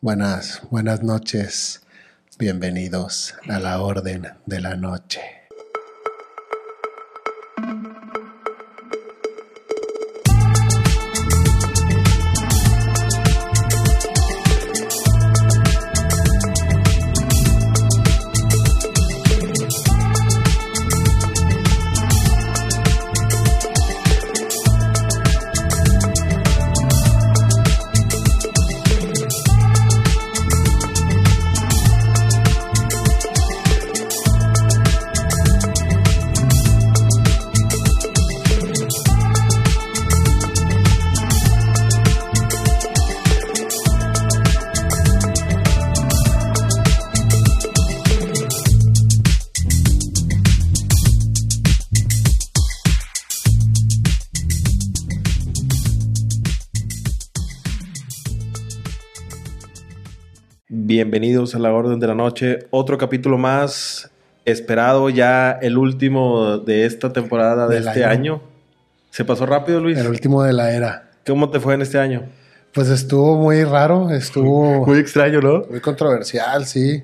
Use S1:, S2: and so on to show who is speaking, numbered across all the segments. S1: Buenas, buenas noches. Bienvenidos a la Orden de la Noche.
S2: Bienvenidos a la Orden de la Noche. Otro capítulo más esperado, ya el último de esta temporada de
S1: Del
S2: este año.
S1: año.
S2: Se pasó rápido, Luis.
S1: El último de la era.
S2: ¿Cómo te fue en este año?
S1: Pues estuvo muy raro, estuvo
S2: Muy extraño, ¿no?
S1: muy controversial, sí.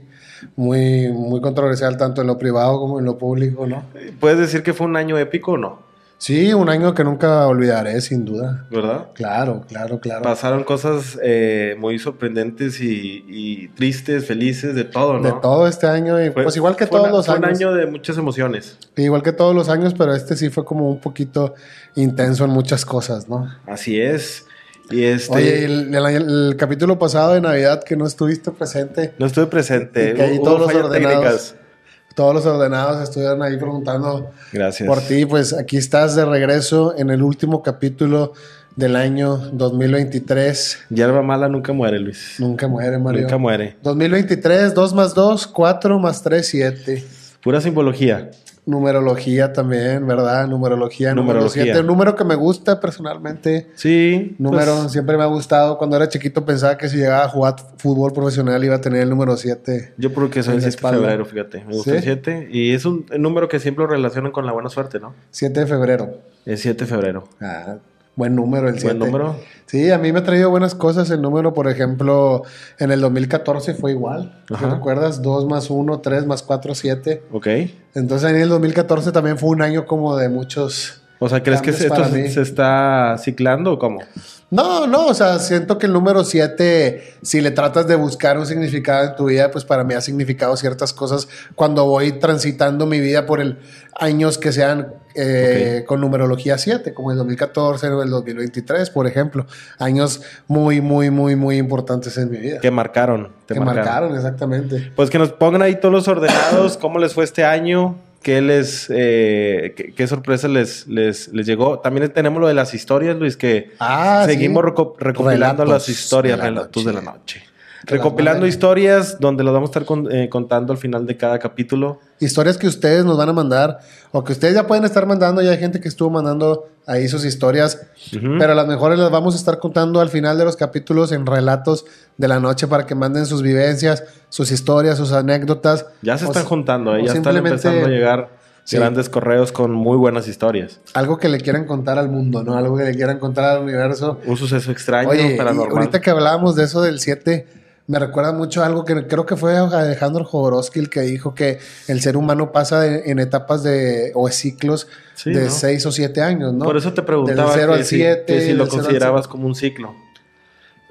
S1: Muy, muy controversial tanto en lo privado como en lo público, ¿no?
S2: ¿Puedes decir que fue un año épico o no?
S1: Sí, un año que nunca olvidaré, sin duda.
S2: ¿Verdad?
S1: Claro, claro, claro.
S2: Pasaron cosas eh, muy sorprendentes y, y tristes, felices, de todo, ¿no?
S1: De todo este año, y
S2: Fue-
S1: pues igual que
S2: fue
S1: todos
S2: una-
S1: los
S2: fue
S1: años.
S2: un año de muchas emociones.
S1: Igual que todos los años, pero este sí fue como un poquito intenso en muchas cosas, ¿no?
S2: Así es. Y este.
S1: Oye, y el, el- el capítulo pasado de Navidad que no estuviste presente,
S2: no estuve presente.
S1: y que ahí
S2: Hubo
S1: todos los
S2: fallas
S1: ordenados. todos los ordenados estuvieron ahí preguntando
S2: Gracias.
S1: por ti, pues aquí estás de regreso en el último capítulo del año 2023.
S2: Hierba mala nunca muere, Luis.
S1: Nunca muere, Mario.
S2: Nunca muere.
S1: 2023, 2 más 2, 4 más 3, 7.
S2: Pura simbología.
S1: Numerología también, ¿verdad? Numerología, número
S2: Numerología.
S1: 7. Un número que me gusta personalmente.
S2: Sí.
S1: Número,
S2: pues,
S1: siempre me ha gustado. Cuando era chiquito pensaba que si llegaba a jugar fútbol profesional iba a tener el número 7.
S2: yo creo que soy
S1: en
S2: el
S1: la
S2: 7 de
S1: espalda.
S2: febrero, fíjate. Me gusta el
S1: ¿Sí?
S2: 7. Y es un número que siempre lo relacionan con la buena suerte, ¿no?
S1: 7 de febrero.
S2: El 7 de febrero.
S1: Ah, buen número el 7.
S2: Buen número.
S1: Sí, a mí me ha traído buenas cosas el número. Por ejemplo, en el 2014 fue igual. ¿Te
S2: Ajá.
S1: recuerdas? 2 más 1, 3 más 4, 7.
S2: Ok.
S1: Entonces en el 2014 también fue un año como de muchos...
S2: O sea, ¿crees que
S1: Cambios
S2: esto
S1: para
S2: se,
S1: mí.
S2: se está ciclando o cómo?
S1: No, no, o sea, siento que el número 7, si le tratas de buscar un significado en tu vida, pues para mí ha significado ciertas cosas cuando voy transitando mi vida por el años que sean eh, con numerología 7, como el 2014 o el 2023, por ejemplo. Años muy, muy, muy, muy importantes en mi vida.
S2: Que marcaron. Te
S1: que marcaron, exactamente.
S2: Pues que nos pongan ahí todos los ordenados, cómo les fue este año, qué les, eh, qué, qué sorpresa les, les, les llegó. También tenemos lo de las historias, Luis, que
S1: Ah,
S2: Seguimos
S1: sí.
S2: reco- recopilando
S1: Relatos
S2: las historias,
S1: de la
S2: relatos
S1: noche.
S2: de la noche.
S1: Que las
S2: Recopilando
S1: manden.
S2: historias donde las vamos a estar con- eh, contando al final de cada capítulo.
S1: historias que ustedes nos van a mandar o que ustedes ya pueden estar mandando. Ya hay gente que estuvo mandando ahí sus historias,
S2: Ujú.
S1: pero las mejores las vamos a estar contando al final de los capítulos en relatos de la noche para que manden sus vivencias, sus historias, sus anécdotas.
S2: Ya se
S1: O
S2: están
S1: si-
S2: juntando, eh,
S1: o
S2: ya están
S1: simplemente
S2: empezando a llegar
S1: Sí.
S2: grandes correos con muy buenas historias.
S1: Algo que le quieran contar al mundo, ¿no? Algo que le quieran contar al universo.
S2: Un suceso extraño,
S1: Oye, y
S2: paranormal.
S1: ahorita que hablábamos de eso del 7, me recuerda mucho a algo que creo que fue Alejandro Jodorowsky el que dijo que el ser humano pasa de- en etapas de o ciclos
S2: Sí,
S1: de
S2: ¿no?
S1: 6 o 7 años, ¿no?
S2: Por eso te preguntaba
S1: Del cero
S2: que
S1: al
S2: si,
S1: siete,
S2: que si
S1: del
S2: lo
S1: cero al
S2: considerabas como un ciclo.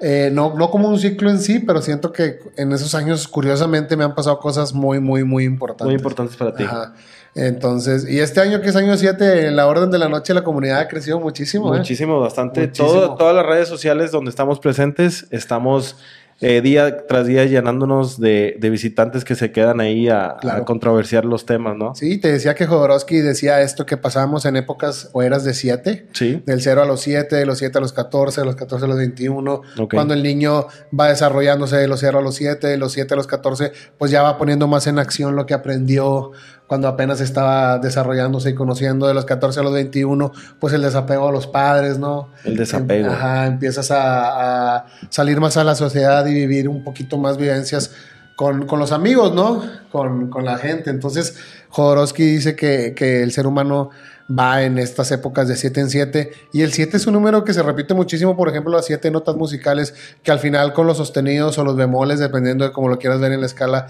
S1: Eh, no, no como un ciclo en sí, pero siento que en esos años, curiosamente, me han pasado cosas muy, muy, muy importantes.
S2: Muy importantes para ti.
S1: Ajá. Entonces, y este año que es año 7, en la Orden de la Noche, la comunidad ha crecido muchísimo. ¿eh?
S2: Muchísimo, bastante.
S1: Muchísimo.
S2: Todo- todas las redes sociales donde estamos presentes, estamos eh, día tras día llenándonos de, de visitantes que se quedan ahí a, a
S1: Claro.
S2: controversiar los temas, ¿no?
S1: Sí, te decía que Jodorowsky decía esto que pasábamos en épocas o eras de 7.
S2: Sí.
S1: Del 0 a los 7, de los 7 a los 14, de los 14 a los 21.
S2: Ok.
S1: Cuando el niño va desarrollándose de los 0 a los 7, de los 7 a los 14, pues ya va poniendo más en acción lo que aprendió cuando apenas estaba desarrollándose y conociendo. De los 14 a los 21, pues el desapego a los padres, ¿no?
S2: El desapego.
S1: Em, Ajá, empiezas a, a salir más a la sociedad y vivir un poquito más vivencias con, con los amigos, ¿no? Con, con la gente. Entonces, Jodorowsky dice que, que el ser humano va en estas épocas de 7 en 7. Y el 7 es un número que se repite muchísimo, por ejemplo, las 7 notas musicales, que al final con los sostenidos o los bemoles, dependiendo de cómo lo quieras ver en la escala,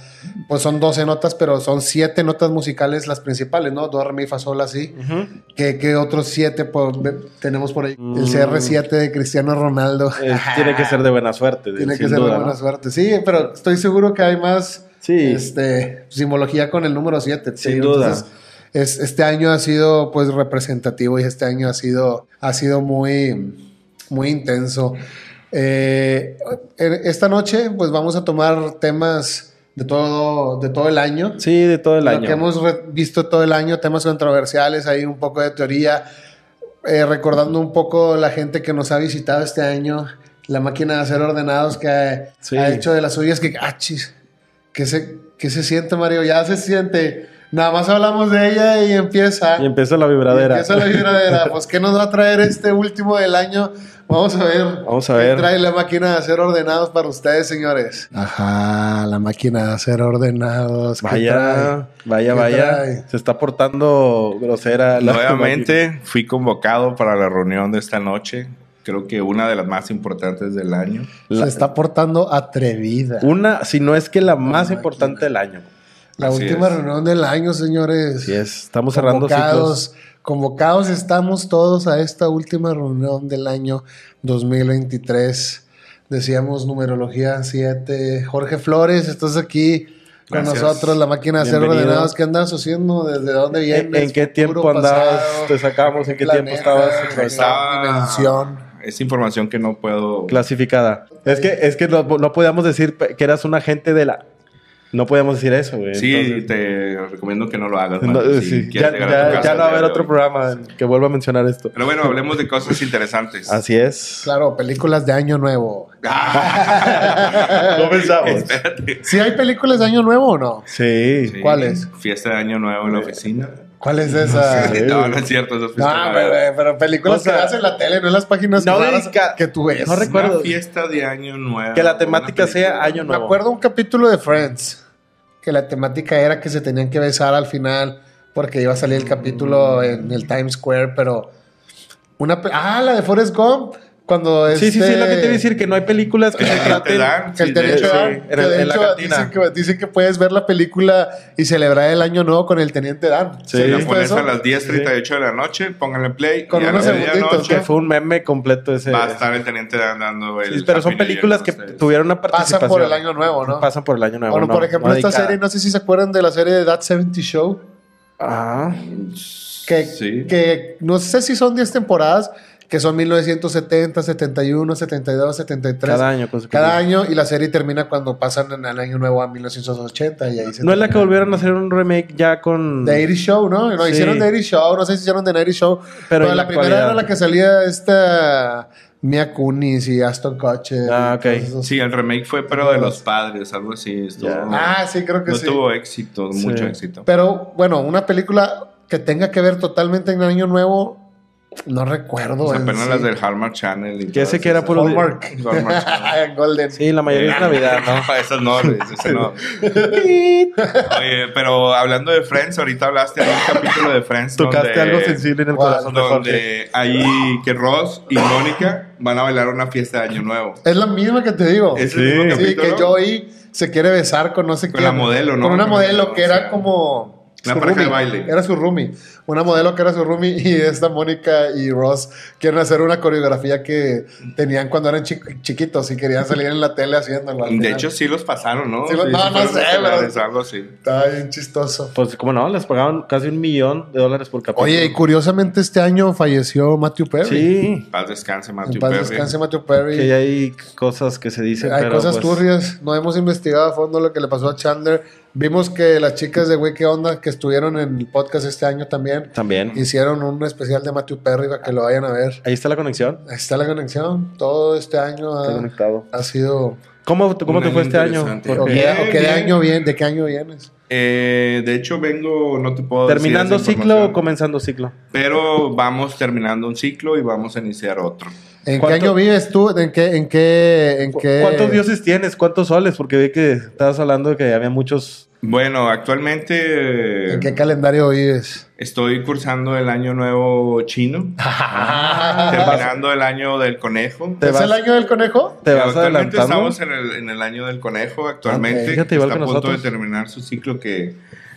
S1: pues son 12 notas, pero son 7 notas musicales las principales, ¿no? Do, re, mi, fa, sol, así. ¿Qué, qué otros 7 tenemos por ahí?
S2: Mm.
S1: El CR7 de Cristiano Ronaldo.
S2: Eh, tiene que ser de buena suerte. de-
S1: Tiene que
S2: sin
S1: ser de
S2: duda,
S1: buena
S2: ¿no?
S1: suerte. Sí, pero estoy seguro que hay más
S2: Sí.
S1: este, simbología con el número 7.
S2: Sin duda.
S1: es, este año ha sido pues representativo y este año ha sido, ha sido muy, muy intenso. Eh, en- esta noche pues vamos a tomar temas de todo, de todo el año.
S2: Sí, de todo el
S1: Lo
S2: año.
S1: que hemos re- visto todo el año, temas controversiales, hay un poco de teoría, eh, recordando un poco la gente que nos ha visitado este año, la máquina de hacer ordenados que ha,
S2: Sí.
S1: ha hecho de las suyas, que, ah, chis, ¿qué se, qué se siente, Mario? Ya se siente. Nada más hablamos de ella y empieza.
S2: Y empieza la vibradera.
S1: Y empieza la vibradera. pues, ¿qué nos va a traer este último del año? Vamos a ver.
S2: Vamos a
S1: qué
S2: ver.
S1: trae la máquina de hacer ordenados para ustedes, señores. Ajá, la máquina de hacer ordenados. ¿qué trae?
S2: Vaya, vaya,
S1: ¿Qué
S2: vaya.
S1: trae?
S2: Se está portando grosera. la-
S3: Nuevamente fui convocado para la reunión de esta noche. Creo que una de las más importantes del año.
S2: La-
S1: Se está portando atrevida.
S2: Una, si no es que la más
S1: máquina.
S2: importante del año.
S1: La
S3: Así
S1: última
S3: es.
S1: reunión del año, señores.
S2: Así es. Estamos cerrando ciclos.
S1: convocados, convocados estamos todos a esta última reunión del año 2023. Decíamos numerología 7. Jorge Flores, estás aquí con
S3: Gracias.
S1: nosotros, la máquina de hacer
S2: Bienvenido.
S1: ordenados. ¿Qué andas haciendo? ¿Desde dónde
S2: ¿En,
S1: vienes?
S2: en qué
S1: Futuro,
S2: tiempo andabas?
S1: pasado,
S2: Te sacamos. ¿En qué
S1: planeta,
S2: tiempo estabas?
S3: Estaba-
S1: dimensión.
S3: Es información que no puedo.
S2: Clasificada. Es que, es que no, no podíamos decir pe- que eras un agente de la. No podíamos decir eso, güey.
S3: Sí,
S2: Entonces-
S3: te recomiendo que no lo hagas.
S2: No, eh,
S3: Mario, si
S2: sí. Ya,
S3: quieres llegar a tu
S2: ya-
S3: casa
S2: ya no va a
S3: el día
S2: haber
S3: de
S2: otro
S3: hoy.
S2: programa en que vuelva a mencionar esto.
S3: Pero pues, bueno, hablemos de cosas interesantes.
S2: Así es.
S1: Claro, películas de año nuevo.
S2: Comenzamos.
S3: Espérate.
S1: ¿Sí hay películas de año nuevo o no?
S2: Sí.
S3: Sí,
S1: ¿Cuál es?
S3: Fiesta de Año Nuevo en la oficina.
S1: ¿Cuál es esa?
S2: sé. Sí.
S3: No, no es cierto. Eso es
S1: No,
S3: fiesta
S1: hombre,
S2: eh,
S3: nueva.
S1: güey, pero películas
S2: O sea,
S1: que hacen en la tele, no en las páginas
S2: no
S1: raras
S2: dedica-
S1: que tú ves.
S2: no
S3: Una
S2: rec- recuerdo.
S3: fiesta de Año Nuevo.
S2: Que la
S3: una
S2: temática sea
S3: película.
S2: año
S1: Me
S2: nuevo.
S1: acuerdo un capítulo de Friends que la temática era que se tenían que besar al final porque iba a salir el capítulo
S2: Mm.
S1: en el Times Square, pero una pe- ah, la de Forrest Gump cuando
S2: Sí, sí, sí,
S1: este-
S2: lo que te iba a decir, que no hay películas que se
S3: Que te
S2: traten.
S3: dan,
S1: que el
S3: sí, de
S1: derecho
S3: hecho,
S1: Dan,
S2: sí,
S1: que
S2: en el-
S1: de
S2: en la
S1: hecho
S2: cantina.
S1: dicen que, dicen que puedes ver la película y celebrar el año nuevo con el teniente Dan. ¿Sí
S2: Sí.
S3: Si
S1: has
S3: la
S1: visto
S3: pones
S1: eso?
S3: a las 10.38 de la noche, pónganle play.
S1: Con
S3: y a
S1: unos
S3: las
S1: segunditos,
S2: Que
S3: 10:38
S2: fue un meme completo ese.
S3: Va a estar el teniente Dan dando el.
S2: Sí, pero son
S3: happy
S2: películas que
S3: New Year con
S2: tuvieron una participación.
S1: Pasan por el año nuevo, ¿no?
S2: Pasan por el año nuevo.
S1: Bueno,
S2: no,
S1: por ejemplo,
S2: no
S1: esta
S2: dedicada.
S1: serie, no sé si se acuerdan de la serie de That 70 Show.
S2: Ah,
S3: ustedes.
S1: que,
S3: Sí.
S1: que no sé si son 10 temporadas, que son 1970, 71, 72, 73.
S2: cada año. con su-
S1: Cada año, y la serie termina cuando pasan en el año nuevo a 1980 y ahí se
S2: No es la que
S1: termina.
S2: volvieron a hacer un remake ya con.
S1: The 80 Show, ¿no? No,
S2: Sí.
S1: hicieron The 80 Show, no sé si hicieron The 80 Show. Pero,
S2: Pero en
S1: la
S2: la
S1: primera
S2: actualidad.
S1: era la que salía esta Mia Kunis y Aston Kutcher.
S2: Ah,
S1: y todos
S2: ok.
S1: esos.
S3: Sí, el remake fue, pero de los padres, algo así. estuvo-
S2: Ya.
S1: Ah, sí, creo que
S3: no
S1: sí.
S3: tuvo éxito,
S2: Sí.
S3: mucho éxito.
S1: Pero bueno, una película que tenga que ver totalmente en el año nuevo, no recuerdo.
S3: O sea,
S1: en
S3: apenas
S1: sí.
S3: las del Hallmark Channel. y
S2: Que ese
S3: todas
S2: que era
S3: esas.
S2: puro de-
S1: Hallmark.
S3: Hallmark Channel.
S1: Golden.
S2: Sí, la mayoría es Navidad, ¿no?
S3: Esas no, esas no. Oye, pero hablando de Friends, ahorita hablaste de un capítulo de Friends.
S2: Tocaste
S3: donde-
S2: algo sensible en el
S1: ¿Cuál?
S2: corazón de Jorge.
S3: Donde ahí que Ross y Mónica van a bailar una fiesta de Año Nuevo.
S1: Es la misma que te digo.
S3: Es
S1: Sí,
S3: el mismo
S2: Sí,
S3: capítulo.
S1: que Joey se quiere besar con no sé
S3: Con
S1: quién.
S3: la modelo, ¿no?
S1: Con una
S3: Con
S1: modelo
S3: la-
S1: que
S3: o
S1: era
S3: sea,
S1: como.
S3: una
S1: su
S3: pareja de
S1: roomie.
S3: baile.
S1: Era su roomie. Una modelo que era su roomie y esta Mónica y Ross quieren hacer una coreografía que tenían cuando eran chi- chiquitos y querían salir en la tele haciéndolo. al
S3: De
S1: final.
S3: hecho, sí los pasaron, ¿no?
S1: Sí lo-
S3: Sí,
S1: no,
S3: sí
S1: no
S3: fueron
S1: sé,
S3: estelares,
S1: pero-
S3: algo así.
S1: Estaba bien chistoso.
S2: Pues, como no, les pagaban casi un millón de dólares por capítulo.
S1: Oye, y curiosamente este año falleció Matthew Perry.
S2: Sí.
S3: Paz descanse,
S1: En
S3: Matthew
S1: paz
S3: Perry.
S1: descanse Matthew Perry.
S2: Que hay cosas que se dicen.
S1: Hay
S2: pero,
S1: cosas
S2: pues,
S1: turbias, no hemos investigado a fondo lo que le pasó a Chandler. Vimos que las chicas de Wiki Onda que estuvieron en el podcast este año también
S2: También.
S1: hicieron un especial de Matthew Perry para que lo vayan a ver.
S2: Ahí está la conexión.
S1: Ahí está la conexión. Todo este año
S2: Está
S1: ha,
S2: conectado.
S1: ha sido.
S2: ¿Cómo, cómo
S3: Un
S2: te fue
S3: año
S2: este año?
S3: interesante.
S2: Jorge?
S1: ¿O qué,
S3: Bien,
S1: o qué de
S3: bien.
S1: año vien- ¿De qué año vienes?
S3: Eh, de hecho, vengo, no te puedo decir
S2: ¿Terminando
S3: esa
S2: ciclo o
S3: información,
S2: comenzando ciclo?
S3: Pero vamos terminando un ciclo y vamos a iniciar otro.
S1: ¿En qué
S2: ¿Cuánto-
S1: año vives tú? ¿En qué? ¿En qué? ¿En
S2: ¿Cu-
S1: qué?
S2: ¿Cuántos dioses tienes? ¿Cuántos soles? Porque vi que estabas hablando de que había muchos.
S3: Bueno, actualmente.
S1: ¿En qué calendario vives?
S3: Estoy cursando el año nuevo chino.
S1: Ah.
S3: terminando el año del conejo.
S2: Te
S1: ¿Es
S2: vas-
S1: el año del conejo?
S2: ¿Te vas a
S3: actualmente
S2: adelantar?
S3: estamos
S2: güey?
S3: en el, en el año del conejo. Actualmente
S2: Ok, fíjate, igual
S3: está a
S2: que
S3: punto
S2: nosotros.
S3: de terminar su ciclo que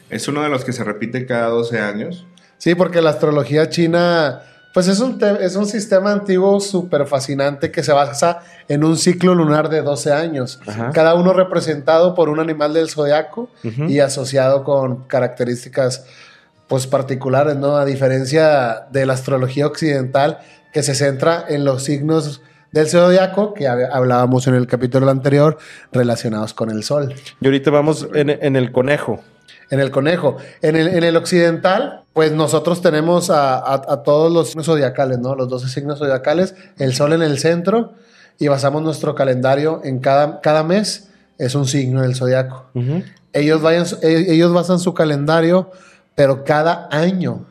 S3: es uno de los que se repite cada 12 años.
S1: Sí, porque la astrología china, pues es un, te- es un sistema antiguo súper fascinante que se basa en un ciclo lunar de 12 años,
S2: Ajá.
S1: cada uno representado por un animal del zodiaco
S2: Ujú.
S1: y asociado con características pues particulares, ¿no? A diferencia de la astrología occidental que se centra en los signos del zodiaco que hab- hablábamos en el capítulo anterior relacionados con el sol.
S2: Y ahorita vamos en, en el conejo.
S1: En el conejo. En el, en el occidental, pues nosotros tenemos a, a- a todos los signos zodiacales, ¿no? Los 12 signos zodiacales, el sol en el centro y basamos nuestro calendario en cada, cada mes, es un signo del zodiaco.
S2: Ujú.
S1: Ellos, vayan, su- e- ellos basan su calendario, pero cada año,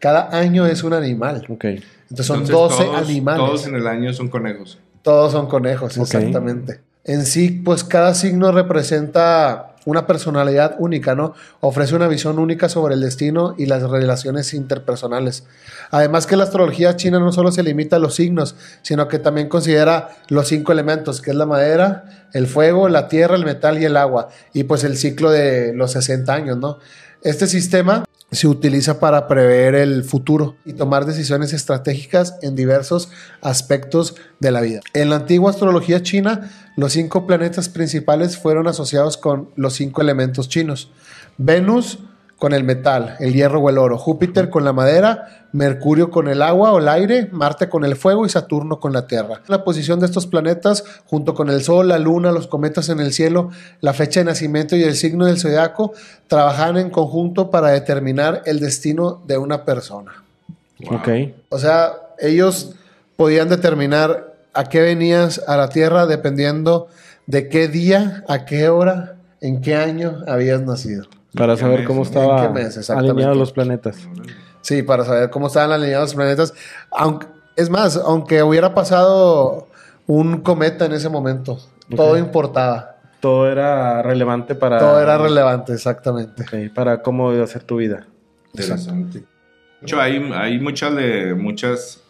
S1: cada año es un animal.
S2: Ok.
S1: Entonces son
S3: Entonces,
S1: 12
S3: todos-
S1: animales.
S3: Todos en el año son conejos.
S1: Todos son conejos,
S2: Ok.
S1: exactamente. En sí, pues cada signo representa una personalidad única, ¿no? Ofrece una visión única sobre el destino y las relaciones interpersonales. Además que la astrología china no solo se limita a los signos, sino que también considera los cinco elementos, que es la madera, el fuego, la tierra, el metal y el agua, y pues el ciclo de los 60 años, ¿no? Este sistema se utiliza para prever el futuro y tomar decisiones estratégicas en diversos aspectos de la vida. En la antigua astrología china, los cinco planetas principales fueron asociados con los cinco elementos chinos. Venus con el metal, el hierro o el oro, Júpiter con la madera, Mercurio con el agua o el aire, Marte con el fuego y Saturno con la tierra. La posición de estos planetas, junto con el Sol, la Luna, los cometas en el cielo, la fecha de nacimiento y el signo del zodiaco, trabajan en conjunto para determinar el destino de una persona.
S3: Wow.
S2: Ok.
S1: O sea, ellos podían determinar a qué venías a la Tierra dependiendo de qué día, a qué hora, en qué año habías nacido.
S2: Para
S3: ¿En qué
S2: saber
S3: mes,
S2: cómo
S3: no?
S2: estaba
S1: ¿En qué mes? Exactamente.
S2: alineados los planetas.
S1: Sí, para saber cómo estaban alineados los planetas. Aunque, es más, aunque hubiera pasado un cometa en ese momento, todo
S2: Ok.
S1: importaba.
S2: Todo era relevante para.
S1: Todo
S3: Ah.
S1: era relevante, exactamente.
S2: Ok, Para cómo iba a ser tu vida.
S3: Interesante. De hecho, hay, hay muchas, de, muchas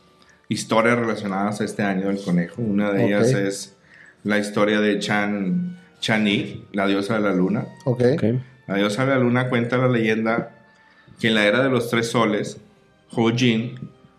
S3: historias relacionadas a este año del conejo. Una de ellas
S1: Ok.
S3: es la historia de Chan, Chani, la diosa de la luna.
S1: Ok.
S2: Ok.
S3: La diosa de la luna cuenta la leyenda que en la era de los tres soles, Ho Jin,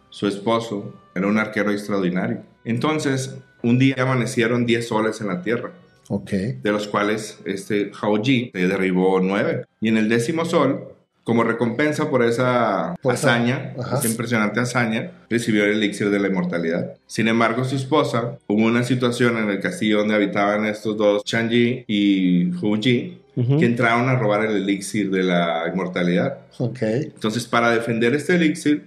S3: su esposo, era un arquero extraordinario. Entonces, un día amanecieron 10 soles en la tierra
S1: Ok.
S3: de los cuales este Haoji eh, derribó nueve. Y en el décimo sol, como recompensa por esa
S1: Por esa-
S3: hazaña,
S1: ajá.
S3: esa impresionante hazaña, recibió el elixir de la inmortalidad. Sin embargo, su esposa hubo una situación en el castillo donde habitaban estos dos, Chanji y Huji,
S2: Ujú.
S3: que entraron a robar el elixir de la inmortalidad.
S1: Ok.
S3: Entonces, para defender este elixir,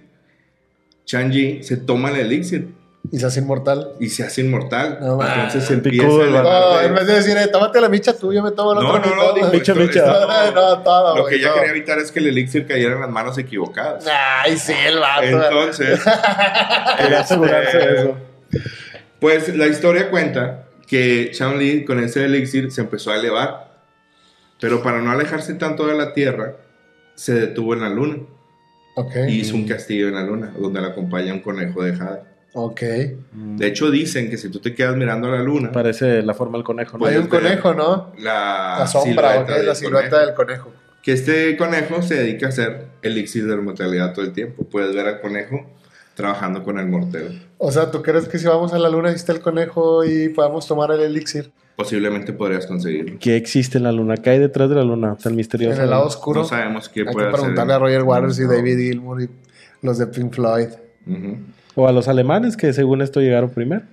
S3: Chanji se toma el elixir
S1: Y se hace inmortal.
S3: y se hace inmortal.
S1: No mames.
S3: Entonces se empieza
S2: Picudo
S3: a
S2: el vato.
S1: No,
S3: levantar de-
S1: en vez de decir, eh, tómate la micha tú, yo me tomo la
S3: No,
S1: otra
S3: no,
S1: micha,
S3: no, dijo,
S2: Micha,
S3: esto-
S2: micha.
S3: esto-
S1: Ah, No, no, todo,
S3: Lo
S1: güey,
S3: que ella
S1: todo.
S3: quería evitar es que el elixir cayera en las manos equivocadas.
S1: Ay, sí, el vato.
S3: Entonces,
S2: Quería asegurarse de eso.
S3: pues la historia cuenta que Shaolin con ese elixir se empezó a elevar, pero para no alejarse tanto de la Tierra, se detuvo en la Luna
S1: Ok.
S3: y hizo un castillo en la Luna, donde la acompaña un conejo de jade.
S1: Ok.
S3: Mm. De hecho, dicen que si tú te quedas mirando a la Luna,
S2: Parece la forma del conejo. ¿no?
S1: Hay un
S3: Puedes ver.
S1: conejo, ¿no?
S3: la,
S1: La sombra, ok, la
S3: este, ah, del
S1: silueta
S3: conejo-
S1: del conejo.
S3: Que este conejo se dedica a hacer elixir de mortalidad todo el tiempo. Puedes ver al conejo trabajando con el mortero.
S1: O sea, ¿tú crees que si vamos a la luna existe el conejo y podamos tomar el elixir
S3: Posiblemente podrías conseguirlo.
S2: ¿Qué existe en la luna? ¿Qué hay detrás de la luna? Tan misterioso.
S1: en el lado oscuro?
S3: No sabemos qué
S1: Hay que
S3: puede hacer.
S1: preguntarle a Roger Waters y
S3: No.
S1: David Gilmour y los de Pink Floyd.
S3: Ujú.
S2: O a los alemanes que según esto llegaron primero.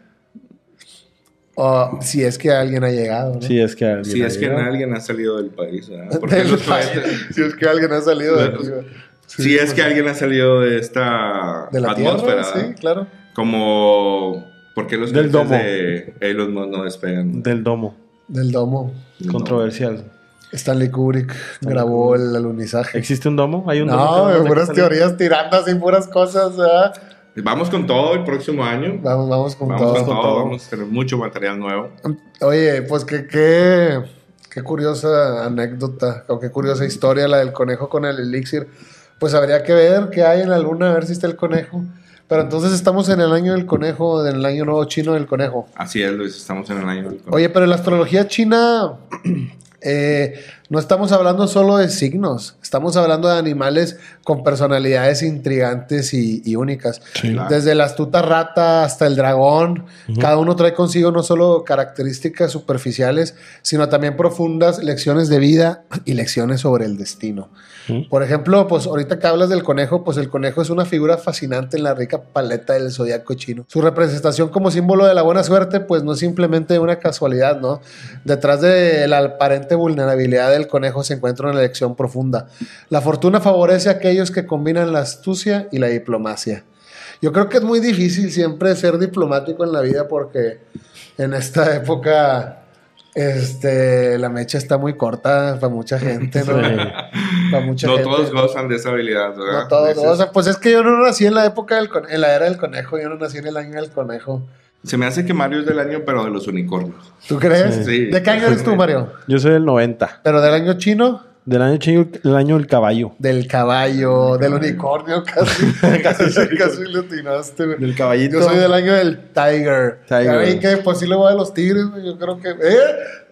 S1: O si es que alguien ha llegado, ¿no?
S2: Si es que alguien
S3: Si es que
S2: llegó.
S3: alguien ha salido del país, ¿verdad? Porque
S1: Del
S3: los
S1: país.
S3: cohetes-
S1: si es que alguien ha salido de
S3: Los-
S1: arriba. Sí,
S3: si es
S1: pues,
S3: que alguien ha salido de esta
S1: de la
S3: atmósfera,
S1: Tierra, sí, claro.
S3: como porque los
S2: Del
S3: cohetes
S2: domo.
S3: de Elon Musk no despegan.
S2: Del domo.
S1: Del domo.
S3: No.
S2: Controversial.
S1: Stanley Kubrick grabó
S2: Kubrick.
S1: el alunizaje.
S2: ¿Existe un domo? ¿Hay un domo? que
S1: No,
S2: no
S1: güey,
S2: deja
S1: puras
S2: salir?
S1: teorías tirando así, puras cosas. ¿verdad?
S3: Vamos con todo el próximo año.
S1: Vamos, vamos con
S3: Vamos
S1: todo.
S3: con todo,
S2: todo.
S3: vamos a tener mucho material nuevo.
S1: Oye, pues que qué, qué curiosa anécdota o qué curiosa historia la del conejo con el elixir. pues habría que ver qué hay en la luna, a ver si está el conejo. Pero entonces estamos en el año del conejo, del año nuevo chino del conejo.
S3: Así es, Luis, estamos en el año del conejo.
S1: Oye, pero en la astrología china eh, no estamos hablando solo de signos, estamos hablando de animales con personalidades intrigantes y, y únicas.
S3: Sí, claro.
S1: Desde la astuta rata hasta el dragón, cada uno trae consigo no solo características superficiales, sino también profundas lecciones de vida y lecciones sobre el destino.
S2: Ujú.
S1: Por ejemplo, pues ahorita que hablas del conejo, pues el conejo es una figura fascinante en la rica paleta del zodiaco chino. Su representación como símbolo de la buena suerte, pues no es simplemente una casualidad, ¿no? Detrás de la aparente vulnerabilidad del conejo se encuentra una elección profunda. La fortuna favorece a aquellos que combinan la astucia y la diplomacia. Yo creo que es muy difícil siempre ser diplomático en la vida porque en esta época este, la mecha está muy corta para mucha gente, ¿no? Para mucha
S3: no
S1: gente.
S3: todos gozan de esa habilidad, ¿verdad?
S1: No todos
S3: Dices,
S1: gozan. Pues es que yo no nací en la época del con- en la era del conejo, yo no nací en el año del conejo.
S3: Se me hace que Mario es del año, pero de los unicornios.
S1: ¿Tú crees?
S3: Sí.
S1: ¿De qué año eres tú, Mario?
S2: Yo soy del 90.
S1: Pero del año chino,
S2: Del año chino, el año del caballo.
S1: del caballo, del unicornio, casi, casi, casi lo atinaste, güey.
S2: Del caballito.
S1: Yo soy del año del Tiger.
S2: Tiger.
S1: Ya ven que pues sí le voy a los tigres, güey. Yo creo que. ¿Eh?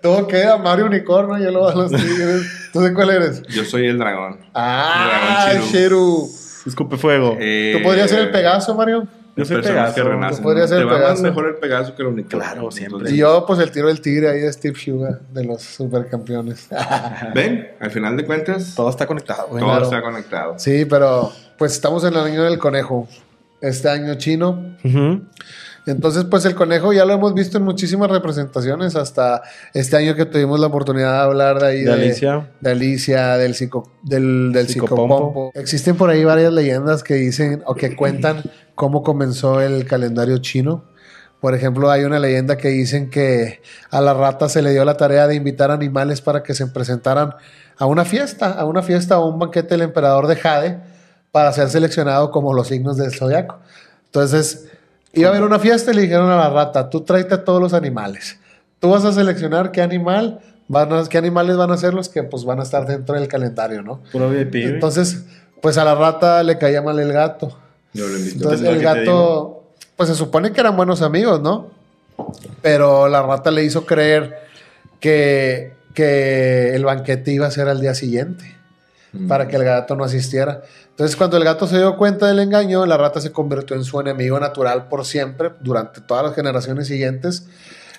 S1: Todo queda Mario Unicornio, yo le voy a los tigres. ¿Tú de cuál eres?
S3: Yo soy el dragón.
S1: Ah,
S3: Dragón
S1: el
S3: Chiru.
S1: Chiru.
S2: Escupe fuego.
S3: Eh,
S1: ¿Tú podrías ser el Pegaso, Mario?
S2: Yo soy
S3: personas
S2: Pegaso.
S3: que
S2: Tú
S3: renacen, ¿no?
S1: podrías ser
S3: Te va más
S1: Pegaso.
S3: mejor el Pegaso que el unicornio.
S2: Claro, siempre.
S3: Entonces,
S1: Y yo, pues el tiro del tigre ahí de Steve Huga, de los supercampeones. Ah,
S3: Ven, al final de cuentas, todo,
S2: Todo está conectado, güey.
S1: Todo. claro.
S3: está conectado.
S1: sí, pero pues estamos en el año del conejo. Este año chino,
S2: Ujú.
S1: Entonces, pues el conejo ya lo hemos visto en muchísimas representaciones, hasta este año que tuvimos la oportunidad de hablar de ahí
S2: De Alicia.
S1: de Alicia, del, psico, del, del
S2: Psicopompo.
S1: psicopompo. Existen por ahí varias leyendas que dicen o que cuentan cómo comenzó el calendario chino. Por ejemplo, hay una leyenda que dicen que a la rata se le dio la tarea de invitar animales para que se presentaran a una fiesta, a una fiesta o un banquete del emperador de Jade para ser seleccionado como los signos del zodiaco. Entonces, iba a haber una fiesta y le dijeron a la rata, tú tráete a todos los animales. Tú vas a seleccionar qué animal van a- qué animales van a ser los que pues van a estar dentro del calendario, ¿no?
S2: Puro VIP. güey.
S1: Entonces, pues a la rata le caía mal el gato.
S3: Yo lo invito.
S1: Entonces
S2: lo
S1: el
S2: que te
S1: gato, pues se supone que eran buenos amigos, ¿no? Pero la rata le hizo creer que, que el banquete iba a ser al día siguiente
S3: Mm.
S1: para que el gato no asistiera. Entonces cuando el gato se dio cuenta del engaño, la rata se convirtió en su enemigo natural por siempre, durante todas las generaciones siguientes.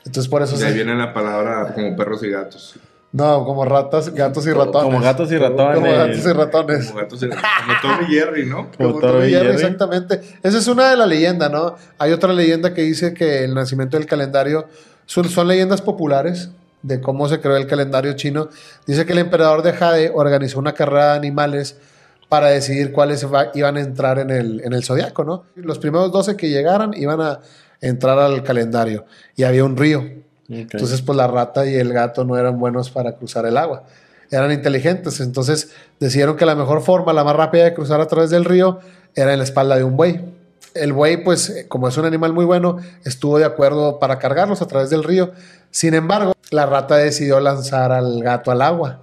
S1: Entonces por eso
S3: De ahí
S1: se...
S3: viene la palabra como perros y gatos.
S1: No, como ratas, gatos y ratones.
S2: Como gatos y ratones.
S1: Como gatos y ratones.
S3: Como gatos y Como Tom y Jerry, ¿no?
S2: Como
S1: Como
S2: Toro
S1: Tom y Jerry,
S2: Jerry.
S1: exactamente. Esa es una de las leyendas, ¿no? Hay otra leyenda que dice que el nacimiento del calendario son, son leyendas populares de cómo se creó el calendario chino. Dice que el emperador de Jade organizó una carrera de animales para decidir cuáles va- iban a entrar en el, en el zodiaco, ¿no? Los primeros 12 que llegaran iban a entrar al calendario y había un río.
S2: Ok.
S1: Entonces, pues la rata y el gato no eran buenos para cruzar el agua. Eran inteligentes. Entonces, decidieron que la mejor forma, la más rápida de cruzar a través del río, era en la espalda de un buey. El buey, pues, eh, como es un animal muy bueno, estuvo de acuerdo para cargarlos a través del río. Sin embargo, la rata decidió lanzar al gato al agua.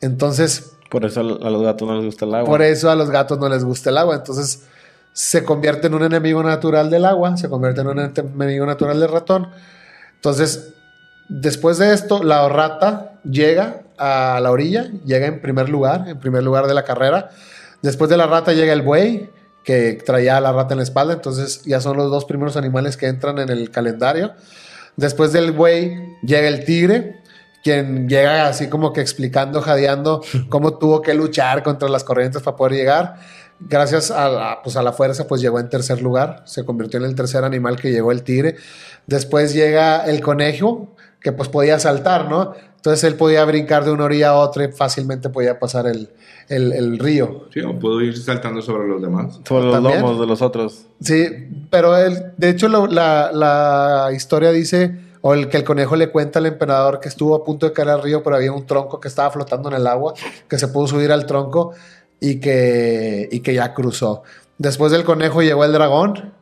S1: Entonces,
S2: Por eso a a los gatos no les gusta el agua.
S1: por e- eso a los gatos no les gusta el agua. Entonces se convierte en un enemigo natural del agua, se convierte en un ente- enemigo natural del ratón. Entonces, después de esto, la rata llega a la orilla, llega en primer lugar, en primer lugar de la carrera. Después de la rata llega el buey, que traía a la rata en la espalda. Entonces ya son los dos primeros animales que entran en el calendario. Después del buey llega el tigre, quien llega así como que explicando, jadeando cómo tuvo que luchar contra las corrientes para poder llegar. Gracias a la, pues a la fuerza, pues llegó en tercer lugar, se convirtió en el tercer animal que llegó el tigre. Después llega el conejo, que pues podía saltar, ¿no? Entonces él podía brincar de una orilla a otra y fácilmente podía pasar el, el- el río.
S3: Sí, o puedo ir saltando sobre los demás.
S2: Sobre los
S1: También.
S2: lomos de los otros.
S1: Sí, pero él, de hecho lo- la, la historia dice, o el que el conejo le cuenta al emperador que estuvo a punto de caer al río, pero había un tronco que estaba flotando en el agua, que se pudo subir al tronco y que, y que ya cruzó. Después del conejo llegó el dragón,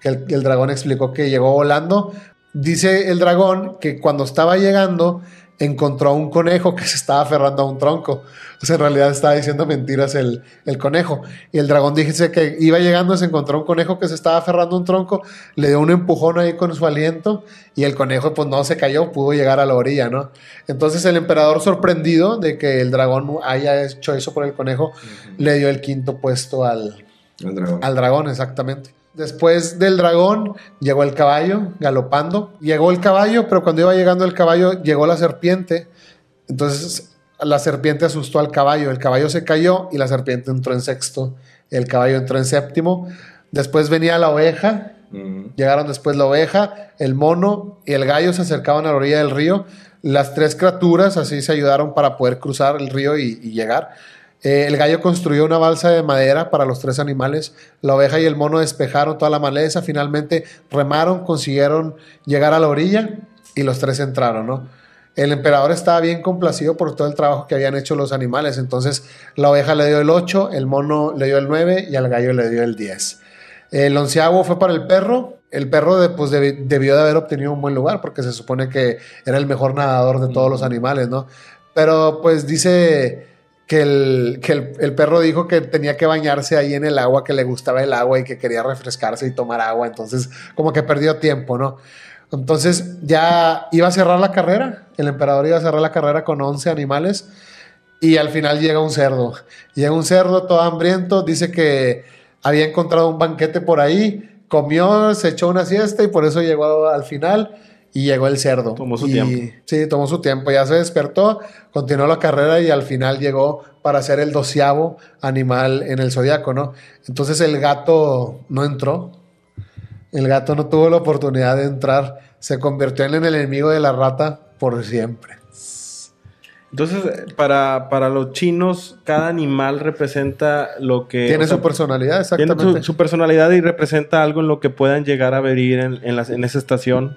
S1: que el, el dragón explicó que llegó volando. Dice el dragón que cuando estaba llegando, encontró a un conejo que se estaba aferrando a un tronco. O sea, en realidad estaba diciendo mentiras el, el conejo. Y el dragón dice que iba llegando, se encontró un conejo que se estaba aferrando a un tronco, le dio un empujón ahí con su aliento y el conejo pues no se cayó, pudo llegar a la orilla, ¿no? Entonces el emperador sorprendido de que el dragón haya hecho eso por el conejo, le dio el quinto puesto al,
S3: El dragón.
S1: al dragón, exactamente. Después del dragón llegó el caballo galopando. Llegó el caballo, pero cuando iba llegando el caballo llegó la serpiente. Entonces la serpiente asustó al caballo. El caballo se cayó y la serpiente entró en sexto. El caballo entró en séptimo. Después venía la oveja.
S3: Ujú.
S1: Llegaron después la oveja, el mono y el gallo se acercaban a la orilla del río. Las tres criaturas así se ayudaron para poder cruzar el río y, y llegar. Eh, el gallo construyó una balsa de madera para los tres animales. La oveja y el mono despejaron toda la maleza. Finalmente remaron, consiguieron llegar a la orilla y los tres entraron, ¿no? El emperador estaba bien complacido por todo el trabajo que habían hecho los animales. Entonces la oveja le dio el 8, el mono le dio el 9 y al gallo le dio el 10. El onceavo fue para el perro. El perro de- pues, debi- debió de haber obtenido un buen lugar porque se supone que era el mejor nadador de todos los animales, ¿no? Pero pues dice que, el, que el- el perro dijo que tenía que bañarse ahí en el agua, que le gustaba el agua y que quería refrescarse y tomar agua. Entonces como que perdió tiempo, ¿no? Entonces ya iba a cerrar la carrera. El emperador iba a cerrar la carrera con 11 animales. Y al final llega un cerdo. Llega un cerdo todo hambriento, dice que había encontrado un banquete por ahí, comió, se echó una siesta y por eso llegó al final y llegó el cerdo.
S2: Tomó su
S1: Y-
S2: tiempo.
S1: Sí, tomó su tiempo, ya se despertó, continuó la carrera y al final llegó para ser el doceavo animal en el zodiaco, ¿no? Entonces el gato no entró, el gato no tuvo la oportunidad de entrar, se convirtió en el enemigo de la rata por siempre.
S2: Entonces, para, para los chinos, cada animal representa lo que...
S1: Tiene
S2: Eh, o sea,
S1: su personalidad,
S2: tiene
S1: exactamente.
S2: su, su personalidad y representa algo en lo que puedan llegar a venir en, en, las- en esa estación.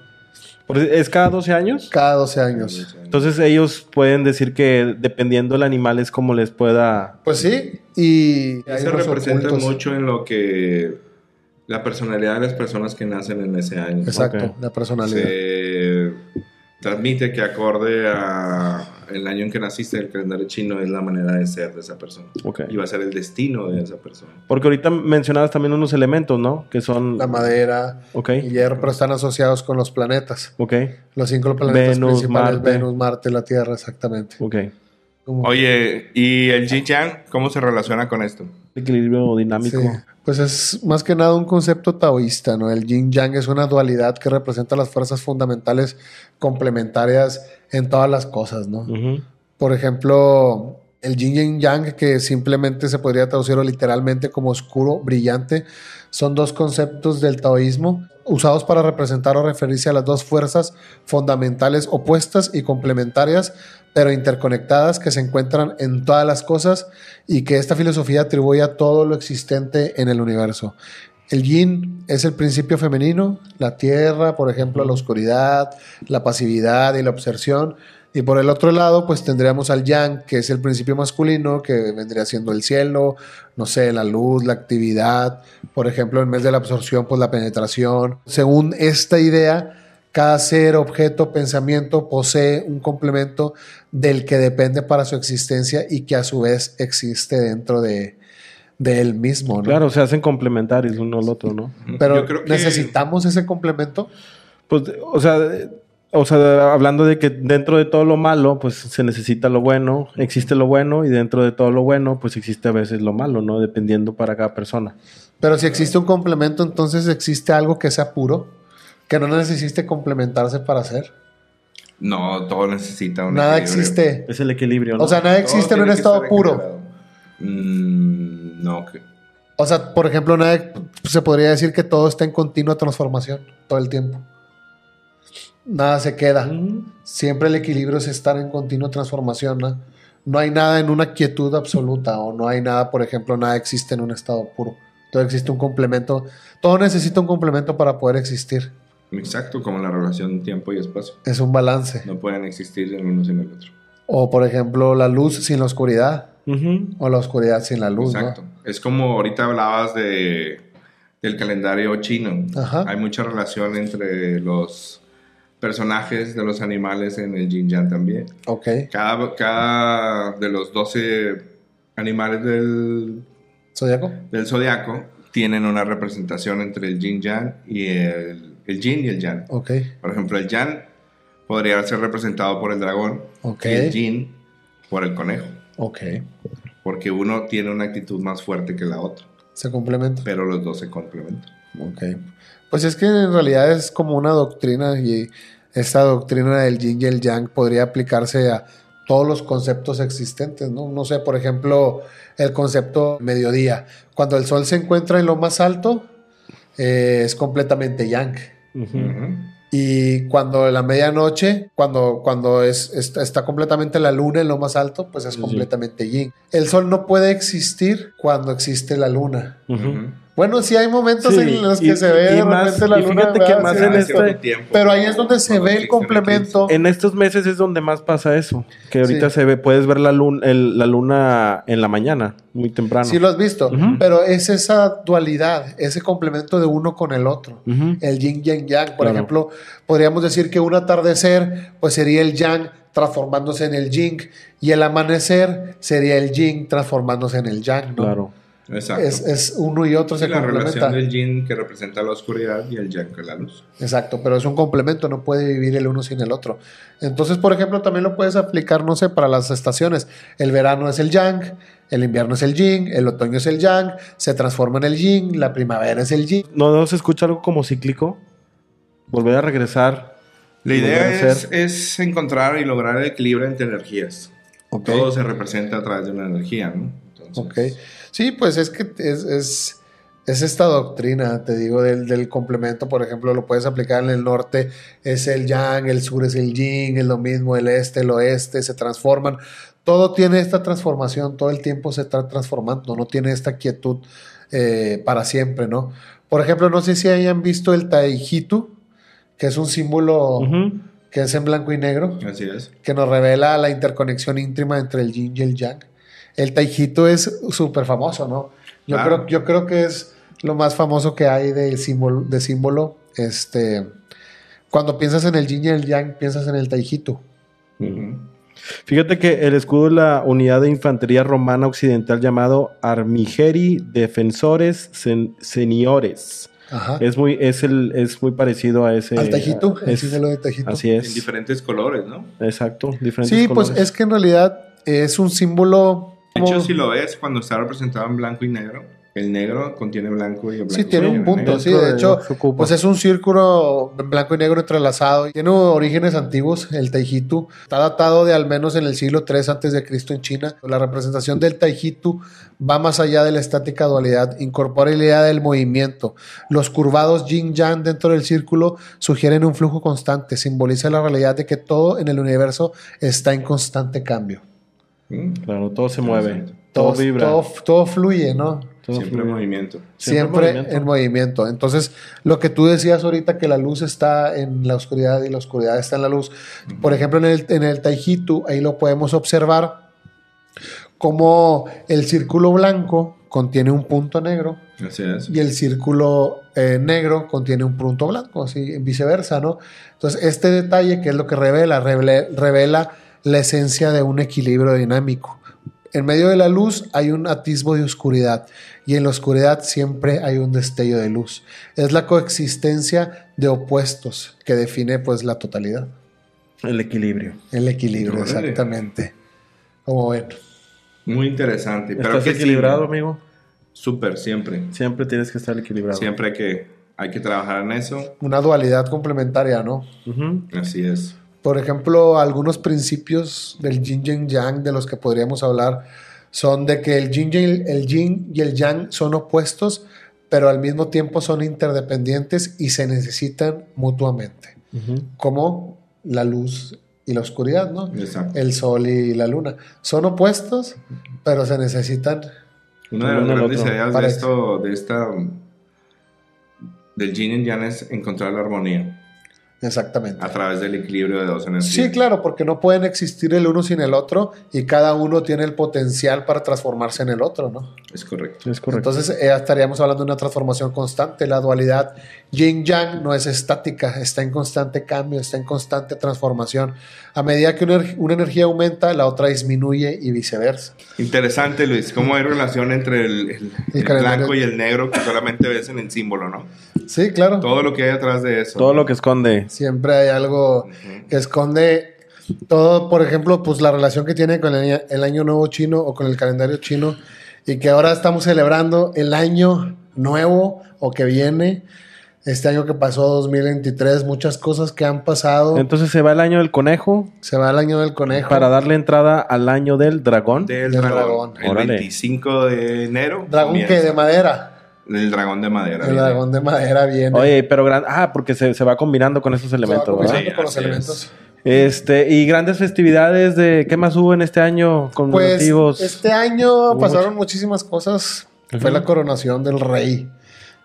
S2: Por- ¿Es cada 12 años?
S1: Cada 12 años.
S2: Entonces ellos pueden decir que dependiendo del animal es como les pueda...
S1: Pues sí, y
S3: Y se
S1: unos
S3: representa
S1: ocultos.
S3: mucho en lo que la personalidad de las personas que nacen en ese año.
S1: Exacto,
S2: Ok.
S1: la personalidad.
S3: Se transmite que acorde a el año en que naciste, el calendario chino es la manera de ser de esa persona.
S2: Ok.
S3: Y va a ser el destino de esa persona.
S2: Porque ahorita mencionabas también unos elementos, ¿no? Que son...
S1: La madera,
S2: Ok,
S1: el hierro, pero están asociados con los planetas.
S2: ok,
S1: Los cinco planetas
S2: Venus,
S1: principales,
S2: Marte.
S1: Venus, Marte, la Tierra, exactamente.
S2: ok.
S1: Como-
S3: Oye, ¿y el Jin Yang cómo se relaciona con esto?
S2: Equilibrio dinámico.
S1: Sí, Pues es más que nada un concepto taoísta, ¿no? El yin yang es una dualidad que representa las fuerzas fundamentales complementarias en todas las cosas, ¿no?
S2: Ujú.
S1: Por ejemplo, el yin y el yang, que simplemente se podría traducir literalmente como oscuro, brillante, son dos conceptos del taoísmo usados para representar o referirse a las dos fuerzas fundamentales opuestas y complementarias, pero interconectadas que se encuentran en todas las cosas y que esta filosofía atribuye a todo lo existente en el universo. El yin es el principio femenino, la tierra, por ejemplo, la oscuridad, la pasividad y la obsesión. Y por el otro lado, pues tendríamos al yang, que es el principio masculino, que vendría siendo el cielo, no sé, la luz, la actividad. Por ejemplo, en vez de la absorción, pues la penetración. Según esta idea, cada ser, objeto, pensamiento posee un complemento del que depende para su existencia y que a su vez existe dentro de, de él mismo, ¿no?
S2: Claro, se hacen complementarios uno al otro, ¿no?
S1: Pero
S3: Yo creo que-
S1: necesitamos ese complemento.
S2: Pues, o sea, de- o sea, de- hablando de que dentro de todo lo malo, pues se necesita lo bueno, existe lo bueno y dentro de todo lo bueno, pues existe a veces lo malo, ¿no? Dependiendo para cada persona.
S1: Pero si existe un complemento, entonces existe algo que sea puro, que no necesite complementarse para hacer.
S3: No, todo necesita un
S1: Nada
S3: equilibrio.
S1: existe.
S2: Es el equilibrio, ¿no?
S1: O sea, nada
S3: Todo
S1: existe en
S3: tiene
S1: un
S3: que
S1: estado
S3: estar
S1: puro.
S3: equilibrado. Mm, no, que-
S1: O sea, por ejemplo, nada se podría decir que todo está en continua transformación todo el tiempo. Nada se queda.
S2: Ujú.
S1: Siempre el equilibrio es estar en continua transformación. ¿no? No hay nada en una quietud absoluta o no hay nada, por ejemplo, nada existe en un estado puro. Todo existe un complemento. Todo necesita un complemento para poder existir.
S3: exacto, como la relación tiempo y espacio.
S1: Es un balance.
S3: No pueden existir el uno sin el otro.
S1: O, por ejemplo, la luz sin la oscuridad
S2: Ujú.
S1: o la oscuridad sin la luz. ¿no?
S3: Exacto. Es como ahorita hablabas de, del calendario chino.
S1: Ajá.
S3: Hay mucha relación entre los personajes de los animales en el Jin Yang también.
S1: Ok.
S3: Cada, cada de los 12 animales del,
S1: ¿Zodíaco?
S3: del zodiaco tienen una representación entre el Yin Yang y el, el Yin y el Yang.
S1: Ok.
S3: Por ejemplo, el Yang podría ser representado por el dragón
S1: Ok.
S3: y el Yin por el conejo,
S1: Ok.
S3: porque uno tiene una actitud más fuerte que la otra,
S1: Se complementa.
S3: pero los dos se complementan.
S1: Ok. Pues es que en realidad es como una doctrina y esta doctrina del yin y el yang podría aplicarse a todos los conceptos existentes, ¿no? No sé, por ejemplo, el concepto mediodía. Cuando el sol se encuentra en lo más alto, eh, es completamente yang.
S2: Ujú.
S3: Ujú.
S1: Y cuando la medianoche, cuando, cuando es, es- está completamente la luna en lo más alto, pues es
S2: Sí.
S1: completamente yin. El sol no puede existir cuando existe la luna.
S2: Ujú.
S3: Ujú.
S1: Bueno, sí hay momentos
S2: Sí,
S1: en los que
S2: y-
S1: se ve
S2: y
S1: de
S2: más-
S1: repente la
S2: y
S1: luna.
S2: fíjate que
S1: ¿verdad?
S2: más
S1: Sí,
S2: en
S1: sí,
S2: este-
S1: sí.
S3: cierto tiempo,
S1: Pero ahí es donde se
S3: cuando
S1: ve el
S3: existe un
S1: complemento.
S2: En estos meses es donde más pasa eso. Que ahorita
S1: Sí.
S2: se ve, puedes ver la luna, la luna en la mañana, muy temprano.
S1: Sí lo has visto,
S2: Ujú.
S1: pero es esa dualidad, ese complemento de uno con el otro.
S2: Ujú.
S1: El yin y el yang, por
S2: Claro.
S1: ejemplo, podríamos decir que un atardecer pues sería el yang transformándose en el yin y el amanecer sería el yin transformándose en el yang, ¿no?
S2: Claro.
S3: eclipse. Exacto.
S1: Es, es uno y otro
S3: Sí,
S1: se
S3: la
S1: complementa.
S3: relación del yin que representa la oscuridad y el yang que la luz.
S1: Exacto, pero es un complemento, no puede vivir el uno sin el otro. Entonces, por ejemplo, también lo puedes aplicar, no sé, para las estaciones. El verano es el yang, el invierno es el yin, el otoño es el yang, se transforma en el yin, la primavera es el yin.
S2: ¿No, no se escucha algo como cíclico? Volver a regresar.
S3: La
S2: Volver
S3: idea
S2: a
S3: es, eh,
S2: ser.
S3: es encontrar y lograr el equilibrio entre energías.
S1: Ok.
S3: Todo se representa a través de una energía, ¿no? Entonces,
S1: Ok. Sí, pues es que es, es, es esta doctrina, te digo, del, del complemento, por ejemplo, lo puedes aplicar en el norte, es el yang, el sur es el yin, es lo mismo, el este, el oeste, se transforman. Todo tiene esta transformación, todo el tiempo se está transformando, no tiene esta quietud eh, para siempre, ¿no? Por ejemplo, no sé si hayan visto el Taijitu, que es un símbolo
S2: Ujú.
S1: que es en blanco y negro
S3: Así es.
S1: que nos revela la interconexión íntima entre el yin y el yang. El taijito es súper famoso, ¿no? Yo,
S3: Claro.
S1: creo, yo creo que es lo más famoso que hay de símbolo. De símbolo este, cuando piensas en el yin y el yang, piensas en el taijito.
S3: Ujú.
S2: Fíjate que el escudo de la unidad de infantería romana occidental llamado Armigeri Defensores Sen- Seniores.
S1: Ajá.
S2: Es muy, es el, es muy parecido a
S3: Este,
S2: ese.
S1: Ah. Al taijito,
S2: a-
S1: el
S2: es-
S1: símbolo de taijito.
S2: así
S3: En
S2: es.
S3: diferentes colores, ¿no?
S2: Exacto. Diferentes
S1: Sí, pues
S2: colores.
S1: es que en realidad es un símbolo.
S3: De
S1: como-
S3: hecho, si lo ves, cuando está representado en blanco y negro, el negro contiene blanco y el blanco
S1: Sí, tiene un
S3: contiene
S1: punto,
S3: negro.
S1: sí. De hecho,
S2: Se ocupa.
S1: pues es un círculo en blanco y negro entrelazado. Tiene orígenes antiguos, el Taijitu. Está datado de al menos en el siglo III antes de Cristo en China. La representación del Taijitu va más allá de la estática dualidad, incorpora la idea del movimiento. Los curvados yin-yang dentro del círculo sugieren un flujo constante, simboliza la realidad de que todo en el universo está en constante cambio.
S3: Mm.
S2: Claro, todo se mueve.
S1: Todo,
S2: Todo, vibra.
S1: todo, todo fluye, ¿no?
S2: todo
S3: Siempre
S2: fluye.
S3: en movimiento.
S1: Siempre,
S2: en movimiento.
S1: en movimiento. Entonces, lo que tú decías ahorita, que la luz está en la oscuridad y la oscuridad está en la luz. Por ejemplo, en el, en el Taijitu, ahí lo podemos observar como el círculo blanco contiene un punto negro
S3: Así es.
S1: y el círculo eh, negro contiene un punto blanco, así viceversa, ¿no? Entonces, este detalle, que es lo que revela? Revele- revela la esencia de un equilibrio dinámico. En medio de la luz hay un atisbo de oscuridad y en la oscuridad siempre hay un destello de luz. Es la coexistencia de opuestos que define pues la totalidad,
S2: El equilibrio.
S1: el equilibrio,
S3: Órale.
S1: exactamente. Como ven.
S3: Muy interesante. Pero
S2: ¿Estás
S3: que sí,
S2: equilibrado, amigo?
S3: Súper, siempre.
S2: Siempre tienes que estar equilibrado.
S3: Siempre hay que, hay que trabajar en eso.
S1: Una dualidad complementaria, ¿no?
S2: Ujú.
S3: Así es.
S1: Por ejemplo, algunos principios del yin y el yang de los que podríamos hablar son de que el yin, y el, el yin y el yang son opuestos, pero al mismo tiempo son interdependientes y se necesitan mutuamente,
S2: Ujú.
S1: como la luz y la oscuridad, ¿no?
S3: Exacto.
S1: El sol y la luna. Son opuestos, pero se necesitan.
S3: Una de las
S2: Uno al
S3: grandes
S2: otro.
S3: ideas de
S1: Para-
S3: esto, de esta, del yin y yang es encontrar la armonía.
S1: Exactamente.
S3: a través del equilibrio de dos energías.
S1: Sí, claro, porque no pueden existir el uno sin el otro y cada uno tiene el potencial para transformarse en el otro, ¿no?
S3: Es correcto.
S2: Es correcto.
S1: Entonces eh, estaríamos hablando de una transformación constante. La dualidad yin-yang no es estática, está en constante cambio, está en constante transformación. A medida que una, er- una energía aumenta, la otra disminuye y viceversa.
S3: Interesante, Luis, cómo hay relación entre el, el-
S1: Y
S3: el
S1: calendario.
S3: blanco y el negro que solamente ves en el símbolo, ¿no?
S1: Sí, claro.
S3: Todo lo que hay atrás de eso.
S2: Todo lo que esconde.
S1: Siempre hay algo que esconde todo, por ejemplo, pues la relación que tiene con el año, el año nuevo chino o con el calendario chino y que ahora estamos celebrando el año nuevo o que viene, este año que pasó 2023, muchas cosas que han pasado.
S2: Entonces se va el año del conejo
S1: Se va el año del conejo.
S2: para darle entrada al año del dragón.
S3: Del
S1: Del dragón.
S3: dragón. El
S2: Órale.
S3: 25 de enero.
S1: dragón que de madera.
S3: El dragón de madera.
S1: El
S3: viene.
S1: dragón de madera viene.
S2: Oye, pero gran... Ah, porque se, se va combinando con esos
S1: Se va
S2: elementos, ¿verdad?
S1: combinando con los
S3: Sí, así
S1: elementos.
S2: Este, y grandes festividades de... ¿Qué más hubo en este año
S1: Pues
S2: conmemorativos?
S1: este año
S2: Hubo
S1: pasaron muchísimas cosas. Fue la coronación del rey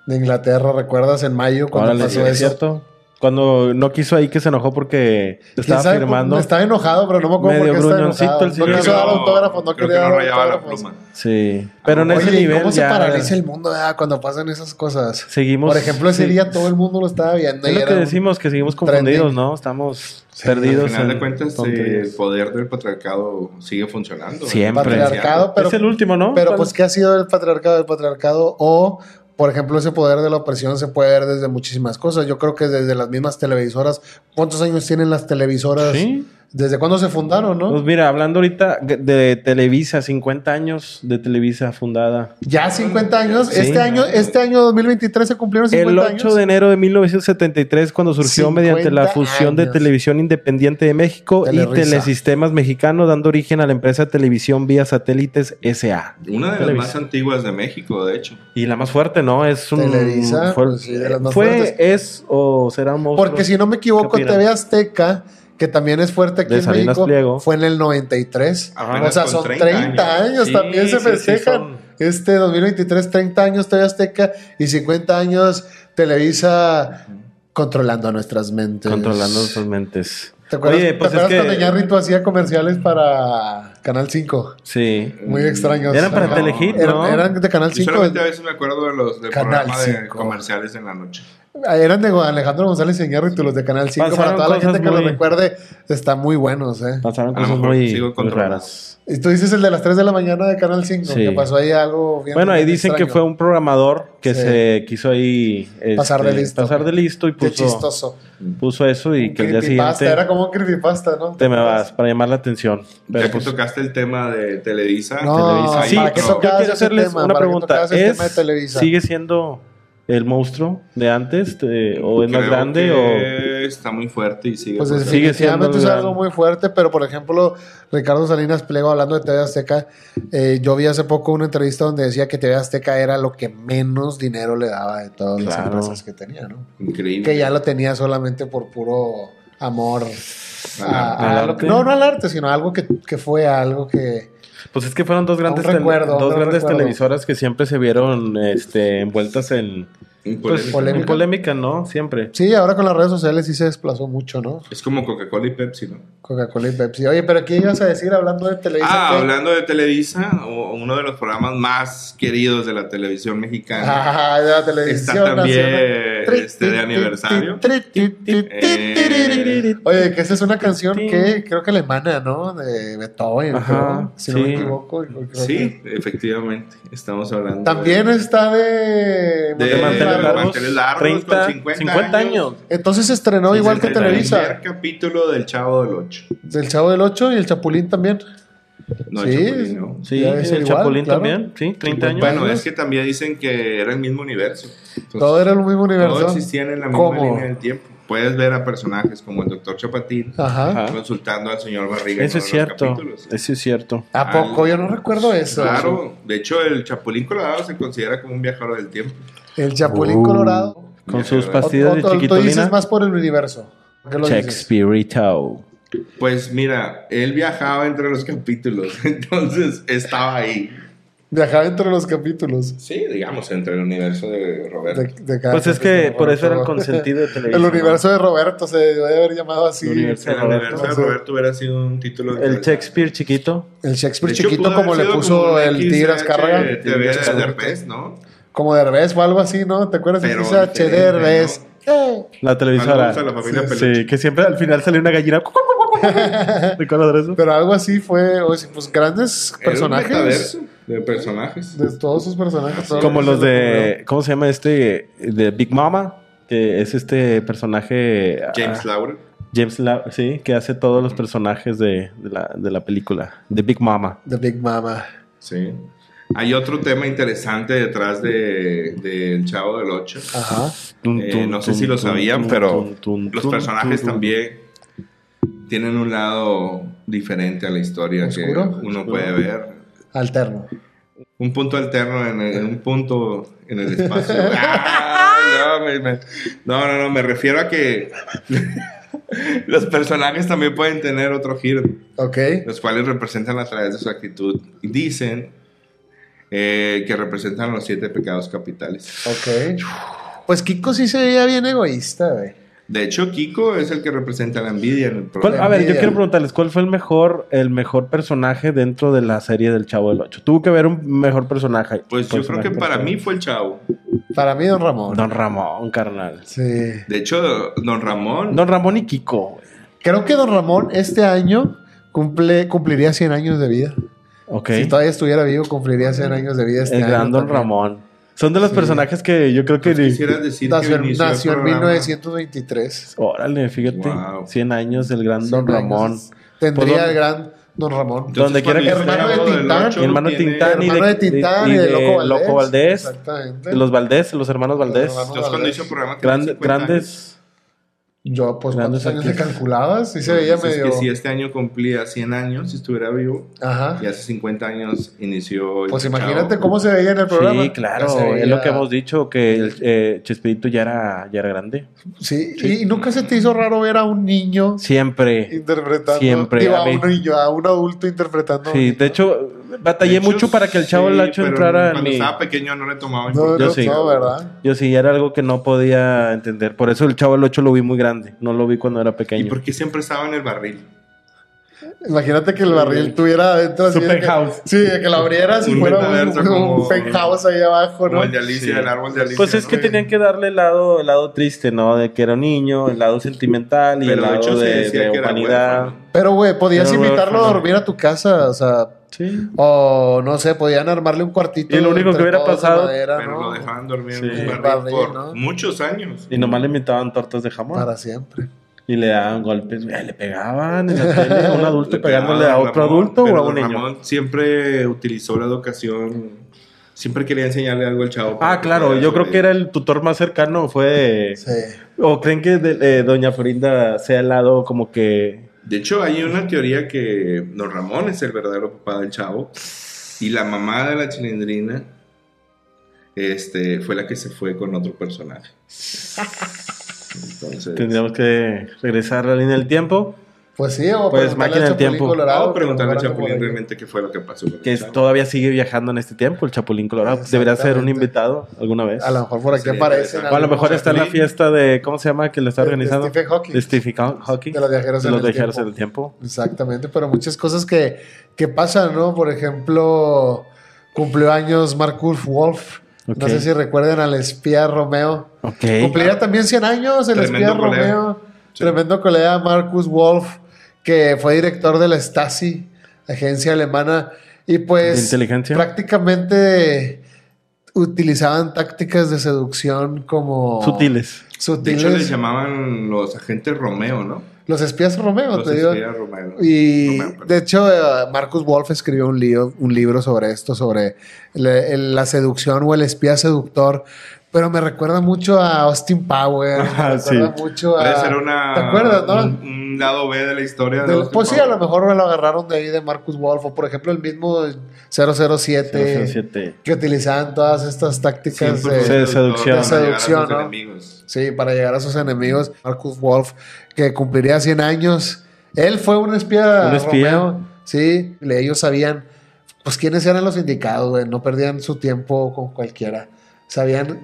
S1: de Inglaterra, ¿recuerdas? En mayo cuando
S2: Órale,
S1: pasó
S2: sí, es
S1: eso.
S2: cierto. Cuando no quiso ahí que se enojó porque
S1: ¿Quién
S2: estaba
S1: sabe
S2: firmando.
S1: cómo? Estaba enojado, pero no me acuerdo por
S2: Medio
S1: qué estaba
S2: gruñoncito
S1: enojado.
S2: el
S1: No
S2: señor.
S3: Creo
S1: quiso
S3: que
S1: dar
S3: no-
S1: autógrafos, no
S3: creo
S1: quería
S3: que
S1: dar
S3: no rayaba la
S1: autógrafos.
S3: pluma.
S2: Sí. Pero en
S1: Oye,
S2: ese
S1: ¿y
S2: nivel
S1: ¿cómo
S2: ya
S1: se paraliza el mundo ah, cuando pasan esas cosas?
S2: seguimos...
S1: Por ejemplo, ese
S2: sí.
S1: día todo el mundo lo estaba viendo.
S2: Es
S1: y
S2: lo
S1: era
S2: que
S1: un-
S2: decimos, que seguimos
S1: trending.
S2: confundidos, ¿no? Estamos
S1: Sí,
S2: perdidos.
S3: Al final
S2: en
S3: de cuentas, eh, el
S2: tonterías.
S3: poder del patriarcado sigue funcionando.
S2: Siempre.
S1: Patriarcado, pero-
S2: es el último, ¿no?
S1: Pero
S2: ¿Cuál?
S1: pues, ¿qué ha sido el patriarcado? El patriarcado o, por ejemplo, ese poder de la opresión se puede ver desde muchísimas cosas. Yo creo que desde las mismas televisoras. ¿Cuántos años tienen las televisoras?
S2: Sí.
S1: ¿Desde cuándo se fundaron, no?
S2: Pues mira, hablando ahorita de Televisa, 50 años de Televisa fundada.
S1: Ya 50 años.
S2: Sí.
S1: Este año este año 2023 se cumplieron 50
S2: El 8
S1: años.
S2: de enero de 1973, cuando surgió
S1: 50
S2: mediante la fusión de
S1: años.
S2: Televisión Independiente de México y
S1: Telerisa.
S2: Telesistemas Mexicano, dando origen a la empresa Televisión Vía Satélites S.A.
S3: Una de las
S2: Televisa.
S3: más antiguas de México, de hecho.
S2: Y la más fuerte, ¿no? Es un.
S1: Televisa,
S2: fue,
S1: pues sí, de las más
S2: fue,
S1: fuertes.
S2: es o será un monstruo.
S1: Porque si no me equivoco,
S2: ¿Qué opinan?
S1: TV Azteca, que también es fuerte aquí
S2: De
S1: en
S2: Salinas
S1: México,
S2: Pliego.
S1: fue en el 93.
S3: Apenas
S1: o sea,
S3: con
S1: son 30, años,
S2: Sí,
S1: también se
S2: sí, sí,
S1: festejan.
S2: son-
S1: Este 2023, 30 años TV Azteca y 50 años Televisa controlando nuestras mentes.
S2: Controlando sus mentes.
S1: ¿Te acuerdas,
S2: Oye,
S1: te
S2: pues es
S1: acuerdas cuando
S2: que-
S1: Iñárritu hacía comerciales para Canal 5?
S2: Sí.
S1: Muy extraños.
S2: Mm, Eran para
S1: Ajá.
S2: Telehit,
S1: Eran-
S2: ¿no?
S1: Eran de Canal
S3: Yo
S1: 5.
S3: solamente a veces me acuerdo de los del
S1: Canal
S3: programa de
S1: cinco.
S3: comerciales en la noche.
S1: Eran de Alejandro González Iñárritu, los de Canal 5.
S2: Pasaron
S1: para toda la
S2: cosas
S1: gente que
S2: muy-
S1: lo recuerde, están muy buenos, ¿eh?
S2: Pasaron
S3: A lo
S2: cosas
S3: mejor
S2: muy,
S3: sigo
S2: muy
S3: controlado.
S2: raras.
S1: Y tú dices el de las 3 de la mañana de Canal 5,
S2: Sí.
S1: que pasó ahí algo bien.
S2: Bueno, ahí
S1: bien
S2: dicen que
S1: extraño.
S2: fue un programador que
S1: Sí.
S2: se quiso ahí este,
S1: Pasar de listo.
S2: pasar de listo y
S1: Qué
S2: puso,
S1: chistoso.
S2: puso eso y
S1: Un
S2: que el día
S1: creepypasta,
S2: siguiente
S1: Era como un creepypasta, ¿no?
S2: te me vas para llamar la atención. Pero
S3: ya
S2: pues,
S3: que tocaste el tema de Televisa,
S1: No,
S2: Televisa.
S1: ¿para
S3: Sí,
S1: qué
S3: no.
S2: Ah, yo
S1: tocabas
S2: quiero
S1: ese
S2: hacerles
S1: este tema?
S2: una
S1: ¿Para qué
S2: pregunta.
S1: tocabas el
S2: ¿Es-
S1: tema de Televisa?
S2: ¿Sigue siendo el monstruo de antes Te- o es más
S3: creo
S2: grande o
S3: que está muy fuerte y sigue.
S1: Pues
S3: fuerte.
S2: sigue siendo
S1: definitivamente es
S2: gran-
S1: algo muy fuerte, pero por ejemplo, Ricardo Salinas Pliego hablando de TV Azteca, eh, yo vi hace poco una entrevista donde decía que TV Azteca era lo que menos dinero le daba de todas las
S2: Claro.
S1: empresas que tenía, ¿no?
S3: Increíble.
S1: Que ya lo tenía solamente por puro amor.
S3: Al
S1: a-
S3: arte.
S1: a
S2: Al
S1: algo-
S2: arte.
S1: no, no al arte, sino algo que, que fue algo que...
S2: pues es que fueron dos grandes
S1: Aún
S2: tele-
S1: recuerdo,
S2: dos
S1: aún
S2: grandes
S1: recuerdo.
S2: televisoras que siempre se vieron este envueltas en pues, en
S3: Polémica.
S1: polémica.
S2: polémica. ¿no? Siempre.
S1: Sí, ahora con las redes sociales sí se desplazó mucho, ¿no?
S3: Es como Coca-Cola y Pepsi, ¿no?
S1: Coca-Cola y Pepsi. Oye, pero ¿qué ibas a decir hablando de Televisa?
S3: Ah,
S1: ¿Qué?
S3: hablando de Televisa, o- uno de los programas más queridos de la televisión mexicana.
S1: Ah, de la televisión
S3: Está también
S1: nacional.
S3: este de aniversario. Eh.
S1: Oye, que esa es una canción que creo que alemana, ¿no? De Beethoven,
S2: Ajá,
S1: creo, si no me
S2: sí.
S1: equivoco. creo que-
S3: Sí, efectivamente. Estamos hablando.
S1: También
S3: de-
S1: está de...
S3: De
S2: de mantener
S3: manteles
S2: largos,
S3: manteles largos
S2: 30,
S3: con
S2: 50,
S3: 50
S2: años.
S3: años.
S1: Entonces se estrenó igual que
S3: Es el
S1: Televisa.
S3: primer capítulo del Chavo del 8.
S1: Del Chavo del 8 y el Chapulín también.
S3: No,
S1: Sí.
S3: el Chapulín, no.
S2: Sí,
S1: Ya es
S2: el
S1: igual,
S2: Chapulín
S1: claro.
S2: también, sí, 30 años.
S3: Bueno, es que también dicen que era el mismo universo. Entonces,
S1: Todo era el mismo universo.
S3: Todos existían en la misma
S1: ¿Cómo?
S3: línea del tiempo. Puedes ver a personajes como el Dr. Chapatín
S1: Ajá.
S2: Ajá.
S3: consultando al señor Barriga. en
S2: Eso es
S3: uno de los
S2: cierto.
S3: capítulos.
S2: Eso es cierto.
S1: ¿A poco? Yo no recuerdo eso.
S3: Claro, de hecho el Chapulín Colorado se considera como un viajero del tiempo.
S1: El Chapulín
S2: Uh.
S1: Colorado.
S2: Con
S3: Ya,
S2: sus
S3: ¿verdad?
S2: pastillas de
S1: Otro- tú dices
S2: chiquitolina.
S1: más por el universo. ¿Por qué lo dices?
S2: Shakespeareito.
S3: Pues mira, él viajaba entre los capítulos, entonces estaba ahí.
S1: Viajaba entre los capítulos.
S3: Sí, digamos, entre el universo de Roberto.
S1: De, de cada
S2: Pues es que
S1: capítulo,
S2: por eso era el
S1: favor.
S2: consentido de televisión.
S1: El universo de Roberto se debió de haber llamado así.
S2: El universo.
S3: el
S2: Roberto,
S3: universo de
S1: o sea,
S3: Roberto hubiera sido un título.
S2: El Shakespeare chiquito.
S1: El Shakespeare
S3: De hecho,
S1: chiquito,
S3: pudo
S1: como
S3: haber
S1: le
S3: sido
S1: puso
S3: como un
S1: el Tigre
S3: XH
S1: Azcárraga.
S3: TV de
S1: Azcárraga.
S3: Derbez, ¿no?
S1: Como Derbez o algo así, ¿no? ¿Te acuerdas? Que
S3: Pero
S1: dice H.
S3: diferente,
S1: Derbez. Eh.
S2: La televisora.
S3: Saludos a Ah, la familia
S2: sí,
S3: Peluche.
S2: sí, que siempre al final salió una gallina. ¿De color de eso?
S1: Pero algo así fue, o sea, pues grandes
S3: Era un
S1: personajes.
S3: metaverso de personajes.
S1: De todos sus personajes. todos
S2: Como los
S1: personajes.
S2: de. ¿Cómo se llama este? De Big Mama. Que es este personaje. ah,
S3: James Laura.
S2: James La- sí, que hace todos los personajes de, de la, de la película. De Big Mama.
S1: The Big Mama.
S3: Sí. Hay otro tema interesante detrás de, de El Chavo del Ocho.
S1: Ajá.
S2: Tun,
S3: Eh,
S2: tun,
S3: no sé
S2: tun,
S3: si lo
S2: tun,
S3: sabían,
S2: tun,
S3: pero
S2: tun, tun,
S3: Los
S2: tun,
S3: personajes
S2: tun, tun.
S3: también tienen un lado diferente a la historia
S1: ¿Oscuro?
S3: que uno
S2: ¿Oscuro?
S3: puede ver.
S1: Alterno.
S3: Un punto alterno en, el- en un punto en el espacio. Ah, no, me- me- no, no, no, me refiero a que los personajes también pueden tener otro giro,
S1: Ok.
S3: los cuales representan a través de su actitud. Y Dicen eh, que representan los siete pecados capitales.
S1: Ok. Pues Kiko sí se veía bien egoísta, güey.
S3: De hecho, Kiko es el que representa la envidia en el
S2: ¿Cuál-
S3: programa.
S2: a ver, yo
S1: Envidia.
S2: quiero preguntarles, ¿cuál fue el mejor, el mejor personaje dentro de la serie del Chavo del Ocho? Tuvo que haber un mejor personaje.
S3: Pues yo creo
S2: personaje
S3: que para
S2: dentro.
S3: mí fue el chavo.
S1: Para mí, Don Ramón.
S2: Don Ramón, carnal.
S1: Sí.
S3: De hecho, don Ramón
S2: Don Ramón y Kiko. güey.
S1: Creo que Don Ramón este año cumple, cumpliría 100 años de vida.
S2: Ok.
S1: Si todavía estuviera vivo, cumpliría 100 años de vida este
S2: el
S1: año.
S2: gran Don
S1: también.
S2: Ramón. Son de los
S1: Sí.
S2: personajes que yo creo que...
S3: Pues quisieras decir
S1: Nació,
S3: que
S1: en-
S3: inició el
S1: nació en
S3: programa.
S1: 1923.
S2: Órale, fíjate.
S3: Wow.
S2: 100 años del gran Don
S1: 100 años.
S2: Ramón.
S1: Tendría
S2: Pues,
S1: el gran Don Ramón.
S3: Entonces,
S2: Donde quiera
S3: cuando
S2: que
S3: el
S1: hermano
S3: Chavo
S1: de
S3: del
S1: Tintán.
S3: Ocho
S2: Mi hermano
S3: tiene-
S2: Tintán y
S1: hermano
S2: de-
S1: de Tintán
S2: y
S1: y, de,
S2: de Loco Valdés.
S1: Exactamente.
S2: Los Valdés, los hermanos Valdés.
S1: hermanos
S3: Entonces, cuando hizo el programa tenía
S2: Grande-
S3: 50 años.
S2: grandes...
S1: Yo, pues,
S2: Grandes
S1: ¿cuántos años le
S2: artistas.
S1: calculabas? Y se veía
S3: Entonces,
S1: medio...
S3: que si este año cumplía 100 años, si estuviera vivo,
S1: Ajá.
S3: y hace 50 años inició el
S1: Pues
S3: Chavo.
S1: imagínate cómo se veía en el programa.
S2: Sí, claro,
S1: Se veía-
S2: es lo que hemos dicho, que el eh, Chespirito ya era, ya era grande.
S1: Sí, y- y nunca se te hizo raro ver a un niño
S2: Siempre.
S1: interpretando.
S2: Siempre,
S1: Digo,
S2: a
S1: a,
S2: mí.
S1: un niño, a un adulto interpretando. a un
S2: Sí,
S1: niño.
S2: de hecho,
S3: De
S2: batallé
S3: hecho,
S2: mucho para que el chavo
S3: sí,
S2: Lacho
S3: pero
S2: entrara en
S3: Cuando
S2: mi...
S3: estaba pequeño no le tomaba
S1: No,
S3: importancia.
S2: Yo
S1: no,
S2: sí.
S1: no, ¿verdad?
S2: Yo sí, era algo que no podía entender. Por eso el chavo el 8 lo vi muy grande. No lo vi cuando era
S3: ¿Y
S2: pequeño.
S3: por qué siempre estaba en el barril?
S1: Imagínate que el barril tuviera adentro así.
S2: Su
S1: de que-
S2: penthouse.
S1: Sí, de que lo abrieras y
S3: Un
S1: fuera un,
S3: metaverso
S1: un
S3: como-
S1: penthouse ahí abajo,
S3: Como
S1: ¿no?
S3: el de Alicia,
S2: Sí.
S3: el árbol de Alicia.
S2: Pues es
S3: ¿no? eh.
S2: que tenían que darle el lado, el lado triste, ¿no? De que era un niño, el lado sentimental y
S3: Pero
S2: el
S3: de
S2: lado
S3: hecho se
S2: de,
S3: decía
S2: de
S3: que era
S2: humanidad.
S3: huérfano.
S1: Pero, güey, podías
S2: Pero, güey,
S1: invitarlo a
S2: no.
S1: dormir a tu casa, o sea.
S2: Sí.
S1: O no sé, podían armarle un cuartito.
S2: Y lo único
S1: entre
S2: que hubiera
S1: todos de
S2: pasado-
S1: madera,
S3: Pero
S1: Ah, ¿no?
S3: lo dejaban dormir
S2: Sí.
S3: en
S2: En
S3: el
S1: el
S3: barril
S1: barril,
S3: por
S1: ¿no?
S3: muchos años.
S2: Y nomás le invitaban tortas de jamón.
S1: Para siempre.
S2: Y le daban golpes, güey, le pegaban en la tele a un adulto
S3: Le
S2: pegándole
S3: pegaba
S2: a
S3: don
S2: otro
S3: Ramón,
S2: adulto
S3: pero
S2: o a un
S3: don
S2: niño.
S3: Ramón siempre utilizó la educación. Siempre quería enseñarle algo al chavo.
S2: Ah, claro, yo
S3: eh.
S2: creo que era el tutor más cercano, fue...
S1: Sí.
S2: ¿O creen que de- eh, doña Florinda sea al lado como que...
S3: De hecho, hay una teoría que Don Ramón es el verdadero papá del chavo. Y la mamá de la chilindrina este, fue la que se fue con otro personaje. Entonces.
S2: Tendríamos que regresar a la línea del tiempo,
S1: Pues sí, o
S2: Pues,
S1: preguntarle
S2: máquina
S1: al
S2: del
S1: Chapulín
S2: tiempo.
S1: Colorado,
S3: Vamos a preguntarle
S1: que
S3: a
S1: lo fueran
S3: Chapulín
S1: por ahí.
S3: realmente qué fue lo que pasó con el
S2: que es-
S3: chavo.
S2: todavía sigue viajando en este tiempo, el Chapulín Colorado. Debería ser un invitado alguna vez.
S1: A lo mejor por aquí
S3: Sería
S1: aparecen.
S3: interesante.
S2: O a lo mejor
S1: algunos
S2: está en la
S3: Chapulín.
S2: fiesta de... ¿Cómo se llama? Que lo está
S1: de- de
S2: organizando.
S1: Stephen Hawking.
S2: De Stephen Haw- Hawking.
S1: De los viajeros
S2: De
S1: en
S2: los
S1: el
S2: viajeros en
S1: tiempo.
S2: el tiempo.
S1: Exactamente, pero muchas cosas que, que pasan, ¿no? Por ejemplo, cumplió años Marcus Wolf.
S2: Ok.
S1: No sé si recuerden al espía Romeo.
S2: Ok.
S1: Cumpliría también 100 años el
S3: Tremendo
S1: espía
S3: colega.
S1: Romeo.
S3: Sí.
S1: Tremendo colega Marcus Wolf, que fue director de la Stasi, agencia alemana. Y pues
S2: De inteligencia.
S1: prácticamente utilizaban tácticas de seducción como...
S2: Sutiles.
S3: De
S1: sutiles.
S3: hecho, les llamaban los agentes Romeo, ¿no?
S1: Los espías Romeo,
S3: Los
S1: te digo.
S3: espías Romeo.
S1: Y
S3: Romeo, perdón.
S1: de hecho, eh, Marcus Wolf escribió un, lío- un libro sobre esto, sobre le- el- la seducción o el espía seductor. Pero me recuerda mucho a Austin Powers.
S2: Ajá,
S1: me recuerda
S2: sí.
S1: mucho a.
S3: Ah, Puede ser una,
S1: Ah, ¿Te acuerdas, no?
S3: un, un lado B de la historia.
S1: Del-
S3: los
S1: pues sí, a
S3: tiempos.
S1: lo mejor me lo agarraron de ahí de Marcus Wolf. O por ejemplo, el mismo 007,
S2: 07.
S1: que utilizaban todas estas tácticas
S3: Siempre
S1: de.
S3: fue
S2: de seducción.
S3: para llegar a sus
S1: Seducción, ¿no?
S3: enemigos.
S1: Sí, para llegar a sus enemigos. Marcus Wolf, que cumpliría 100 años. Él fue un espía.
S2: Un espía.
S1: Romeo, sí, le- ellos sabían pues quiénes eran los indicados, güey? No perdían su tiempo con cualquiera. Sabían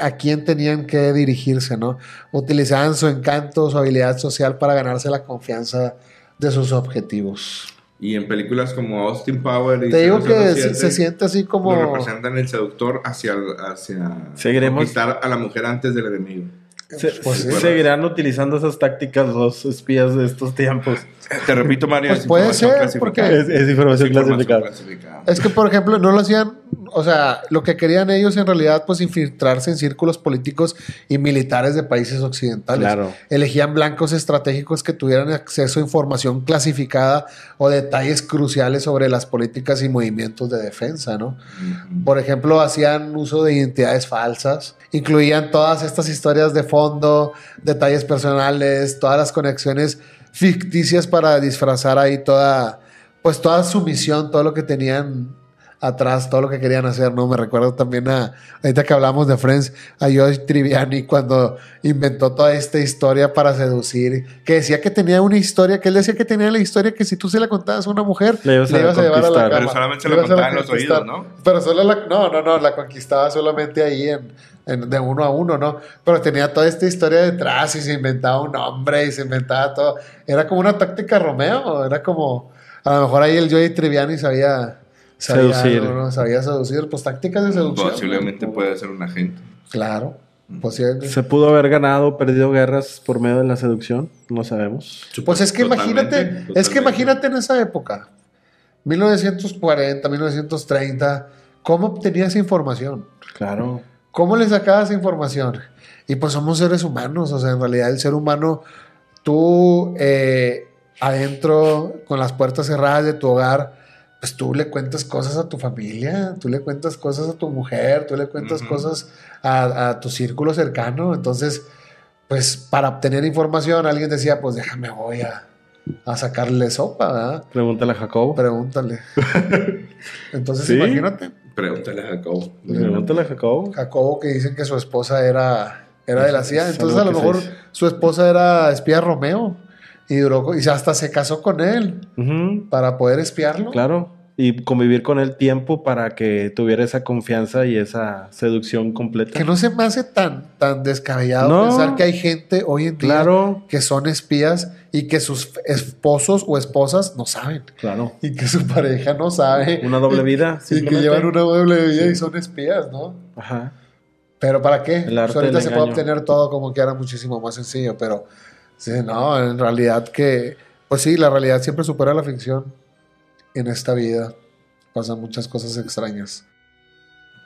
S1: a quién tenían que dirigirse, ¿no? Utilizaban su encanto, su habilidad social para ganarse la confianza de sus objetivos.
S3: Y en películas como Austin Power y
S1: Te digo que
S3: 007,
S1: se, se siente así como...
S3: lo representan el seductor hacia, hacia
S2: Seguiremos.
S3: conquistar a la mujer antes del enemigo.
S2: Se-
S1: Pues sí.
S2: Seguirán utilizando esas tácticas los espías de estos tiempos.
S3: Te repito, Mario,
S1: Pues
S3: es
S1: puede
S3: información
S1: ser,
S3: clasificada.
S1: porque-
S2: Es, es información clasificada.
S1: pues.
S3: clasificada.
S1: Es que, por ejemplo, no lo hacían, o sea, lo que querían ellos en realidad, pues infiltrarse en círculos políticos y militares de países occidentales.
S2: Claro.
S1: Elegían blancos estratégicos que tuvieran acceso a información clasificada o detalles cruciales sobre las políticas y movimientos de defensa, ¿no?
S3: Ujú.
S1: Por ejemplo, hacían uso de identidades falsas, incluían todas estas historias de fondo, detalles personales, todas las conexiones ficticias para disfrazar ahí toda, pues toda su misión, todo lo que tenían atrás, todo lo que querían hacer, ¿no? Me recuerdo también a, ahorita que hablamos de Friends, a Josh Triviani cuando inventó toda esta historia para seducir, que decía que tenía una historia, que él decía que tenía la historia que si tú se la contabas a una mujer,
S2: Le ibas a conquistar.
S1: cama.
S3: Pero solamente se
S1: Le
S3: lo
S1: ibas a
S3: contaba en los
S1: conquistar.
S3: oídos, ¿no?
S1: Pero solo la, no, no, no, la conquistaba solamente ahí en, en- de uno a uno, ¿no? Pero tenía toda esta historia detrás y se inventaba un hombre y se inventaba todo. Era como una táctica Romeo, era como, a lo mejor ahí el Joey Triviani sabía, sabía
S2: Seducir.
S1: algo, ¿no? Sabía seducir, pues tácticas de seducción.
S3: Posiblemente
S1: ¿no?
S3: puede ser un agente.
S1: Claro, posiblemente.
S2: ¿Se pudo haber ganado o perdido guerras por medio de la seducción? No sabemos.
S1: Pues es que imagínate,
S3: Totalmente,
S1: es que
S3: totalmente.
S1: imagínate en esa época, 1940, 1930, ¿cómo obtenías información?
S2: Claro.
S1: ¿Cómo le sacabas información? Y pues somos seres humanos, o sea, en realidad el ser humano, tú eh, adentro, con las puertas cerradas de tu hogar, pues tú le cuentas cosas a tu familia, tú le cuentas cosas a tu mujer, tú le cuentas
S3: Ujú.
S1: cosas a, a tu círculo cercano. Entonces, pues para obtener información, alguien decía, pues déjame, voy a, a sacarle sopa, ¿verdad?
S2: Pregúntale a Jacobo.
S1: Pregúntale. Entonces,
S2: Sí.
S1: imagínate.
S3: Pregúntale a Jacob.
S2: Pregúntale a Jacobo.
S1: Jacobo que dicen que su esposa era, era de la CIA.
S2: Es
S1: Entonces a
S2: algo
S1: lo
S2: que
S1: mejor
S2: se dice.
S1: su esposa era espía Romeo y duró co- y hasta se casó con él
S2: Ujú,
S1: para poder espiarlo.
S2: Claro. Y convivir con él tiempo para que tuviera esa confianza y esa seducción completa.
S1: Que no se me hace tan, tan descabellado
S2: No.
S1: pensar que hay gente hoy en día
S2: Claro.
S1: que son espías y que sus esposos o esposas no saben.
S2: Claro.
S1: Y que su pareja no sabe.
S2: Una doble
S1: Y
S2: vida.
S1: que
S2: simplemente.
S1: llevan una doble vida
S2: Sí.
S1: y son espías, ¿no?
S2: Ajá.
S1: Pero ¿para qué?
S2: El arte
S1: Pues ahorita
S2: del
S1: se puede
S2: engaño.
S1: obtener todo como que era muchísimo más sencillo, pero sí, no, en realidad que, pues sí, la realidad siempre supera la ficción. En esta vida pasan muchas cosas extrañas.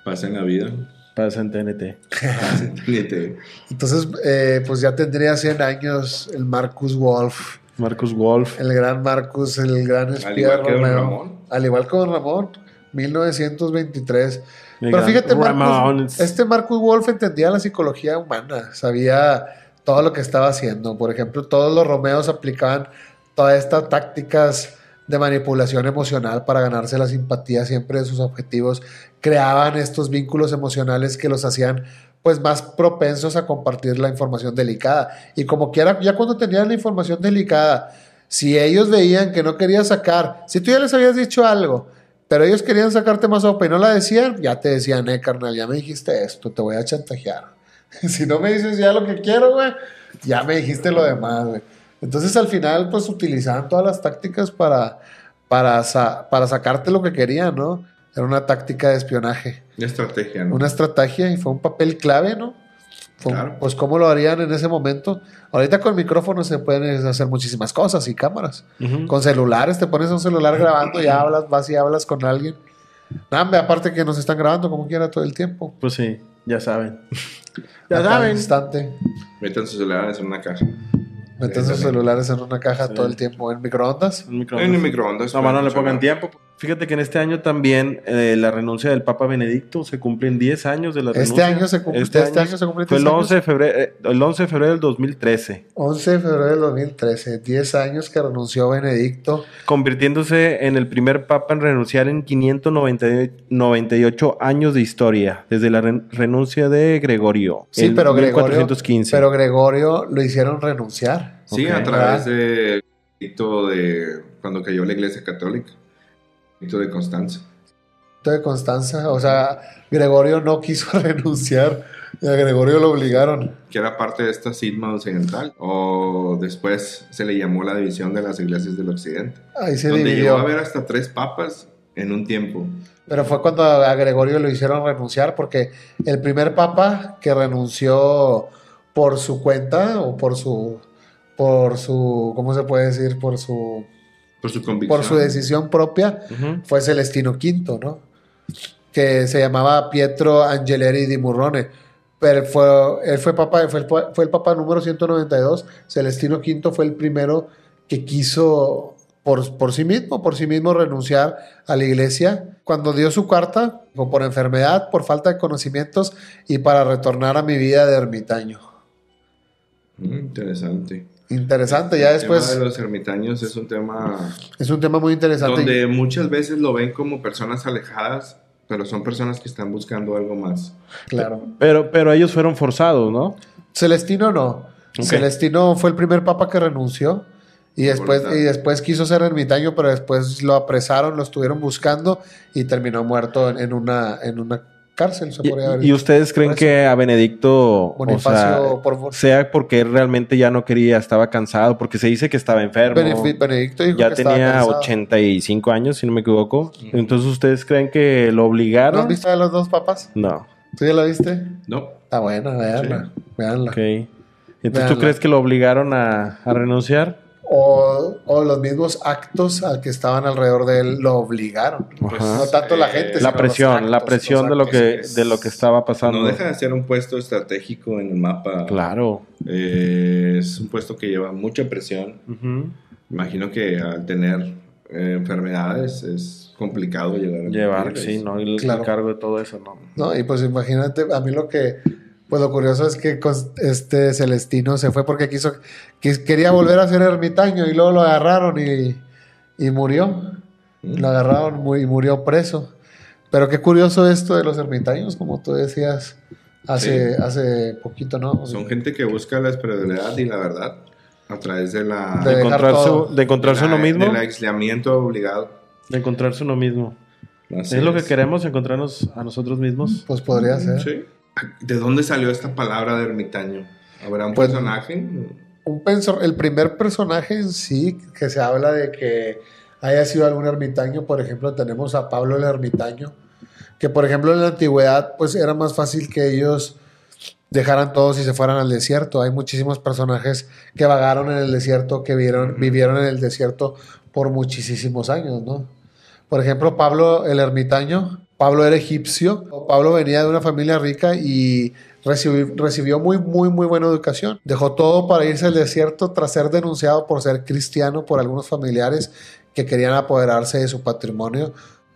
S3: Pasa en la vida.
S2: Pasa en TNT.
S3: Siéntete.
S1: Entonces, eh, pues ya tendría 100 años el Marcus Wolf,
S2: Marcus Wolf.
S1: el gran Marcus, el gran espía
S3: Al igual que Don
S1: Romeo.
S3: Ramón.
S1: Al igual que Don Ramón, 1923.
S2: el
S1: Pero
S2: gran
S1: fíjate,
S2: Ramón.
S1: Marcus, este Marcus Wolf entendía la psicología humana, sabía todo lo que estaba haciendo. Por ejemplo, todos los romeos aplicaban todas estas tácticas de manipulación emocional para ganarse la simpatía siempre de sus objetivos, creaban estos vínculos emocionales que los hacían pues más propensos a compartir la información delicada. Y como quiera, ya cuando tenían la información delicada, si ellos veían que no quería sacar, si tú ya les habías dicho algo, pero ellos querían sacarte más sopa y no la decían, ya te decían, eh, carnal, ya me dijiste esto, te voy a chantajear. si no me dices ya lo que quiero, güey, ya me dijiste lo demás, güey. Entonces al final, pues utilizaban todas las tácticas para, para, sa- para sacarte lo que querían, ¿no? Era una táctica de espionaje
S3: Una estrategia, ¿no?
S1: una estrategia y fue un papel clave, ¿no? Fue un-
S3: Claro.
S1: Pues cómo lo harían en ese momento. Ahorita con micrófonos se pueden hacer muchísimas cosas y cámaras.
S2: Ujú.
S1: Con celulares, te pones un celular grabando, ya hablas, vas y hablas con alguien. Nah, hombre, aparte que nos están grabando como quiera todo el tiempo.
S2: Pues sí, ya saben.
S1: A
S2: ya
S1: cada
S2: saben.
S1: instante.
S3: Metan sus celulares en una caja.
S1: Meten sus celulares en una caja
S2: Sí.
S1: todo el tiempo en microondas.
S2: Un micrófono.
S3: En el microondas.
S2: No, más no le
S3: Funciona.
S2: pongan tiempo. Fíjate que en este año también eh, la renuncia del Papa Benedicto se cumplen 10 años de la
S1: Este
S2: renuncia.
S1: año se cumple. Este, año, se cumple
S2: Fue
S1: 10
S2: el
S1: años.
S2: 11 de febrero, eh, el 11 de febrero del 2013,
S1: 11 de febrero del 2013. 10 años que renunció Benedicto.
S2: convirtiéndose en el primer papa en renunciar en 598 años de historia, desde la ren- renuncia de Gregorio.
S1: Sí,
S2: en
S1: pero Gregorio.
S2: 1415.
S1: Pero Gregorio lo hicieron renunciar.
S3: Sí,
S2: Ok.
S3: a través de, de cuando cayó la iglesia católica. Hito de Constanza.
S1: poquito de constancia. O sea, Gregorio no quiso renunciar y a Gregorio lo obligaron.
S3: que era parte de esta cisma occidental, o después se le llamó la división de las iglesias del occidente,
S1: Ahí se
S3: donde
S1: dividió.
S3: llegó a haber hasta tres papas en un tiempo.
S1: Pero fue cuando a Gregorio lo hicieron renunciar porque el primer papa que renunció por su cuenta o por su por su ¿cómo se puede decir? por su
S3: Por su convicción.
S1: por su decisión propia
S2: Ujú.
S1: fue Celestino V, ¿no? Que se llamaba Pietro Angeleri di Murrone. Pero fue, él fue papa, fue el, pa- fue el papa número 192. Celestino V fue el primero que quiso por, por sí mismo, por sí mismo renunciar a la iglesia. Cuando dio su carta, dijo, por enfermedad, por falta de conocimientos y para retornar a mi vida de ermitaño.
S3: Mm, interesante.
S1: Interesante, ya
S3: El
S1: después
S3: tema de los ermitaños es un tema
S1: es un tema muy interesante.
S3: donde muchas veces lo ven como personas alejadas, pero son personas que están buscando algo más.
S1: Claro.
S2: Pero, pero ellos fueron forzados, ¿no?
S1: Celestino no.
S2: Ok.
S1: Celestino fue el primer papa que renunció y
S3: Por
S1: después,
S3: voluntad.
S1: y después quiso ser ermitaño, pero después lo apresaron, lo estuvieron buscando y terminó muerto en, en una, en una cárcel, se
S2: Y,
S1: podría haber
S2: y ustedes creen
S1: Por
S2: que a Benedicto, o sea,
S1: Bonifacio por
S2: sea porque él realmente ya no quería, estaba cansado, porque se dice que estaba enfermo.
S1: Benefi- Benedicto dijo
S2: ya
S1: que estaba
S2: tenía
S1: cansado.
S2: 85 años, si no me equivoco.
S3: Ujú.
S2: Entonces, ¿ustedes creen que lo
S1: ¿No has
S2: obligaron?
S1: visto a los dos papas?
S2: No.
S1: ¿Tú ya la viste?
S3: No,
S1: Está buena, veanla.
S2: Ok. Entonces,
S1: Veanla.
S2: ¿tú crees que lo obligaron a, a renunciar?
S1: O, o los mismos actos al que estaban alrededor de él lo obligaron.
S2: Ajá.
S1: Pues No tanto la gente, sino
S3: Pues, Eh,
S2: La
S1: los
S2: presión, la
S1: actos,
S2: presión
S1: los
S2: de lo
S1: actos.
S2: que
S3: es-
S2: de lo que estaba pasando.
S3: no deja de ser un puesto estratégico en el mapa.
S2: Claro.
S3: Eh, es un puesto que lleva mucha presión.
S2: Ujú.
S3: Imagino que al tener eh, enfermedades es complicado llegar a
S2: Llevar,
S3: cumplirles.
S2: sí, ¿no? El, el
S1: Claro.
S2: cargo de todo eso, ¿no?
S1: ¿no? Y pues imagínate, a mí lo que, pues lo curioso es que cons- este Celestino se fue porque quiso, que quería volver a ser ermitaño y luego lo agarraron y, y murió,
S3: Mm.
S1: lo agarraron mu- y murió preso. Pero qué curioso esto de los ermitaños, como tú decías hace, hace poquito, ¿no?
S3: Son gente que busca la espiritualidad y la verdad a través de la...
S1: De
S2: De
S1: dejar
S2: encontrarse,
S1: todo.
S2: de encontrarse
S3: de la-
S2: uno mismo.
S3: Del aislamiento obligado.
S2: De encontrarse uno mismo.
S3: Así
S2: es lo que
S3: es.
S2: queremos, encontrarnos a nosotros mismos.
S1: Pues podría ser.
S3: Mm, Sí. ¿Eh? ¿De dónde salió esta palabra de ermitaño? ¿Habrá un
S1: Pues-
S3: personaje?
S1: un penso- el primer personaje en sí que se habla de que haya sido algún ermitaño, por ejemplo, tenemos a Pablo el ermitaño, que por ejemplo en la antigüedad pues era más fácil que ellos dejaran todos y se fueran al desierto. Hay muchísimos personajes que vagaron en el desierto, que vieron,
S3: Ujú.
S1: vivieron en el desierto por muchísimos años, ¿no? Por ejemplo, Pablo el ermitaño, Pablo era egipcio, Pablo venía de una familia rica y recibió, recibió muy, muy, muy buena educación. Dejó todo para irse al desierto tras ser denunciado por ser cristiano por algunos familiares que querían apoderarse de su patrimonio.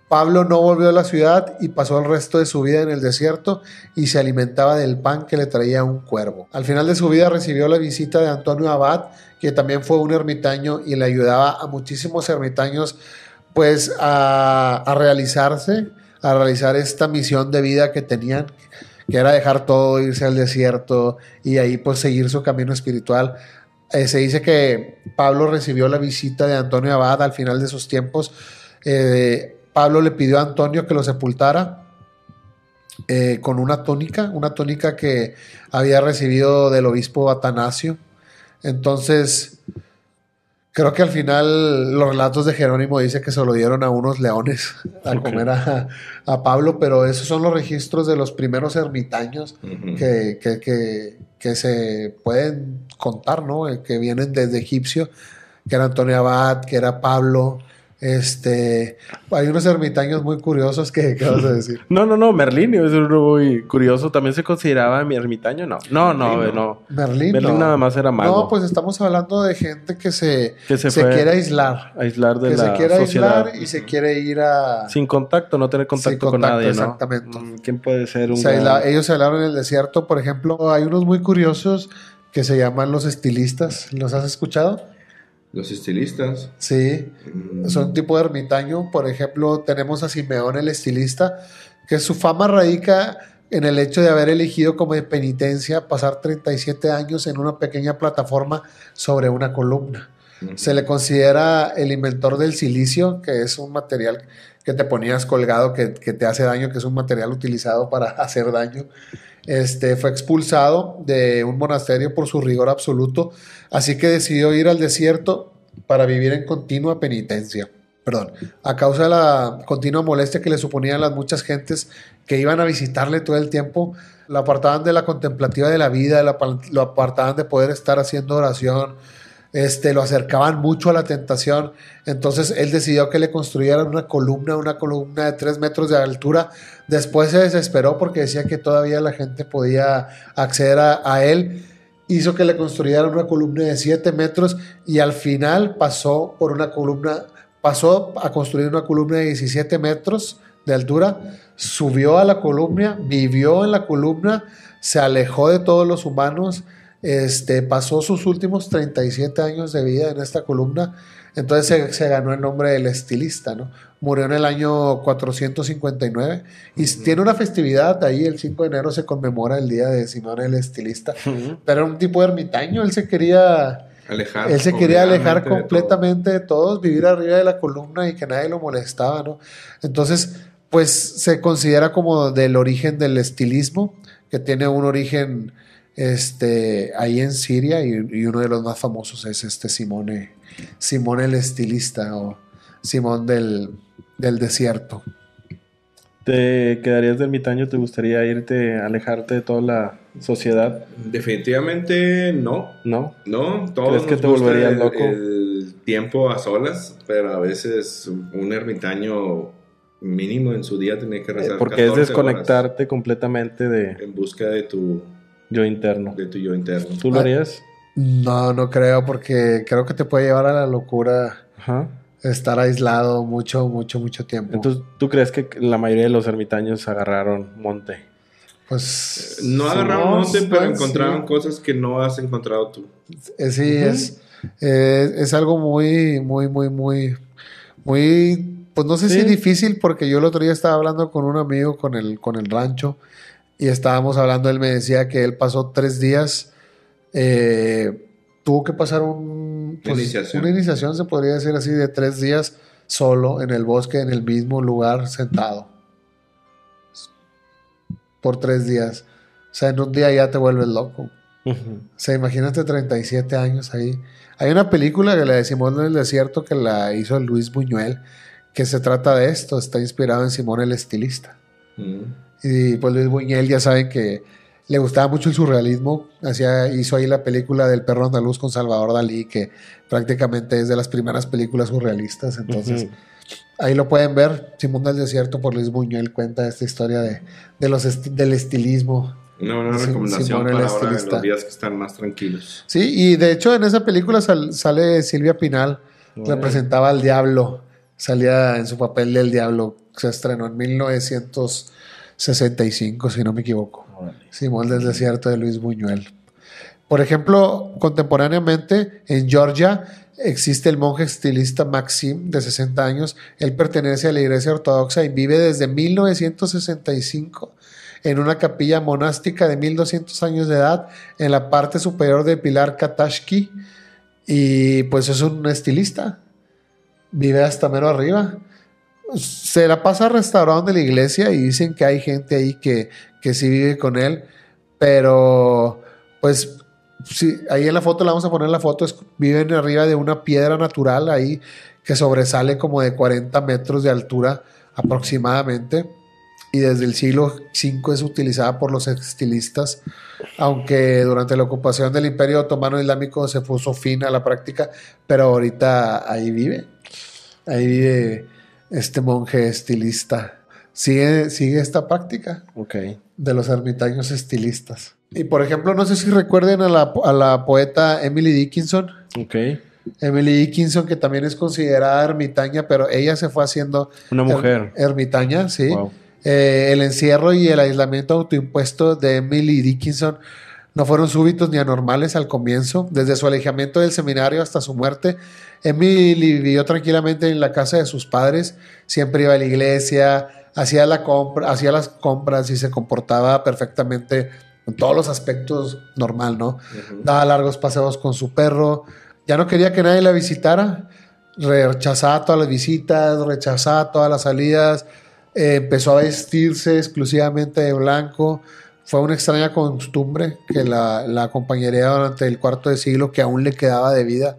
S1: Pablo no volvió a la ciudad y pasó el resto de su vida en el desierto y se alimentaba del pan que le traía un cuervo. Al final de su vida recibió la visita de Antonio Abad, que también fue un ermitaño y le ayudaba a muchísimos ermitaños pues a, a realizarse, a realizar esta misión de vida que tenían, que era dejar todo, irse al desierto y ahí pues seguir su camino espiritual. Eh, se dice que Pablo recibió la visita de Antonio Abad al final de sus tiempos. Eh, Pablo le pidió a Antonio que lo sepultara eh, con una túnica, una túnica que había recibido del obispo Atanasio. Entonces, creo que al final los relatos de Jerónimo dice que se lo dieron a unos leones a
S2: Ok.
S1: comer a, a Pablo, pero esos son los registros de los primeros ermitaños
S3: Ujú.
S1: que, que- que- que se pueden contar, ¿no? Eh, Que vienen desde Egipcio, que era Antonio Abad, que era Pablo. Este, hay unos ermitaños muy curiosos que, ¿qué vas a decir?
S2: No, no, no, Merlinio es uno muy curioso. ¿También se consideraba mi ermitaño? No, no, no,
S3: Merlín,
S2: eh,
S3: no.
S2: no.
S1: Merlín.
S2: Merlín
S1: no.
S2: nada más era mago.
S1: No, pues estamos hablando de gente que se,
S2: que
S1: se,
S2: se, fue
S1: quiere aislar.
S2: aislar de
S1: Que
S2: la
S1: se quiere
S2: sociedad.
S1: aislar y se quiere ir a.
S2: Sin contacto, no tener contacto, con
S1: contacto,
S2: nadie, ¿no?
S1: exactamente.
S2: Mm, ¿Quién puede ser un
S1: se aisla-
S2: gran-
S1: ellos se aislaron en el desierto, por ejemplo. Hay unos muy curiosos que se llaman los estilistas. ¿Los has escuchado?
S3: Los estilistas.
S1: Sí.
S3: Mm.
S1: son tipo de ermitaño. Por ejemplo, tenemos a Simeón el estilista, que su fama radica en el hecho de haber elegido como de penitencia pasar 37 años en una pequeña plataforma sobre una columna. Se le considera el inventor del silicio, que es un material que te ponías colgado que, que te hace daño, que es un material utilizado para hacer daño. Este, fue expulsado de un monasterio por su rigor absoluto, así que decidió ir al desierto para vivir en continua penitencia. Perdón, a causa de la continua molestia que le suponían las muchas gentes que iban a visitarle todo el tiempo, lo apartaban de la contemplativa de la vida, lo apartaban de poder estar haciendo oración, este, lo acercaban mucho a la tentación. Entonces él decidió que le construyeran una columna, una columna de 3 metros de altura. Después se desesperó porque decía que todavía la gente podía acceder a, a él. Hizo que le construyeran una columna de 7 metros y al final pasó por una columna, pasó a construir una columna de 17 metros de altura, subió a la columna, vivió en la columna, se alejó de todos los humanos, este, pasó sus últimos 37 años de vida en esta columna, entonces se, se, ganó el nombre del estilista, ¿no? Murió en el año 459 y uh -huh. tiene una festividad, ahí el 5 de enero se conmemora el día de Simón el estilista, uh -huh. pero era un tipo de ermitaño, él se quería...
S3: Alejar
S1: él se quería alejar completamente de, todo. de todos, vivir arriba de la columna y que nadie lo molestaba, ¿no? Entonces, pues se considera como del origen del estilismo, que tiene un origen este, ahí en Siria y, y, uno de los más famosos es este Simone, Simón el estilista o Simón del, del, desierto.
S2: ¿Te quedarías de ermitaño? ¿Te gustaría irte, alejarte de toda la sociedad?
S3: Definitivamente no.
S2: ¿No?
S3: No, todo ¿Crees
S2: que te volverías loco?
S3: El tiempo a solas, pero a veces un ermitaño mínimo en su día tiene que rezar.
S2: Eh, porque es desconectarte completamente de...
S3: En busca de tu
S2: yo interno.
S3: De tu yo interno.
S2: ¿Tú lo
S1: Ah.
S2: harías?
S1: No, no creo, porque creo que te puede llevar a la locura
S2: Ajá.
S1: estar aislado mucho, mucho, mucho tiempo.
S2: Entonces, ¿tú crees que la mayoría de los ermitaños agarraron monte?
S1: Pues.
S3: Eh, no agarraron no, monte, pero encontraron sí. cosas que no has encontrado tú.
S1: Sí, uh -huh. es, eh, es algo muy, muy, muy, muy, muy. Pues no sé ¿Sí? si difícil, porque yo el otro día estaba hablando con un amigo con el, con el rancho y estábamos hablando, él me decía que él pasó tres días, eh, tuvo que pasar un,
S3: pues, iniciación.
S1: una iniciación, se podría decir así, de tres días solo en el bosque, en el mismo lugar, sentado. Por tres días. O sea, en un día ya te vuelves loco. Uh -huh. O sea, imagínate 37 años ahí. Hay una película que la de Simón del Desierto que la hizo Luis Buñuel, que se trata de esto, está inspirado en Simón el Estilista. Uh -huh. Y pues Luis Buñuel ya saben que le gustaba mucho el surrealismo. Hacía, hizo ahí la película del perro andaluz con Salvador Dalí, que prácticamente es de las primeras películas surrealistas. Entonces, uh -huh. ahí lo pueden ver. Simón del Desierto por Luis Buñuel cuenta esta historia de, de los esti del estilismo.
S3: Una buena recomendación Simón para ahora de los días que están más tranquilos.
S1: Sí, y de hecho en esa película sal, sale Silvia Pinal, bueno. representaba al diablo, salía en su papel del diablo, se estrenó en 1900. 65, si no me equivoco. Vale. Simón del Desierto de Luis Buñuel. Por ejemplo, contemporáneamente en Georgia existe el monje estilista Maxim, de 60 años. Él pertenece a la Iglesia Ortodoxa y vive desde 1965 en una capilla monástica de 1200 años de edad en la parte superior del Pilar Katashki. Y pues es un estilista. Vive hasta mero arriba se la pasa restaurado de la iglesia y dicen que hay gente ahí que, que sí vive con él, pero pues sí, ahí en la foto, la vamos a poner la foto, es, viven arriba de una piedra natural ahí que sobresale como de 40 metros de altura aproximadamente y desde el siglo V es utilizada por los estilistas, aunque durante la ocupación del Imperio Otomano Islámico se puso fin a la práctica, pero ahorita ahí vive, ahí vive este monje estilista. Sigue, sigue esta práctica
S2: okay.
S1: de los ermitaños estilistas. Y por ejemplo, no sé si recuerden a la, a la poeta Emily Dickinson.
S2: Okay.
S1: Emily Dickinson, que también es considerada ermitaña, pero ella se fue haciendo.
S2: Una mujer.
S1: Er, ermitaña, sí. Wow. Eh, el encierro y el aislamiento autoimpuesto de Emily Dickinson no fueron súbitos ni anormales al comienzo. Desde su alejamiento del seminario hasta su muerte, Emily vivió tranquilamente en la casa de sus padres, siempre iba a la iglesia, hacía, la compra, hacía las compras y se comportaba perfectamente en todos los aspectos normal, ¿no? Uh -huh. Daba largos paseos con su perro, Ya no quería que nadie la visitara. Rechazaba todas las visitas, rechazaba todas las salidas. eh, empezó a vestirse exclusivamente de blanco. Fue una extraña costumbre que la, la acompañaría durante el cuarto de siglo que aún le quedaba de vida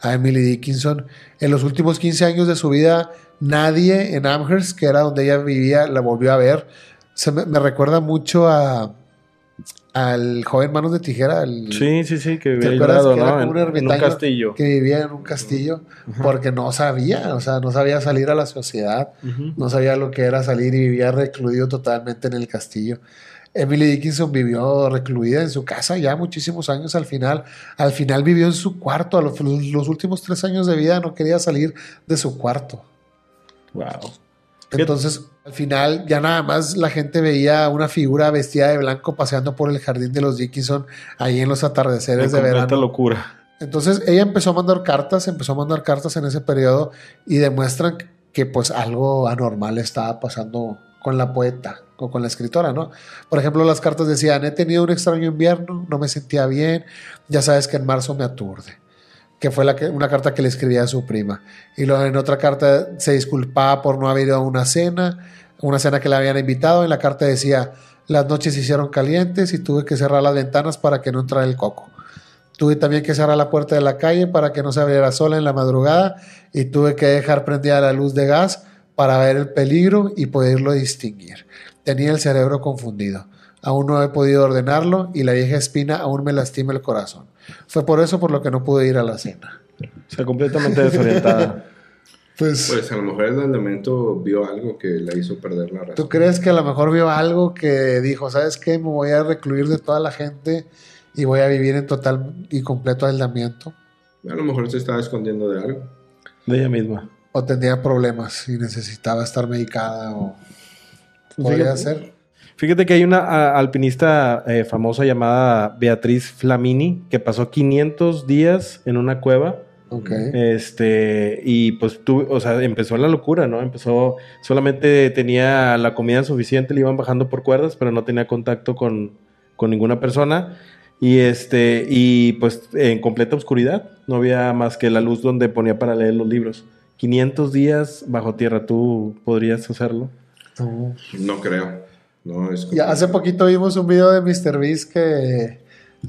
S1: a Emily Dickinson. En los últimos 15 años de su vida, nadie en Amherst, que era donde ella vivía, la volvió a ver. Se me, me recuerda mucho a al joven Manos de Tijera, al,
S2: Sí, sí, sí, que
S1: ¿Te
S2: había
S1: acuerdas
S2: ayudado,
S1: que era
S2: ¿no?
S1: como un
S2: En- en un
S1: ermitaño
S2: castillo.
S1: que vivía en un castillo porque no sabía, o sea, no sabía salir a la sociedad,
S2: Ujú.
S1: no sabía lo que era salir y vivía recluido totalmente en el castillo. Emily Dickinson vivió recluida en su casa ya muchísimos años al final. Al final vivió en su cuarto. A los, los últimos tres años de vida no quería salir de su cuarto.
S2: Wow. ¿Qué-
S1: Entonces, al final, ya nada más la gente veía una figura vestida de blanco paseando por el jardín de los Dickinson ahí en los
S2: Una
S1: atardeceres de
S2: completa
S1: verano.
S2: locura.
S1: Entonces ella empezó a mandar cartas, empezó a mandar cartas en ese periodo y demuestran que pues algo anormal estaba pasando con la poeta o con la escritora, ¿no? Por ejemplo, las cartas decían, he tenido un extraño invierno, no me sentía bien, ya sabes que en marzo me aturde, que fue la que- una carta que le escribía a su prima. Y luego en otra carta se disculpaba por no haber ido a una cena, una cena que le habían invitado, en la carta decía, las noches se hicieron calientes y tuve que cerrar las ventanas para que no entrara el coco. Tuve también que cerrar la puerta de la calle para que no se abriera sola en la madrugada y tuve que dejar prendida la luz de gas para ver el peligro y poderlo distinguir. Tenía el cerebro confundido. Aún no he podido ordenarlo y la vieja espina aún me lastima el corazón. Fue por eso por lo que no pude ir a la cena.
S2: O sea, completamente desorientada.
S1: Pues,
S3: Pues a lo mejor el elemento vio algo que la hizo perder la razón.
S1: ¿tú crees que a lo mejor vio algo que dijo, sabes qué, me voy a recluir de toda la gente y voy a vivir en total y completo aislamiento?
S3: A lo mejor se estaba escondiendo de algo.
S2: de ella misma.
S1: ¿O tenía problemas y necesitaba estar medicada o podría
S2: Pues Fíjate-
S1: ser?
S2: Fíjate que hay una a- alpinista eh, famosa llamada Beatriz Flamini que pasó 500 días en una cueva.
S1: Ok.
S2: Este, y pues tú, o sea, empezó la locura, ¿no? Empezó, solamente tenía la comida suficiente, le iban bajando por cuerdas, pero no tenía contacto con, con ninguna persona. Y este, y pues en completa oscuridad, no había más que la luz donde ponía para leer los libros. 500 días bajo tierra, ¿tú podrías hacerlo?
S1: Tú.
S3: No creo. No, es
S1: Y hace poquito vimos un video de Mr. Beast que.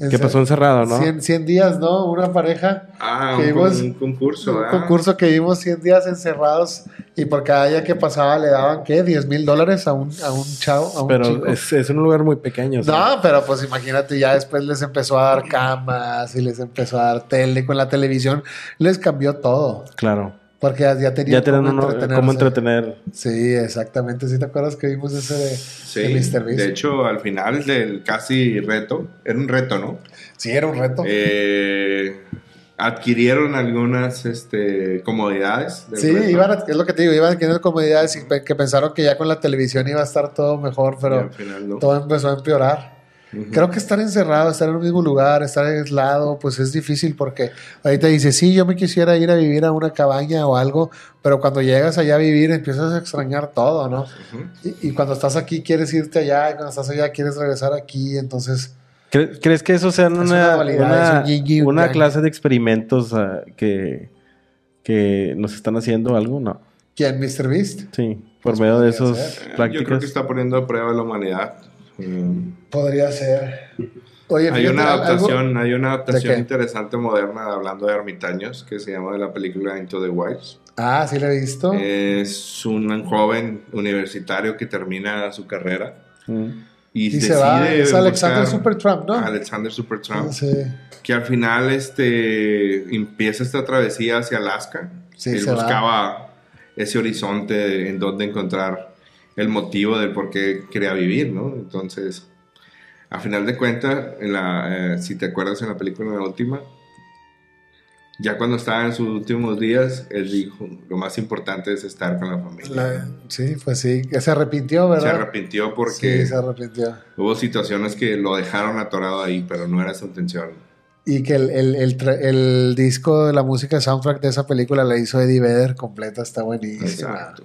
S2: Que pasó encerrado, ¿no?
S1: 100, 100 días, ¿no? Una pareja.
S3: Ah,
S1: que
S3: un, con-
S1: vimos-
S3: un concurso.
S1: Un
S3: ah.
S1: concurso que vimos 100 días encerrados y por cada día que pasaba le daban, ¿qué? 10 mil dólares a un, a un chavo, a un
S2: Pero
S1: chico.
S2: es, es un lugar muy pequeño. o sea.
S1: No, pero pues imagínate, ya después les empezó a dar camas y les empezó a dar tele con la televisión. Les cambió todo.
S2: Claro.
S1: Porque ya ya tenían
S2: Ya tienen
S1: cómo
S2: uno- eh,
S1: entretenerse.
S2: cómo entretener.
S1: Sí, exactamente. ¿Sí te acuerdas que vimos ese de,
S3: Sí,
S1: de Mr. Beast?
S3: de hecho, al final del casi reto, era un reto, ¿no?
S1: sí, era un reto.
S3: Eh, adquirieron algunas este, comodidades. del
S1: Sí,
S3: reto.
S1: iban a- es lo que te digo, iban adquiriendo comodidades y pe- que pensaron que ya con la televisión iba a estar todo mejor,
S3: Y
S1: pero
S3: al final no.
S1: todo empezó a empeorar.
S3: Ujú.
S1: Creo que estar encerrado, estar en un mismo lugar, estar aislado, pues es difícil porque ahorita dices, sí, yo me quisiera ir a vivir a una cabaña o algo, pero cuando llegas allá a vivir empiezas a extrañar todo, ¿no?
S3: Ujú.
S1: Y, y cuando estás aquí quieres irte allá, y cuando estás allá quieres regresar aquí, entonces
S2: ¿Cre- ¿Crees que eso sea una,
S1: una dualidad,
S2: una-
S1: es un yin y un
S2: una
S1: yang.
S2: clase de experimentos ah, que, que nos están haciendo algo? No.
S1: ¿quién, Mr. Beast?
S2: Sí, por
S1: Pues
S2: medio de
S1: podría
S2: esas
S1: ser.
S3: Yo creo
S2: prácticas.
S3: que está poniendo a prueba la humanidad. Mm.
S1: Podría ser. Oye,
S3: Hay
S1: fíjate,
S3: una
S1: al- algo-
S3: adaptación, hay una adaptación
S1: qué?
S3: interesante moderna hablando de ermitaños que se llama de la película Into the Wilds.
S1: Ah, sí, lo he visto.
S3: Eh, Es un joven universitario que termina su carrera
S2: Mm.
S3: y,
S1: y se va.
S3: decide
S1: Es Alexander
S3: buscar
S1: Supertramp, ¿no?
S3: a Alexander Supertramp,
S1: Sí.
S3: que al final este empieza esta travesía hacia Alaska.
S1: Sí,
S3: Él
S1: se va.
S3: buscaba ese horizonte en donde encontrar el motivo del por qué quería vivir, ¿no? Entonces, a final de cuentas, en la, eh, si te acuerdas en la película en la última, ya cuando estaba en sus últimos días, él dijo, lo más importante es estar con la familia.
S1: La- sí, pues sí. que Se arrepintió,
S3: se
S1: ¿verdad?
S3: arrepintió
S1: Sí,
S3: porque
S1: se arrepintió.
S3: hubo situaciones que lo dejaron atorado ahí, pero no era su intención.
S1: Y que el, el, el, tra- el disco de la música soundtrack de esa película la hizo Eddie Vedder completa, está buenísima.
S3: Exacto.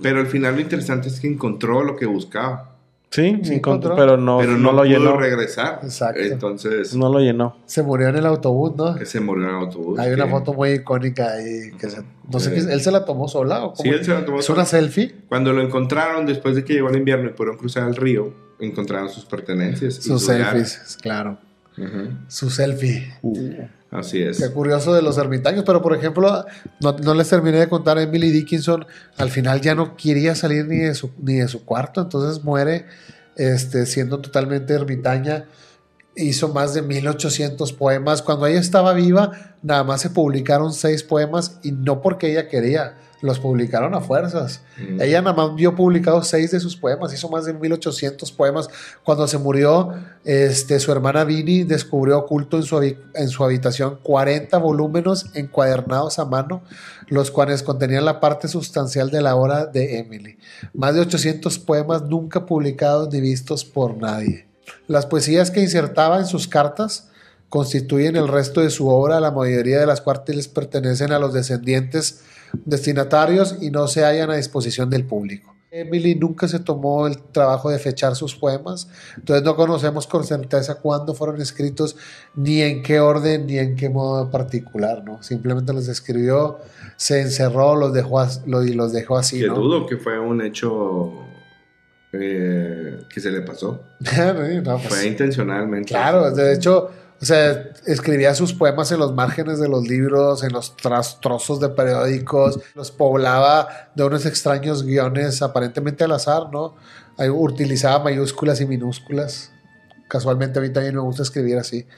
S3: Pero al final lo interesante es que encontró lo que buscaba.
S2: Sí,
S1: Sí,
S2: encontró,
S1: encontró.
S2: pero no,
S3: pero
S2: no
S3: no,
S2: lo
S3: pudo
S2: llenó.
S3: regresar.
S1: Exacto.
S3: Entonces,
S2: No lo llenó.
S1: Se murió en el autobús, ¿no?
S3: se murió en el autobús.
S1: Hay una
S3: que-
S1: foto muy icónica ahí que se- no sé,
S3: Sí.
S1: qué- él se la tomó sola o cómo?
S3: Sí, él se la tomó
S1: ¿Es una selfie?
S3: Cuando lo encontraron después de que llegó el invierno y pudieron cruzar el río, encontraron sus pertenencias. y
S1: Sus
S3: su hogar.
S1: selfies, claro.
S3: Ujú.
S1: Su selfie.
S3: Uh. Así es.
S1: Qué curioso de los ermitaños, pero por ejemplo, no, no les terminé de contar, Emily Dickinson al final ya no quería salir ni de su, ni de su cuarto, entonces muere este, siendo totalmente ermitaña. Hizo más de 1800 poemas. Cuando ella estaba viva, nada más se publicaron seis poemas y no porque ella quería, los publicaron a fuerzas.
S3: Mm.
S1: Ella nada más vio publicados seis de sus poemas, hizo más de 1800 poemas. Cuando se murió, este, su hermana Vini descubrió oculto en su, habi- en su habitación 40 volúmenes encuadernados a mano, los cuales contenían la parte sustancial de la obra de Emily. Más de 800 poemas nunca publicados ni vistos por nadie. Las poesías que insertaba en sus cartas constituyen el resto de su obra, la mayoría de las cuales pertenecen a los descendientes destinatarios y no se hallan a disposición del público. Emily nunca se tomó el trabajo de fechar sus poemas, entonces no conocemos con certeza cuándo fueron escritos, ni en qué orden, ni en qué modo particular, ¿no? Simplemente los escribió, se encerró, los dejó, as- lo- y los dejó así,
S3: que
S1: ¿no?
S3: dudo que fue un hecho eh, que se le pasó.
S1: No, pues,
S3: Fue intencionalmente.
S1: claro, de hecho, o sea, escribía sus poemas en los márgenes de los libros, en los tras- trozos de periódicos, los poblaba de unos extraños guiones aparentemente al azar, ¿no? Ahí Utilizaba mayúsculas y minúsculas. Casualmente a mí también me gusta escribir así.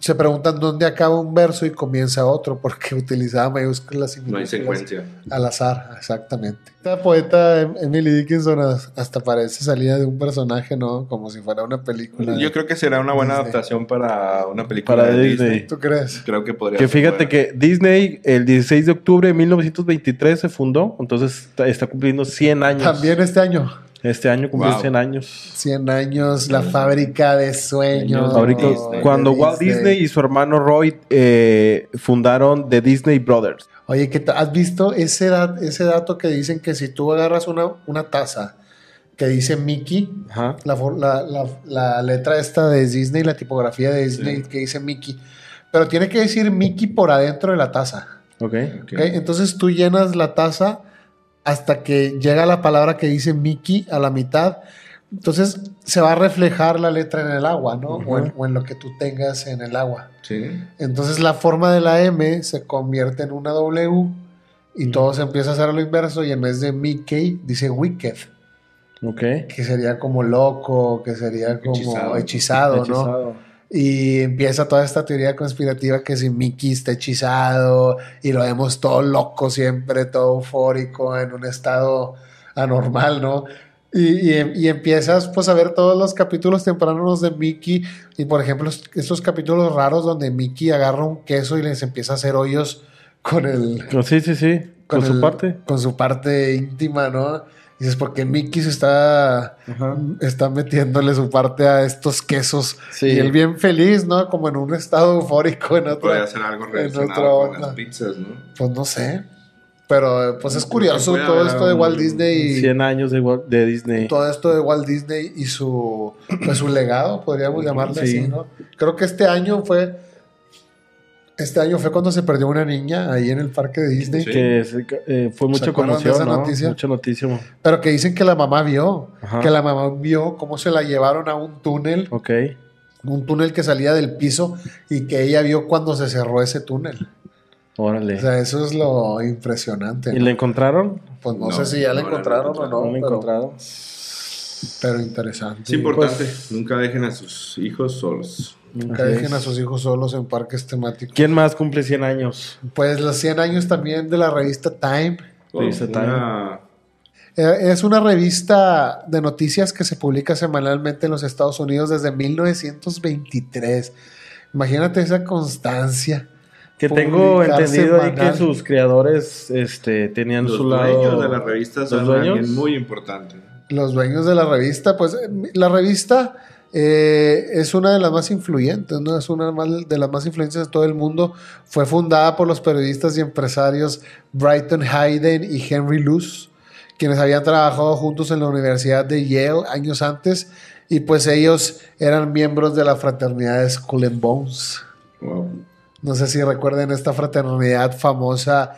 S1: Se preguntan dónde acaba un verso y comienza otro, porque utilizaba mayúsculas y
S3: No hay
S1: minúsculas.
S3: secuencia.
S1: Al azar, exactamente. Esta poeta Em- Emily Dickinson as- hasta parece salida de un personaje, ¿no? Como si fuera una película.
S3: Yo creo que será una buena
S1: Disney.
S3: adaptación para una película
S2: Para
S3: de
S2: Disney.
S3: Disney.
S1: ¿Tú crees?
S3: Creo que podría
S2: Que
S3: ser
S2: fíjate
S3: buena.
S2: que Disney el 16 de octubre de 1923 se fundó, entonces está, está cumpliendo 100 años.
S1: También este año.
S2: Este año cumplió
S3: Wow.
S2: 100 años.
S1: 100 años, la fábrica de sueños.
S2: Ahorita,
S3: Disney.
S2: cuando
S1: de
S2: Walt Disney y su hermano Roy eh, fundaron The Disney Brothers.
S1: Oye, ¿qué ta- ¿has visto ese, da- ese dato que dicen que si tú agarras una, una taza que dice Mickey,
S2: Ajá.
S1: la, for- la- la- la letra esta de Disney, la tipografía de Disney
S3: Sí.
S1: que dice Mickey, pero tiene que decir Mickey por adentro de la taza?
S2: Ok.
S3: Ok.
S1: Ok, Entonces tú llenas la taza hasta que llega la palabra que dice Mickey a la mitad. Entonces se va a reflejar la letra en el agua, ¿no? o, en, o en lo que tú tengas en el agua.
S3: Sí.
S1: Entonces la forma de la M se convierte en una W y todo se empieza a hacer a lo inverso y en vez de Mickey dice Wicked,
S2: Ok.
S1: que sería como loco, que sería como
S3: Hechizado.
S1: hechizado, ¿no? Y empieza toda esta teoría conspirativa que si Mickey está hechizado y lo vemos todo loco siempre, todo eufórico, en un estado anormal, ¿no? Y, y- y empiezas pues a ver todos los capítulos tempranos de Mickey y por ejemplo es- estos capítulos raros donde Mickey agarra un queso y les empieza a hacer hoyos con el...
S2: Oh, Sí, sí, sí. Con, su
S1: el-
S2: parte.
S1: Con su parte íntima, ¿no? Dices, porque Mickey se está, está metiéndole su parte a estos quesos
S2: Sí.
S1: y él bien feliz, ¿no? Como en un estado eufórico, en
S3: Podría
S1: otra.
S3: ser algo
S1: en
S3: relacionado
S1: otra
S3: con las
S1: onda.
S3: pizzas, ¿no?
S1: Pues no sé. Pero eh, pues es
S3: Creo
S1: curioso
S3: que puede
S1: todo
S3: haber
S1: esto de Walt
S3: un-
S1: Disney
S2: 100 años de, Walt- de Disney.
S1: y todo esto de Walt Disney y su pues, su legado, podríamos llamarle
S2: Sí.
S1: así, ¿no? Creo que este año fue este año fue cuando se perdió una niña ahí en el parque de Disney,
S3: Sí.
S2: Que se- eh, fue mucha
S1: acuerdan de
S2: conmoción,
S1: esa
S2: ¿no?
S1: noticia?
S2: Mucha noticia.
S1: pero que dicen que la mamá vio,
S2: Ajá.
S1: que la mamá vio cómo se la llevaron a un túnel,
S2: Ok.
S1: un túnel que salía del piso y que ella vio cuando se cerró ese túnel.
S2: Órale.
S1: O sea, eso es lo impresionante.
S2: ¿Y
S1: ¿no?
S2: le encontraron?
S1: Pues no,
S3: No,
S1: sé si ya la
S3: no la
S1: encontraron o
S3: encontraron,
S1: no,
S2: la
S1: pero,
S2: encontraron.
S1: pero interesante.
S2: pues,
S3: Es importante. Nunca dejen a sus hijos solos.
S1: Nunca
S2: Así
S1: dejen
S2: es.
S1: a sus hijos solos en parques temáticos.
S2: ¿Quién más cumple 100 años?
S1: Pues los 100 años también de la revista Time.
S2: Sí, está
S3: Una-
S1: Eh, Es una revista de noticias que se publica semanalmente en los Estados Unidos desde 1923. Imagínate esa constancia.
S2: Que tengo
S1: Publicar
S2: entendido ahí que
S1: semanal.
S2: sus creadores este, tenían
S3: Los
S2: su
S3: dueños
S2: lado.
S3: de las
S2: ¿Los
S3: revistas son
S2: dueños?
S3: alguien muy importante.
S1: Los dueños de la revista, pues eh, la revista eh, es una de las más influyentes, ¿no? Es una más- de las más influyentes de todo el mundo. Fue fundada por los periodistas y empresarios Brighton Hayden y Henry Luce, quienes habían trabajado juntos en la Universidad de Yale años antes, y pues ellos eran miembros de la fraternidad de Skull and Bones.
S3: Wow.
S1: No sé si recuerden esta fraternidad famosa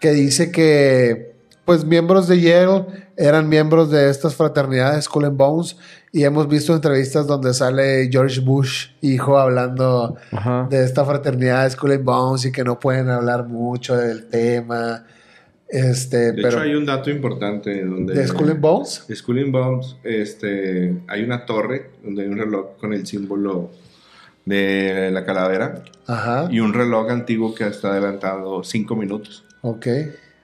S1: que dice que pues miembros de Yale eran miembros de estas fraternidades Skull and Bones y hemos visto entrevistas donde sale George Bush hijo hablando
S2: Ajá.
S1: de esta fraternidad de Skull and Bones y que no pueden hablar mucho del tema este
S3: De
S1: pero
S3: hecho, hay un dato importante donde...
S1: de Skull and Bones
S3: De Skull and Bones, este, hay una torre donde hay un reloj con el símbolo de la calavera
S1: ajá
S3: y un reloj antiguo que está adelantado 5 minutos.
S1: ok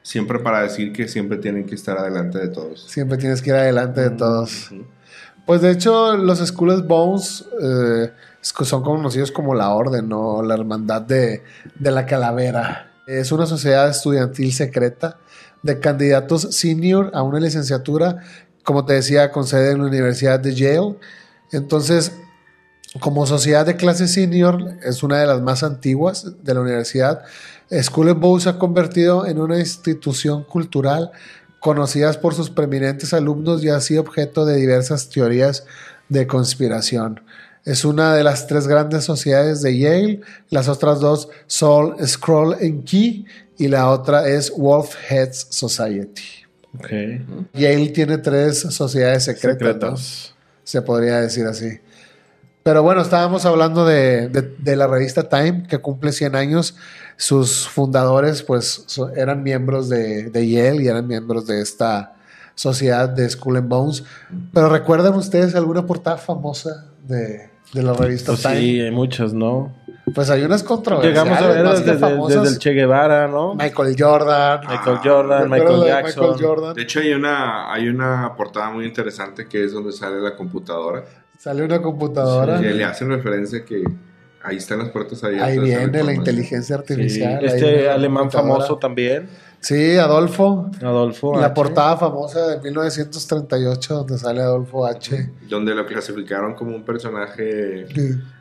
S3: Siempre para decir que siempre tienen que estar adelante de todos.
S1: siempre tienes que ir adelante
S3: Mm.
S1: de todos
S3: Ujú.
S1: Pues de hecho, los Skull and Bones eh, es que son conocidos como la Orden, ¿no? La Hermandad de, de la Calavera. Es una sociedad estudiantil secreta de candidatos senior a una licenciatura, como te decía, con sede en la Universidad de Yale. Entonces, como sociedad de clase senior, es una de las más antiguas de la universidad. School and Bow se ha convertido en una institución cultural conocidas por sus preeminentes alumnos y así objeto de diversas teorías de conspiración. Es una de las tres grandes sociedades de Yale, las otras dos son Scroll and Key y la otra es Wolf Heads Society.
S2: Ok.
S1: Yale tiene tres sociedades secretas, ¿no?
S2: Secretas.
S1: se podría decir así. Pero bueno, estábamos hablando de, de- de la revista Time, que cumple 100 años. Sus fundadores, pues, so- eran miembros de, de Yale y eran miembros de esta sociedad de School and Bones. Pero ¿recuerdan ustedes alguna portada famosa de, de la revista
S2: Pues
S1: Time?
S2: sí, hay muchas, ¿no?
S1: Pues hay unas controversiales
S2: Llegamos a ver
S1: más que
S2: desde, desde
S1: famosas.
S2: el Che Guevara, ¿no?
S1: Michael Jordan.
S2: Michael
S1: ¿Recuerdan
S2: Jordan, Michael
S1: la de
S2: Jackson.
S1: Michael Jordan.
S3: De hecho, hay una, hay una portada muy interesante que es donde sale la computadora.
S1: Sale una computadora.
S3: Y le hacen referencia que ahí están las puertas abiertas.
S1: Ahí
S3: a
S1: viene la
S3: información.
S1: inteligencia
S2: Sí,
S1: artificial. ahí viene
S2: Este
S1: la
S2: alemán
S1: computadora.
S2: famoso también,
S1: Sí, Adolfo.
S2: Adolfo.
S1: La
S2: H.
S1: portada famosa de 1938 donde sale Adolfo H.
S3: Donde lo clasificaron como un personaje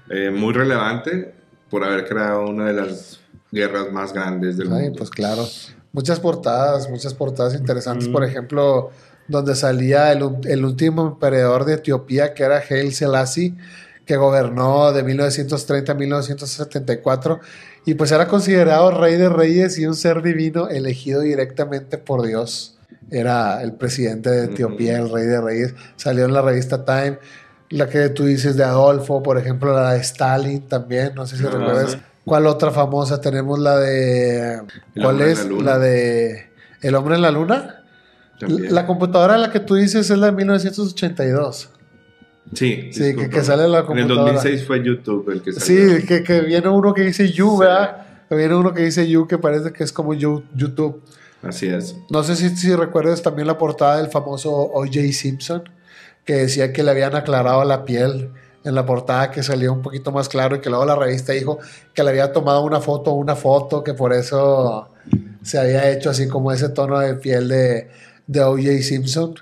S3: eh, muy relevante por haber creado una de las guerras más grandes del
S1: Ay,
S3: mundo.
S1: pues claro. Muchas portadas, muchas portadas interesantes. Por ejemplo, donde salía el, ul- el último emperador de Etiopía, que era Haile Selassie, que gobernó de 1930 a 1974. Y pues era considerado rey de reyes y un ser divino elegido directamente por Dios. Era el presidente de Etiopía, el rey de reyes. Salió en la revista Time. La que tú dices de Adolfo, por ejemplo, la de Stalin también, no sé si
S3: Ah,
S1: recuerdas.
S3: sí.
S1: ¿Cuál otra famosa? Tenemos la de...
S3: El
S1: ¿Cuál
S3: hombre en
S1: es?
S3: la
S1: La,
S3: luna.
S1: de... ¿El hombre en la luna?
S3: También.
S1: pues, La computadora a la que tú dices es la de 1982.
S3: sí,
S1: Sí, que-
S3: disculpa.
S1: que sale la
S3: En el
S1: computadora.
S3: 2006 fue YouTube el que salió.
S1: Sí, que, que viene uno que dice You, ¿verdad? Viene uno que dice You, que parece que es como You- YouTube.
S3: Así es.
S1: No sé si, si recuerdas también la portada del famoso O.J. Simpson, que decía que le habían aclarado la piel en la portada, que salía un poquito más claro, y que luego la revista dijo que le había tomado una foto, una foto, que por eso se había hecho así como ese tono de piel de, de O.J. Simpson.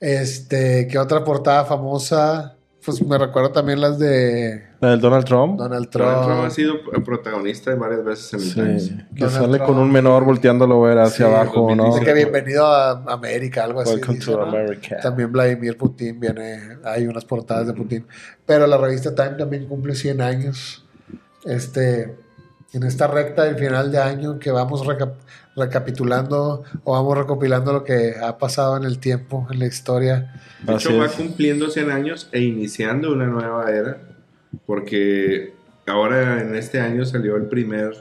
S1: Este, que otra portada famosa, pues me recuerdo también las de
S2: La del Donald Trump.
S1: Donald Trump.
S3: Donald Trump ha sido protagonista varias veces en el
S2: Sí,
S3: Times.
S2: que
S1: Donald
S2: sale con
S1: Trump.
S2: un menor volteándolo a ver hacia
S1: Sí,
S2: abajo, ¿no?
S1: Dice que bienvenido a América, algo así.
S2: Welcome
S1: dice,
S2: to
S1: ¿no?
S2: America.
S1: También Vladimir Putin viene, hay unas portadas de Putin, pero la revista Time también cumple 100 años. Este, en esta recta del final de año que vamos recap- recapitulando o vamos recopilando lo que ha pasado en el tiempo, en la historia.
S3: De
S2: Así
S3: hecho, va
S2: es.
S3: cumpliendo 100 años e iniciando una nueva era, porque ahora en este año salió el primer,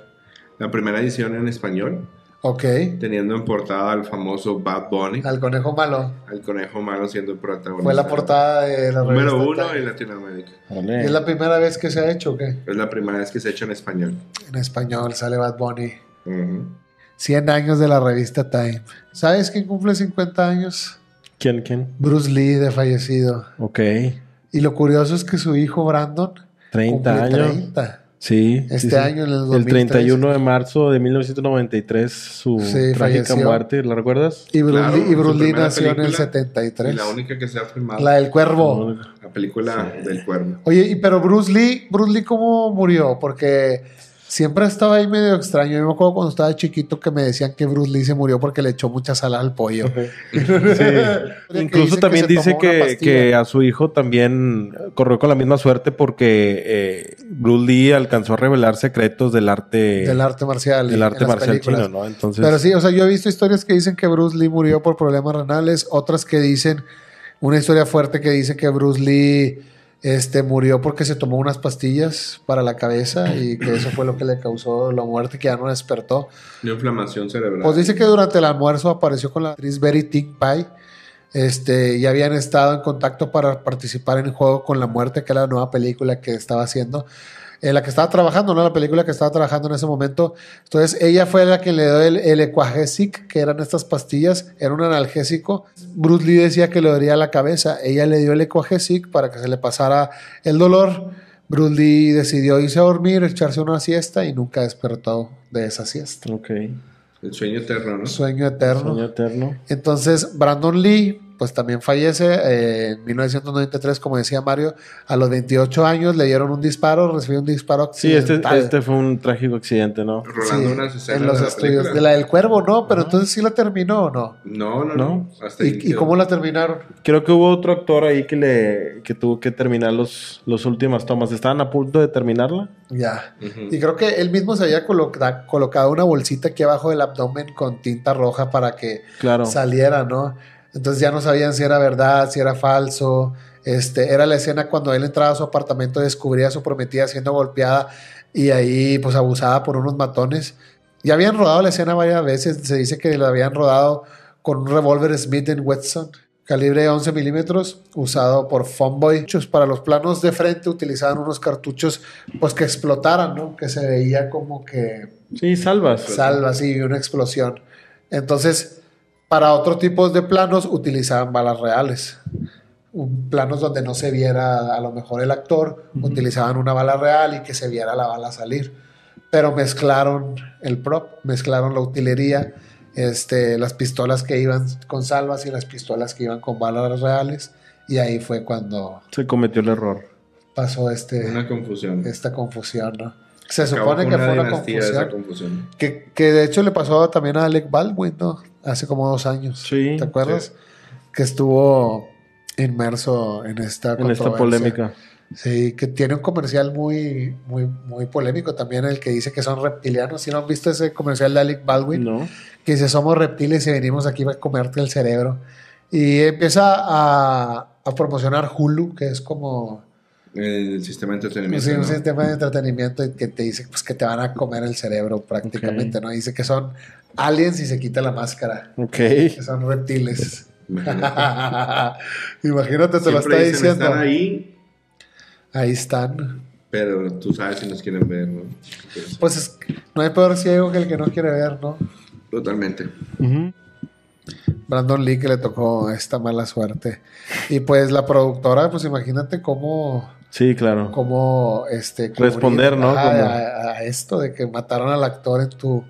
S3: la primera edición en español,
S1: Ok,
S3: teniendo en portada al famoso Bad Bunny,
S1: al conejo malo.
S3: al conejo malo siendo protagonista.
S1: Fue la portada de la revista.
S3: número uno
S1: Time.
S3: en Latinoamérica.
S1: ¿Y
S2: Vale.
S1: es la primera vez que se ha hecho o qué?
S3: Es la primera vez que se ha hecho en español.
S1: En español sale Bad Bunny.
S3: Ujú.
S1: 100 años de la revista Time. ¿Sabes quién cumple 50 años?
S2: ¿Quién, quién?
S1: Bruce Lee, de fallecido.
S2: Ok.
S1: Y lo curioso es que su hijo Brandon
S2: 30
S1: cumple
S2: años.
S1: 30.
S2: Sí. sí,
S1: Este
S2: sí.
S1: año, en el 2013.
S2: El 31 de marzo de 1993, su
S1: Sí,
S2: trágica
S1: falleció.
S2: muerte, ¿la recuerdas?
S1: Y Bruce
S3: Claro,
S1: Lee, y
S3: su
S1: Bruce Lee
S3: primera
S1: nació en el
S3: película
S1: 73.
S3: Y la
S1: La,
S3: única que se ha filmado,
S1: del cuervo.
S3: la película del cuervo.
S1: Oye, y pero Bruce Lee, Bruce Lee cómo murió? Porque Siempre ha estado ahí medio extraño. Yo me acuerdo cuando estaba chiquito que me decían que Bruce Lee se murió porque le echó mucha sal al pollo.
S2: Sí. Incluso
S1: que
S2: también
S1: se
S2: dice
S1: tomó una
S2: que,
S1: pastilla.
S2: que a su hijo también corrió con la misma suerte porque eh, Bruce Lee alcanzó a revelar secretos del arte
S1: Del arte marcial.
S2: del
S1: en
S2: arte
S1: las
S2: marcial
S1: películas.
S2: chino, ¿no? Entonces,
S1: Pero sí, o sea, yo he visto historias que dicen que Bruce Lee murió por problemas renales, otras que dicen, una historia fuerte que dice que Bruce Lee este, murió porque se tomó unas pastillas para la cabeza y que eso fue lo que le causó la muerte, que ya no despertó.
S3: Una inflamación cerebral.
S1: Pues dice que durante el almuerzo apareció con la actriz Betty Tick Pie. Este, y habían estado en contacto para participar en el juego con la muerte, que era la nueva película que estaba haciendo. En la que estaba trabajando, ¿no? La película que estaba trabajando en ese momento. Entonces, ella fue la que le dio el, el Equagesic, que eran estas pastillas, era un analgésico. Bruce Lee decía que le dolía la cabeza. Ella le dio el Equagesic para que se le pasara el dolor. Bruce Lee decidió irse a dormir, echarse una siesta y nunca despertó de esa siesta.
S2: ok.
S3: El sueño eterno, ¿no?
S1: Sueño eterno.
S2: Sueño eterno.
S1: Entonces, Brandon Lee, pues también fallece eh, en 1993, como decía Mario, a los 28 años le dieron un disparo, recibió un disparo
S2: Sí, este,
S1: accidental.
S2: este fue un trágico accidente, ¿no?
S3: Rolando
S1: Sí,
S3: unas escenas
S1: en los
S3: de la
S1: estudios
S3: película.
S1: de la del cuervo, ¿no? Pero entonces sí la terminó o no.
S3: No, no, no. Hasta ahí
S1: ¿Y, y
S3: quedó.
S1: cómo la terminaron?
S2: Creo que hubo otro actor ahí que le que tuvo que terminar los, los últimas tomas. Estaban a punto de terminarla.
S1: Ya.
S3: Ujú.
S1: Y creo que él mismo se había coloca- colocado una bolsita aquí abajo del abdomen con tinta roja para que
S2: Claro.
S1: saliera, ¿no? Entonces ya no sabían si era verdad, si era falso. Este, era la escena cuando él entraba a su apartamento y descubría a su prometida siendo golpeada y ahí pues abusada por unos matones. Ya habían rodado la escena varias veces. Se dice que la habían rodado con un revólver Smith Wesson calibre 11 milímetros usado por Funboy. Para los planos de frente utilizaban unos cartuchos pues que explotaran, ¿no? Que se veía como que
S2: Sí, salvas.
S1: salva así una explosión. Entonces, para otro tipo de planos utilizaban balas reales. Un- planos donde no se viera a lo mejor el actor, utilizaban una bala real y que se viera la bala salir. Pero mezclaron el prop, mezclaron la utilería, este, las pistolas que iban con salvas y las pistolas que iban con balas reales. Y ahí fue cuando
S2: Se cometió el error.
S1: pasó este,
S3: Una confusión.
S1: esta confusión. ¿no? Se
S3: Acabó
S1: supone
S3: con
S1: que fue una
S3: dinastía
S1: confusión.
S3: esa confusión.
S1: Que, que de hecho le pasó también a Alec Baldwin, ¿no? Hace como dos años.
S2: Sí,
S1: ¿Te acuerdas? Que estuvo inmerso en esta
S2: En esta
S1: controversia.
S2: polémica.
S1: Sí, que tiene un comercial muy, muy, muy polémico también, el que dice que son reptilianos. Si no han visto ese comercial de Alec Baldwin,
S2: No.
S1: que dice somos reptiles y venimos aquí a comerte el cerebro. Y empieza a, a promocionar Hulu, que es como
S3: El sistema de entretenimiento.
S1: Sí,
S3: ¿no?
S1: un sistema de entretenimiento que te dice pues, que te van a comer el cerebro prácticamente, ¿no? Dice que son aliens y se quita la máscara,
S2: Ok.
S1: que son reptiles.
S3: Imagínate.
S1: Imagínate, te lo está
S3: Siempre dicen,
S1: diciendo.
S3: Están
S1: ahí.
S3: ahí,
S1: están.
S3: pero tú sabes si nos quieren ver, ¿no? Pues,
S1: Pues es que no hay peor ciego que el que no quiere ver, ¿no?
S3: Totalmente.
S2: Ujú.
S1: Brandon Lee que le tocó esta mala suerte. Y pues la productora, pues imagínate cómo,
S2: Sí, claro.
S1: cómo este cubrir,
S2: Responder, ¿no?
S1: ajá,
S2: Como-
S1: a, a esto de que mataron al actor en tu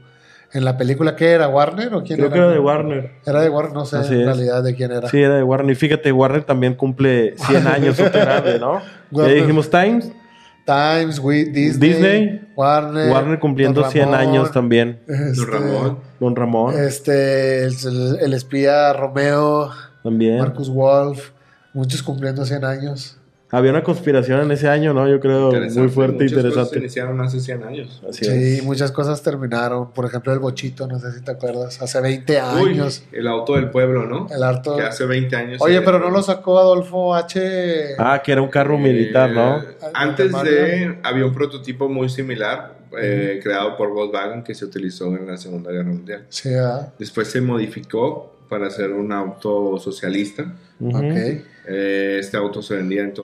S1: en la película que era Warner o quién
S2: Creo
S1: era
S2: que era de Warner.
S1: Era de Warner, no sé
S2: Así
S1: en
S2: es.
S1: realidad de quién era
S2: Sí, era de Warner. Y fíjate, Warner también cumple 100 años, súper grande, ¿no? Ya
S1: Warner.
S2: dijimos Times.
S1: Times Wi- Disney,
S2: Disney,
S1: Warner
S2: Warner cumpliendo
S1: Don
S2: 100
S1: Ramón,
S2: años también.
S1: este,
S3: Don Ramón.
S2: Don Ramón
S1: este el, el espía Romeo
S2: también.
S1: Marcus Wolf muchos cumpliendo 100 años
S2: Había una conspiración en ese año, ¿no? Yo creo muy fuerte e
S3: Muchas cosas se
S2: interesante.
S3: iniciaron hace 100 años.
S2: Así es.
S1: sí, muchas cosas terminaron por ejemplo el bochito no sé si te acuerdas hace 20
S3: Uy,
S1: años
S3: el auto del pueblo, ¿no?
S1: el harto
S3: Que hace 20 años.
S1: Oye,
S3: era-
S1: pero no lo sacó Adolfo H.
S2: Ah, que era un carro
S3: Eh,
S2: militar, ¿no?
S3: Antes
S1: Alemania.
S3: de había un prototipo muy similar eh, creado por Volkswagen que se utilizó en la Segunda Guerra Mundial.
S1: Sí, ah,
S3: Después se modificó para hacer un auto socialista.
S2: Ujú.
S1: ok.
S3: Eh, este auto se vendía en to-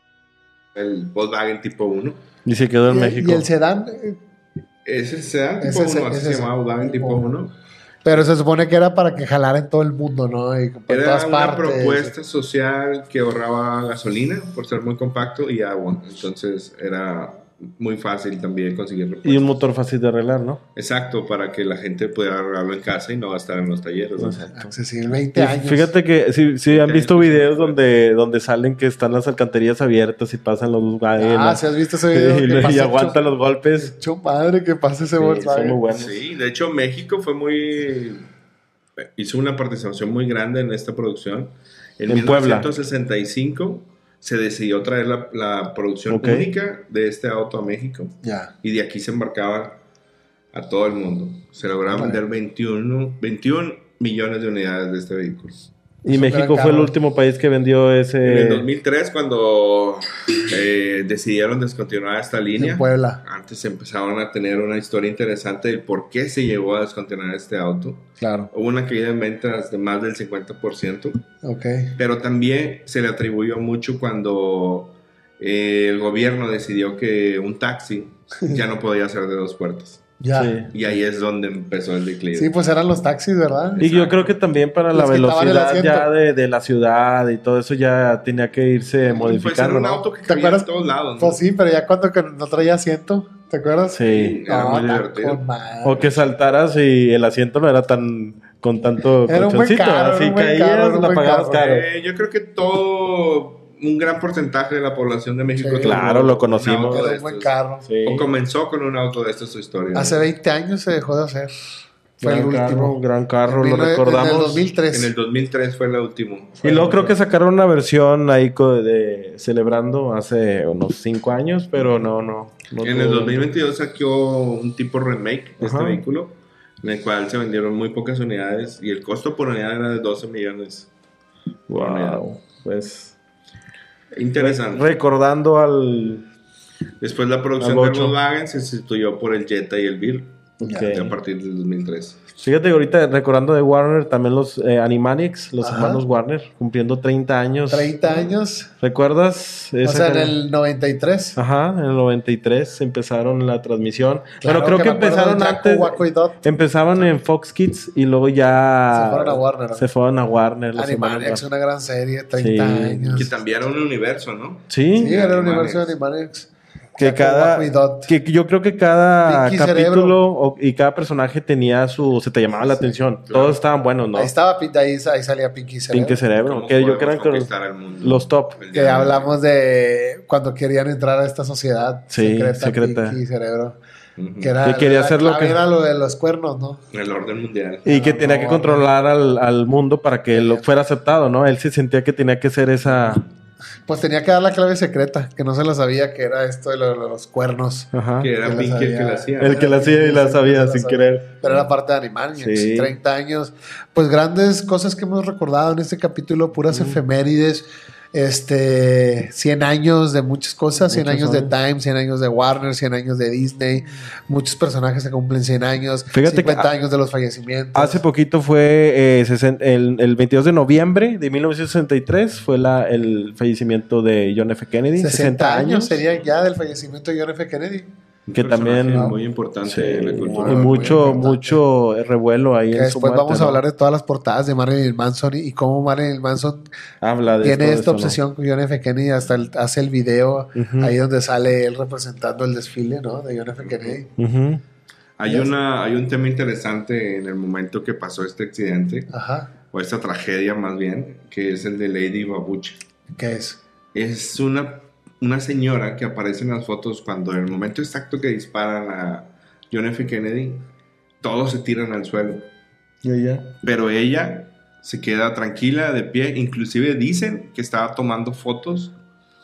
S3: el Volkswagen tipo 1.
S2: Y se quedó en
S1: Y-
S2: México.
S1: Y el sedán, eh,
S3: Ese sea
S1: Ese
S3: tipo
S1: es-
S3: 1, así
S1: ese
S3: se
S1: es-
S3: llamaba Volkswagen tipo 1.
S1: pero se supone que era para que jalaran todo el mundo, ¿no? Y por
S3: Era
S1: todas
S3: una
S1: partes.
S3: propuesta social que ahorraba gasolina por ser muy compacto y agua. Entonces era muy fácil también conseguir repuestos.
S2: Y un motor fácil de arreglar, ¿no?
S3: Exacto, para que la gente pueda arreglarlo en casa y no gastar en los talleres. ¿no?
S1: Accesible 20 años.
S2: Fíjate que si, han
S3: años,
S2: visto
S3: pues,
S2: videos
S3: pues.
S2: donde, donde salen que están las alcantarillas abiertas y pasan los lugares.
S1: Ah,
S2: ¿no?
S1: si has visto ese video.
S2: y,
S1: que
S2: lo- y
S1: pasa
S2: aguanta
S1: hecho-
S2: los golpes.
S1: hecho madre que pasa ese
S2: Sí, son
S1: Volkswagen.
S2: muy buenos.
S3: Sí, de hecho México fue muy... Hizo una participación muy grande en esta producción. En,
S2: En Puebla.
S3: 1965 se decidió traer la, la producción
S2: Ok.
S3: única de este auto a México.
S1: Ya.
S3: Y de aquí se embarcaban a todo el mundo. Se lograron
S1: Órale.
S3: vender 21, 21 millones de unidades de este vehículo.
S2: Y
S1: Son gran
S2: México fue el
S1: carro.
S2: último país que vendió
S3: En el
S2: ese.
S3: 2003, cuando eh, decidieron descontinuar esta línea,
S1: En Puebla,
S3: antes empezaron a tener una historia interesante del por qué se llegó a descontinuar este auto.
S1: claro.
S3: Hubo una caída en ventas de más del 50%,
S1: Ok.
S3: pero también se le atribuyó mucho cuando eh, el gobierno decidió que un taxi ya no podía ser de dos puertas.
S1: Ya.
S2: Sí.
S1: Sí.
S3: Y ahí es donde empezó el declive.
S1: pues eran los taxis, ¿verdad?
S2: Y yo
S3: Exacto.
S2: creo que también para la
S1: Les quitaban el
S2: velocidad ya
S1: asiento.
S2: de, de la ciudad y todo eso ya tenía que irse
S3: Pues era
S2: modificando,
S3: un
S2: ¿no?
S3: auto que
S1: ¿Te
S3: cabía
S1: acuerdas?
S3: en todos lados. ¿no?
S1: Pues sí, pero ya cuando que no traía asiento, ¿te acuerdas?
S2: Sí.
S3: Era
S1: No,
S3: muy
S1: está
S3: divertido.
S1: con madre.
S2: O que saltaras y el asiento no era tan con tanto
S1: Era un buen
S2: colchoncito,
S1: carro,
S2: así
S1: era un buen
S2: caías,
S1: carro, era un
S2: la
S1: buen
S2: pagabas
S1: carro.
S2: caro.
S3: Eh, yo creo que todo, un gran porcentaje de la población de México.
S1: Sí.
S3: tuvo
S2: Claro, lo
S3: un
S2: conocimos.
S3: auto de
S1: Era un buen
S3: estos.
S1: carro.
S2: Sí.
S3: O comenzó con un auto de estos su historia. ¿no?
S1: Hace 20 años se dejó de hacer. Fue
S2: Gran
S1: el último.
S2: carro, gran carro,
S1: En
S2: lo
S1: mil- En el
S2: recordamos.
S1: 2003.
S3: En el 2003 fue el último.
S2: Y luego creo que sacaron una versión ahí co- de, celebrando hace unos cinco años, pero no, no. no
S3: en el
S2: tuvo-
S3: 2022 sacó un tipo remake de este
S2: Ajá.
S3: vehículo, en el cual se vendieron muy pocas unidades y el costo por unidad era de 12 millones.
S2: Wow. Pues
S3: Interesante.
S2: recordando al.
S3: Después la producción
S2: Algo
S3: de
S2: ocho.
S3: Volkswagen se sustituyó por el Jetta y el Beetle
S2: Ok.
S3: a partir del 2003.
S2: Fíjate que ahorita recordando de Warner, también los eh, Animaniacs, los
S1: Ajá.
S2: hermanos Warner, cumpliendo 30 años.
S1: 30 años.
S2: ¿Recuerdas?
S1: O
S2: Esa
S1: sea, en
S2: era-
S1: el 93.
S2: Ajá, en el 93 empezaron la transmisión.
S1: Claro
S2: bueno, creo que,
S1: me acuerdo
S2: empezaron
S1: de Draco,
S2: antes.
S1: Waco y Dot.
S2: Empezaban en Fox Kids y luego ya.
S1: Se fueron a Warner.
S2: Se fueron a Warner. los
S1: Animaniacs,
S2: hermanos
S1: una gran serie, 30
S2: Sí.
S3: Que
S1: años.
S3: también era un universo, ¿no?
S2: Sí,
S1: Sí, era el
S3: Animaniacs.
S1: universo de Animaniacs.
S2: que
S1: Draco,
S2: cada.
S1: Waco y Dot.
S2: Que yo creo que cada
S1: Pinky
S2: capítulo
S1: Cerebro.
S2: o- y cada personaje tenía su. Se te llamaba la atención. Todos estaban buenos, ¿no?
S1: Ahí estaba, Pin- ahí, ahí salía Pinky Cerebro.
S2: Pinky Cerebro.
S3: ¿Cómo
S2: Que yo creo que
S3: podemos
S2: eran con-
S3: conquistar el mundo?
S2: los top.
S3: El
S1: Que
S3: día de hoy.
S1: hablamos de cuando querían entrar a esta sociedad
S2: Sí,
S1: secreta,
S2: secreta.
S1: Pinky Cerebro.
S3: Ujú.
S1: Que era
S2: Que quería
S1: la
S2: hacer lo
S1: clave
S2: que-
S1: era lo de los cuernos, ¿no?
S3: El orden mundial.
S2: Y que
S1: Ah,
S2: tenía que
S1: no,
S2: controlar al, al mundo para que lo fuera aceptado, ¿no? Él sí sentía que tenía que ser esa.
S1: Pues tenía que dar la clave secreta, que no se la sabía que era esto de lo- lo- los cuernos.
S2: Ajá.
S3: Que era
S1: Ya la
S3: Pinky el que
S1: sabía.
S3: la hacía.
S2: El que la hacía y la sabía sin querer.
S1: Pero era parte de Animaniacs,
S2: Sí.
S1: 30 años. Pues grandes cosas que hemos recordado en este capítulo, puras efemérides. Este, 100 años de muchas cosas, 100
S2: Muchos
S1: años de
S2: años.
S1: Time, 100 años de Warner, 100 años de Disney, muchos personajes se cumplen 100 años,
S2: Fíjate que
S1: 50
S2: ha-
S1: años de los fallecimientos.
S2: Hace poquito fue eh, sesen- el, el 22 de noviembre de 1963 fue la, el fallecimiento de John F. Kennedy. 60, años.
S1: serían ya del fallecimiento de John F. Kennedy.
S3: Un
S2: que
S3: personaje
S2: también-
S3: Muy importante
S2: Sí,
S3: en la
S2: y
S3: cultura.
S1: muy
S2: mucho,
S1: importante.
S2: mucho revuelo ahí
S1: Que
S2: en su
S1: después
S2: muerte,
S1: vamos
S2: ¿no?
S1: a hablar de todas las portadas de Marilyn Manson y, y cómo Marilyn Manson
S2: Habla de
S1: tiene
S2: todo
S1: esta
S2: eso, ¿no?
S1: obsesión con John F. Kennedy. Hasta el- hace el video
S2: Ujú.
S1: ahí donde sale él representando el desfile ¿no? de John F. Kennedy.
S2: Ujú.
S3: Hay, una, hay un tema interesante en el momento que pasó este accidente,
S1: Ajá.
S3: o esta tragedia más bien, que es el de Lady Babucha.
S1: ¿Qué es?
S3: Es una, una señora que aparece en las fotos cuando en el momento exacto que disparan a John F. Kennedy, todos se tiran al suelo. Pero ella se queda tranquila, de pie. Inclusive dicen que estaba tomando fotos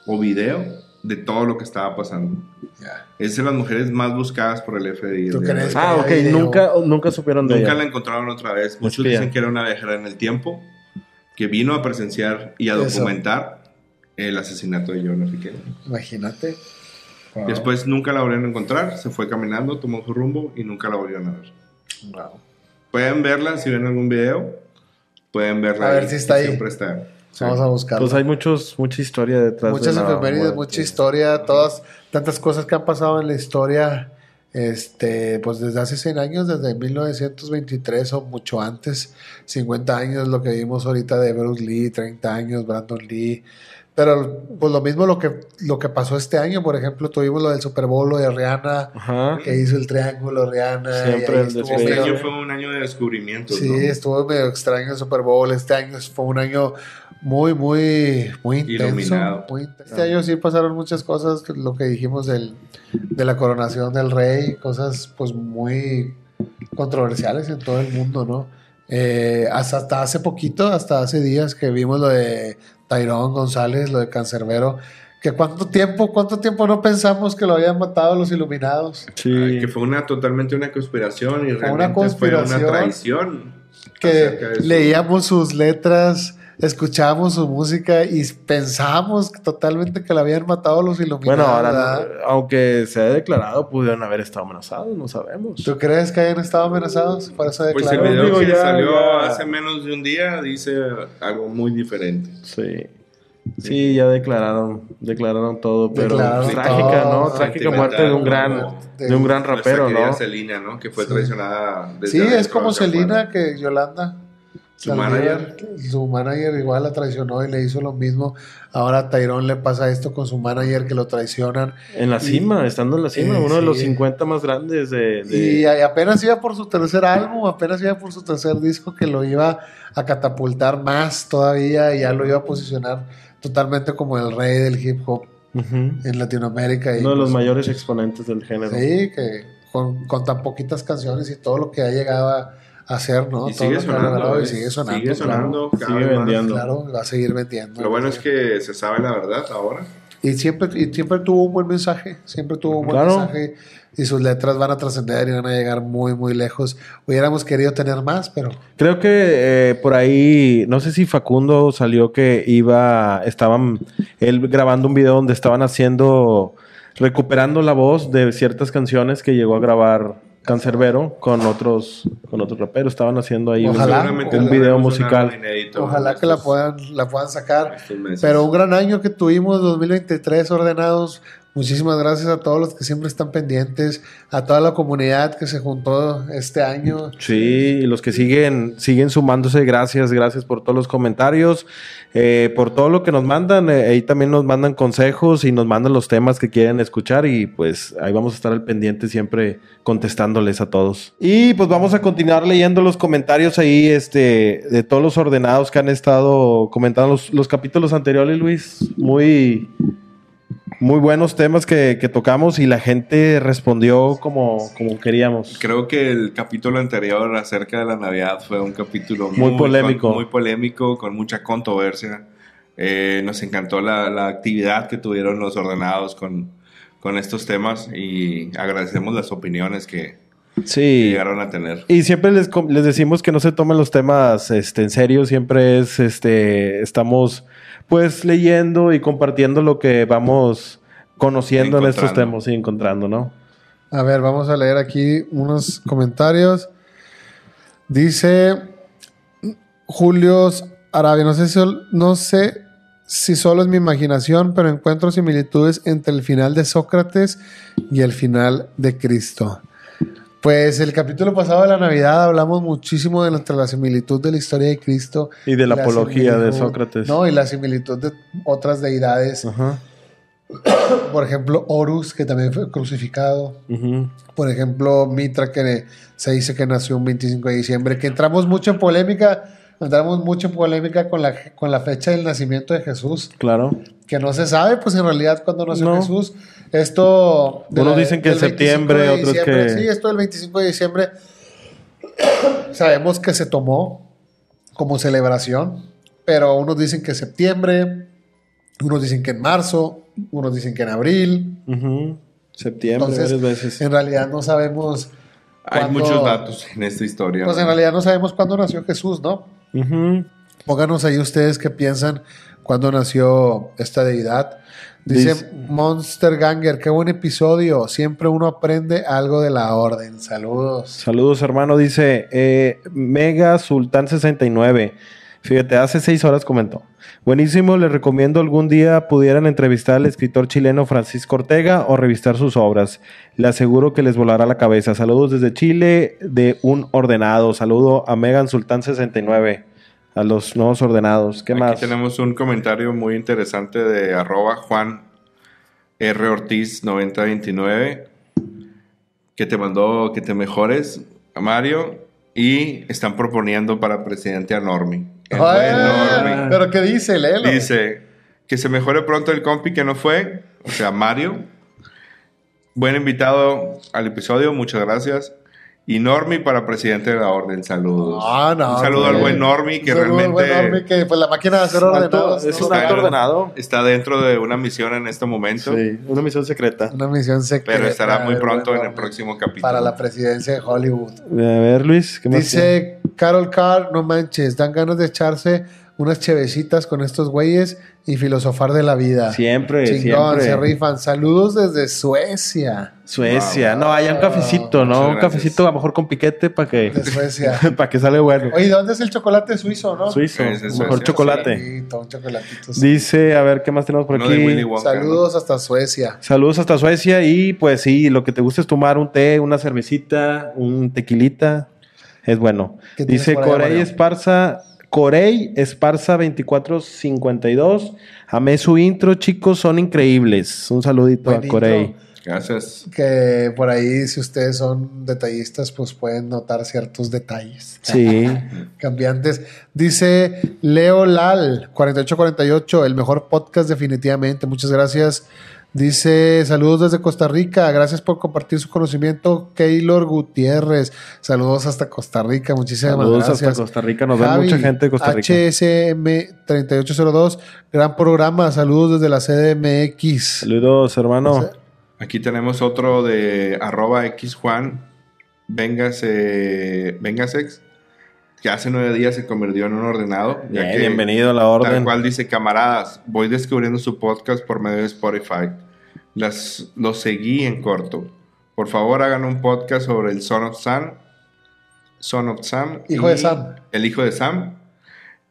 S3: o video de todo lo que estaba pasando.
S1: Ya.
S3: Es de las mujeres más buscadas por el FBI. el
S1: ¿Tú
S3: día de
S1: crees?
S3: hoy.
S2: Ah, ok,
S1: Video.
S2: nunca, nunca supieron de
S3: Nunca
S2: ella.
S3: la encontraron otra vez. Muchos
S2: Espía.
S3: dicen que era una viajera en el tiempo que vino a presenciar y a
S1: Eso.
S3: documentar el asesinato de John F. Kennedy.
S1: Imagínate. Wow.
S3: Después nunca la volvieron a encontrar, se fue caminando, tomó su rumbo y nunca la volvieron a ver.
S1: Wow.
S3: Pueden verla si ven algún video, pueden verla.
S1: A ver
S3: ahí,
S1: si está ahí.
S3: Siempre está. Sí.
S1: Vamos a buscarlo.
S2: Pues hay muchos, mucha historia detrás
S1: Muchas
S2: de la
S1: efemérides,
S2: muerte.
S1: mucha historia, todas tantas cosas que han pasado en la historia, este, pues desde hace 100 años, desde 1923 o mucho antes, 50 años lo que vimos ahorita de Bruce Lee, 30 años Brandon Lee, Pero pues lo mismo lo que, lo que pasó este año, por ejemplo, tuvimos lo del Super Bowl, lo de Rihanna,
S2: Ajá.
S1: que hizo el triángulo Rihanna. y
S2: Siempre
S1: ahí
S2: el
S1: estuvo
S2: despegue.
S3: Este
S1: medio-
S3: año fue un año de descubrimientos,
S1: Sí,
S3: ¿no?
S1: estuvo medio extraño el Super Bowl. Este año fue un año muy, muy, muy intenso.
S3: Iluminado.
S1: muy intenso. este año sí pasaron muchas cosas, que lo que dijimos del, de la coronación del rey, cosas pues muy controversiales en todo el mundo, ¿no? Eh, hasta, hasta hace poquito, hasta hace días que vimos lo de Tyrón González, lo de Cancerbero, que cuánto tiempo, cuánto tiempo no pensamos que lo habían matado los iluminados.
S2: Sí.
S3: Ay, Ah, que fue una totalmente una conspiración y
S1: Fue
S3: realmente
S1: una
S3: fue
S1: conspiración.
S3: una traición. acerca
S1: que
S3: de su-
S1: leíamos sus letras, escuchábamos su música y pensábamos totalmente que la habían matado los iluminados.
S2: Bueno, ahora,
S1: ¿verdad?
S2: aunque se haya declarado, pudieron haber estado amenazados, no sabemos.
S1: ¿Tú crees que hayan estado amenazados? Por eso
S3: Pues el
S1: declaró.
S3: video
S2: Digo,
S3: que
S2: ya-
S3: salió
S2: ya-
S3: hace menos de un día dice algo muy diferente.
S2: Sí. Sí, ya declararon, declararon todo, pero
S1: Declararon
S2: trágica,
S1: todo.
S2: ¿no? Trágica muerte de un gran,
S1: De-
S2: de un gran
S3: Nuestra
S2: rapero,
S3: querida
S2: ¿no?
S3: Selena, ¿no? Que fue
S1: Sí.
S3: traicionada. desde
S1: Sí, es
S3: adentro
S1: como
S3: hacia
S1: Selena
S3: afuera.
S1: que Yolanda.
S3: Su
S1: Saldívar,
S3: manager.
S1: su manager igual la traicionó y le hizo lo mismo. Ahora a Tyrone le pasa esto con su manager que lo traicionan.
S2: En la cima, estando en la cima,
S1: Eh,
S2: uno de los
S1: sí.
S2: 50 más grandes de... de-
S1: Y a- apenas iba por su tercer álbum, apenas iba por su tercer disco que lo iba a catapultar más todavía y ya lo iba a posicionar totalmente como el rey del hip hop
S2: Ujú.
S1: en Latinoamérica. y
S2: Uno de los
S1: pues,
S2: mayores exponentes del género.
S1: Sí, que con, con tan poquitas canciones y todo lo que ha llegado a hacer, ¿no? Todo lo
S3: Y sigue
S1: que ha logrado
S3: sonando.
S1: y
S3: ¿eh?
S1: sigue sonando.
S3: Sigue
S1: claro.
S3: sonando, cada
S2: Sigue
S3: vez más.
S2: vendiendo.
S1: Claro, va a seguir vendiendo.
S3: Lo bueno
S1: va a
S3: es
S1: seguir-
S3: que se sabe la verdad ahora.
S1: Y siempre, y siempre tuvo un buen mensaje, siempre tuvo un buen
S2: Claro.
S1: mensaje y sus letras van a trascender y van a llegar muy, muy lejos. Hubiéramos querido tener más, pero
S2: Creo que eh, por ahí, no sé si Facundo salió que iba, estaban, él grabando un video donde estaban haciendo, recuperando la voz de ciertas canciones que llegó a grabar Cancerbero con otros, con otros raperos. Estaban haciendo ahí un-
S1: Ojalá,
S2: un,
S1: ojalá.
S2: video
S3: tendremos
S2: musical.
S3: álbum inédito
S1: ojalá
S3: en
S1: que la
S3: estos-
S1: puedan, la puedan
S3: en
S1: sacar.
S3: estos meses.
S1: Pero un gran año que tuvimos, 2023 ordenados. Muchísimas gracias a todos los que siempre están pendientes, a toda la comunidad que se juntó este año.
S2: Sí, y los que siguen, siguen sumándose, gracias, gracias por todos los comentarios, eh, por todo lo que nos mandan, eh, ahí también nos mandan consejos y nos mandan los temas que quieren escuchar y pues ahí vamos a estar al pendiente siempre contestándoles a todos. Y pues vamos a continuar leyendo los comentarios ahí, este, de todos los ordenados que han estado comentando los, los capítulos anteriores, Luis, muy... Muy buenos temas que, que tocamos y la gente respondió como, como queríamos.
S3: Creo que el capítulo anterior acerca de la Navidad fue un capítulo
S2: Muy polémico.
S3: con- muy polémico, con mucha controversia. Eh, nos encantó la, la actividad que tuvieron los ordenados con, con estos temas y agradecemos las opiniones que, que
S2: Sí.
S3: llegaron a tener.
S2: Y siempre les, com- les decimos que no se tomen los temas este, en serio, siempre es, este, estamos pues leyendo y compartiendo lo que vamos conociendo en estos
S3: Encontrando.
S2: temas y encontrando, ¿no?
S1: A ver, vamos a leer aquí unos comentarios. Dice Julio Arabia, no sé, si, no sé si solo es mi imaginación, pero encuentro similitudes entre el final de Sócrates y el final de Cristo. Pues el capítulo pasado de la Navidad hablamos muchísimo de entre la similitud de la historia de Cristo.
S2: Y de la,
S1: y
S2: apología de
S1: similitud-
S2: Sócrates.
S1: No, y la similitud de otras deidades.
S2: Ajá.
S1: Por ejemplo, Horus, que también fue crucificado.
S2: Ujú.
S1: Por ejemplo, Mitra, que se dice que nació un 25 de diciembre, que entramos mucho en polémica, entramos mucho en polémica con la, con la fecha del nacimiento de Jesús,
S2: Claro.
S1: que no se sabe, pues en realidad, cuándo nació
S2: No.
S1: Jesús. Esto. de
S2: Unos
S1: la-
S2: dicen que en
S1: del 25 de
S2: septiembre, otros
S1: diciembre,
S2: que-
S1: Sí, esto del 25 de diciembre, sabemos que se tomó como celebración, pero unos dicen que septiembre, unos dicen que en marzo, unos dicen que en abril.
S2: Ujú. Septiembre,
S1: Entonces,
S2: varias veces.
S1: En realidad, no sabemos.
S3: Hay
S1: cuándo-
S3: muchos datos en esta historia.
S1: Pues en realidad no sabemos cuándo nació Jesús, ¿no?
S2: Ujú.
S1: Pónganos ahí ustedes qué piensan cuándo nació esta deidad. Dice,
S2: Dice-
S1: Monster Ganger, qué buen episodio. Siempre uno aprende algo de la orden. Saludos.
S2: Saludos, hermano. Dice eh, Mega Sultán 69. Fíjate, hace seis horas comentó. Buenísimo, les recomiendo algún día pudieran entrevistar al escritor chileno Francisco Ortega o revistar sus obras. Le aseguro que les volará la cabeza. Saludos desde Chile de un ordenado. Saludo a Megan Sultán 69. a los nuevos ordenados. ¿Qué
S3: Aquí
S2: más?
S3: tenemos un comentario muy interesante de arroba Juan R. Ortiz 9029 que te mandó que te mejores, Mario, y están proponiendo para presidente a Normi. El
S1: Ay,
S3: buen
S1: ¡Ah!
S3: Normi.
S1: pero ¿qué dice? Léelo.
S3: Dice que se mejore pronto el compi que no fue, o sea, Mario. Buen invitado al episodio, muchas gracias. Y Normi para presidente de la orden, saludos.
S1: Ah, no,
S3: Un saludo
S1: hombre.
S3: al buen Normi que
S1: Un saludo al buen
S3: realmente
S1: Normi, que pues la máquina de hacer ordenados.
S2: es
S1: ¿no?
S2: un acto ordenado.
S3: está dentro de una misión en este momento,
S2: Sí, una misión secreta.
S1: Una misión secreta.
S3: pero estará muy
S1: del
S3: pronto
S1: buen
S3: en el
S1: Normi
S3: próximo capítulo.
S1: Eh, Para la presidencia de Hollywood.
S2: A ver, Luis, ¿qué más? tienes?
S1: Dice Carol Carr, no manches, dan ganas de echarse unas chevecitas con estos güeyes y filosofar de la vida.
S2: Siempre,
S1: Chingón,
S2: siempre.
S1: se rifan. Saludos desde Suecia.
S2: Suecia.
S1: Wow.
S2: No, allá un cafecito,
S3: Muchas
S2: ¿no? Un
S3: gracias.
S2: cafecito a lo mejor con piquete para que,
S1: De Suecia.
S2: para que sale bueno.
S1: Oye, ¿dónde es el chocolate suizo, no?
S2: Suizo,
S3: Es de
S2: mejor
S3: Suecia,
S2: chocolate.
S1: Chocolatito, un chocolatito.
S2: Dice, a ver, ¿qué más tenemos por
S3: Uno de Willy
S2: aquí?
S3: Wonka,
S1: Saludos hasta Suecia.
S2: Saludos hasta Suecia y pues sí, lo que te gusta es tomar un té, una cervecita, un tequilita. Es bueno.
S1: ¿Qué tienes
S2: Dice
S1: por ahí,
S2: Corey
S1: Mario?
S2: Esparza, Corey Esparza 2452. Amé su intro, chicos, son increíbles. Un saludito
S1: Buen
S2: a
S1: intro.
S2: Corey.
S3: ¿no? Gracias.
S1: Que por ahí, si ustedes son detallistas, pues pueden notar ciertos detalles
S2: Sí.
S1: cambiantes. Dice Leo Lal, 4848, el mejor podcast definitivamente. Muchas gracias. Dice, saludos desde Costa Rica. Gracias por compartir su conocimiento, Keylor Gutiérrez. Saludos hasta Costa Rica. Muchísimas
S2: Saludos
S1: gracias.
S2: hasta Costa Rica. Nos ven
S1: Javi,
S2: mucha gente de Costa Rica.
S1: HSM3802, gran programa. Saludos desde la CDMX.
S2: Saludos, hermano.
S3: Aquí tenemos otro de arroba xjuan, véngase, véngasex, que hace nueve días se convirtió en un ordenado. ya
S2: Bien,
S3: que,
S2: bienvenido a la
S3: Tal
S2: orden.
S3: cual dice, camaradas, voy descubriendo su podcast por medio de Spotify. Las, lo seguí en corto. Por favor, hagan un podcast sobre el Son of Sam. Son of Sam.
S1: Hijo
S3: y-
S1: de Sam.
S3: El hijo de Sam.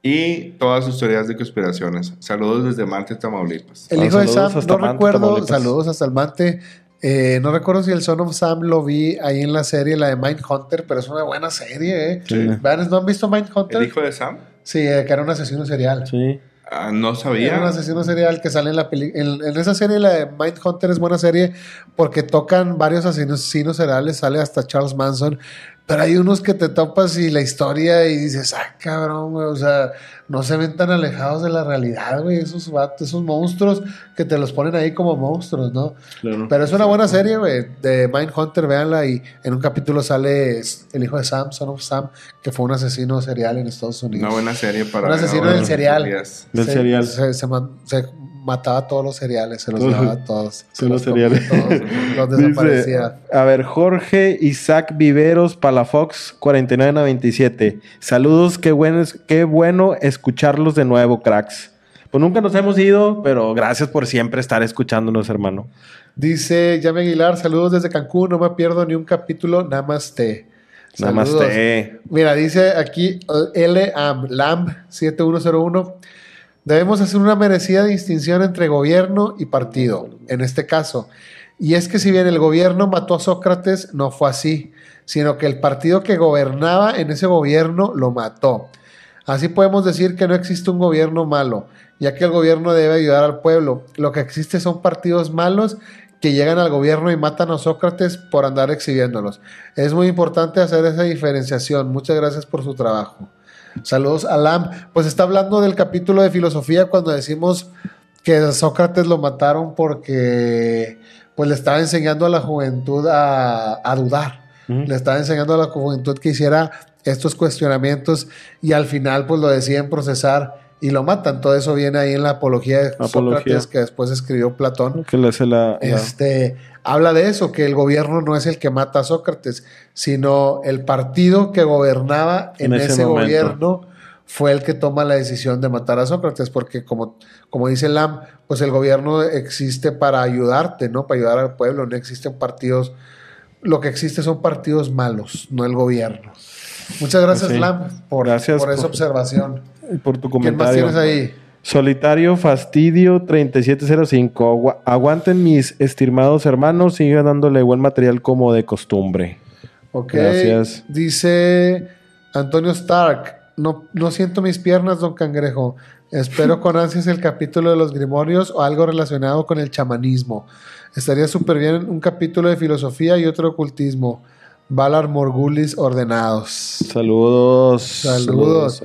S3: Y todas sus teorías de conspiraciones. Saludos desde Marte, Tamaulipas.
S1: El
S2: Ah,
S1: hijo de
S2: saludos
S1: Sam,
S2: hasta
S1: no
S2: Mante,
S1: recuerdo.
S2: Tamaulipas.
S1: Saludos hasta el Mante. Eh, no recuerdo si el Son of Sam lo vi ahí en la serie, la de Mindhunter, pero es una buena serie, ¿eh?
S2: Sí.
S1: Vean, ¿No han visto Mindhunter?
S3: ¿El hijo de Sam?
S1: Sí, eh, que era un asesino serial.
S2: Sí.
S3: Ah, no
S1: Era un
S3: sabía.
S1: asesino serial que sale en la peli en, en esa serie, la de Mindhunter es buena serie porque tocan varios asesinos seriales, sale hasta Charles Manson, pero hay unos que te topas y la historia y dices, ah, cabrón, güey, o sea, no se ven tan alejados de la realidad, güey, esos vatos, esos monstruos que te los ponen ahí como monstruos, ¿no?
S2: Claro.
S1: Pero es una buena serie, güey, de Mindhunter, véanla y en un capítulo sale el hijo de Sam, Son of Sam, que fue un asesino serial en Estados Unidos.
S3: Una buena serie para...
S1: Un asesino
S3: ahora
S1: del
S3: en
S1: cereal.
S3: días.
S2: Del
S1: se,
S2: cereal.
S1: Se, se man- se mataba todos los cereales, se los
S2: Todos-
S1: daba a todos.
S2: todos los
S1: comía
S2: cereales.
S1: todos, los
S2: Dice,
S1: desaparecía.
S2: a ver, Jorge Isaac Viveros Palafox 49 a 27. Saludos, qué bueno, es- qué bueno escucharlos de nuevo, cracks. Pues nunca nos hemos ido, pero gracias por siempre estar escuchándonos, hermano.
S1: Dice Yami Aguilar, saludos desde Cancún, no me pierdo ni un capítulo, namaste. Saludos.
S2: Namaste.
S1: Mira, dice aquí eh, L. Am, LAM 7101. Debemos hacer una merecida distinción entre gobierno y partido, en este caso. Y es que si bien el gobierno mató a Sócrates, no fue así, sino que el partido que gobernaba en ese gobierno lo mató. Así podemos decir que no existe un gobierno malo, ya que el gobierno debe ayudar al pueblo. Lo que existe son partidos malos que llegan al gobierno y matan a Sócrates por andar exhibiéndolos. Es muy importante hacer esa diferenciación. Muchas gracias por su trabajo. Saludos a Lam. Pues está hablando del capítulo de filosofía cuando decimos que a Sócrates lo mataron porque pues le estaba enseñando a la juventud a, a dudar.
S2: Ujú.
S1: Le estaba enseñando a la juventud que hiciera estos cuestionamientos y al final pues lo deciden procesar y lo matan. Todo eso viene ahí en la apología de
S2: Apología.
S1: Sócrates que después escribió Platón.
S2: Que le hace la- la-
S1: Este, habla de eso, que el gobierno no es el que mata a Sócrates, sino el partido que gobernaba en,
S2: En ese
S1: ese,
S2: momento.
S1: gobierno fue el que toma la decisión de matar a Sócrates, porque como, como dice Lam, pues el gobierno existe para ayudarte, ¿no? Para ayudar al pueblo, no existen partidos, lo que existe son partidos malos, no el gobierno. Muchas gracias,
S2: Pues Sí.
S1: Lam, por,
S2: Gracias
S1: por esa
S2: por-
S1: observación.
S2: por tu
S1: ¿Quién más
S2: comentario.
S1: tienes ahí?
S2: Solitario Fastidio 3705. Agua- Aguanten mis estimados hermanos, sigan dándole buen material como de costumbre.
S1: Ok.
S2: Gracias.
S1: Dice Antonio Stark. No, no siento mis piernas, don Cangrejo. Espero con ansias el capítulo de los grimorios o algo relacionado con el chamanismo. Estaría súper bien un capítulo de filosofía y otro de ocultismo. Valar Morgulis ordenados.
S2: Saludos.
S1: Saludos.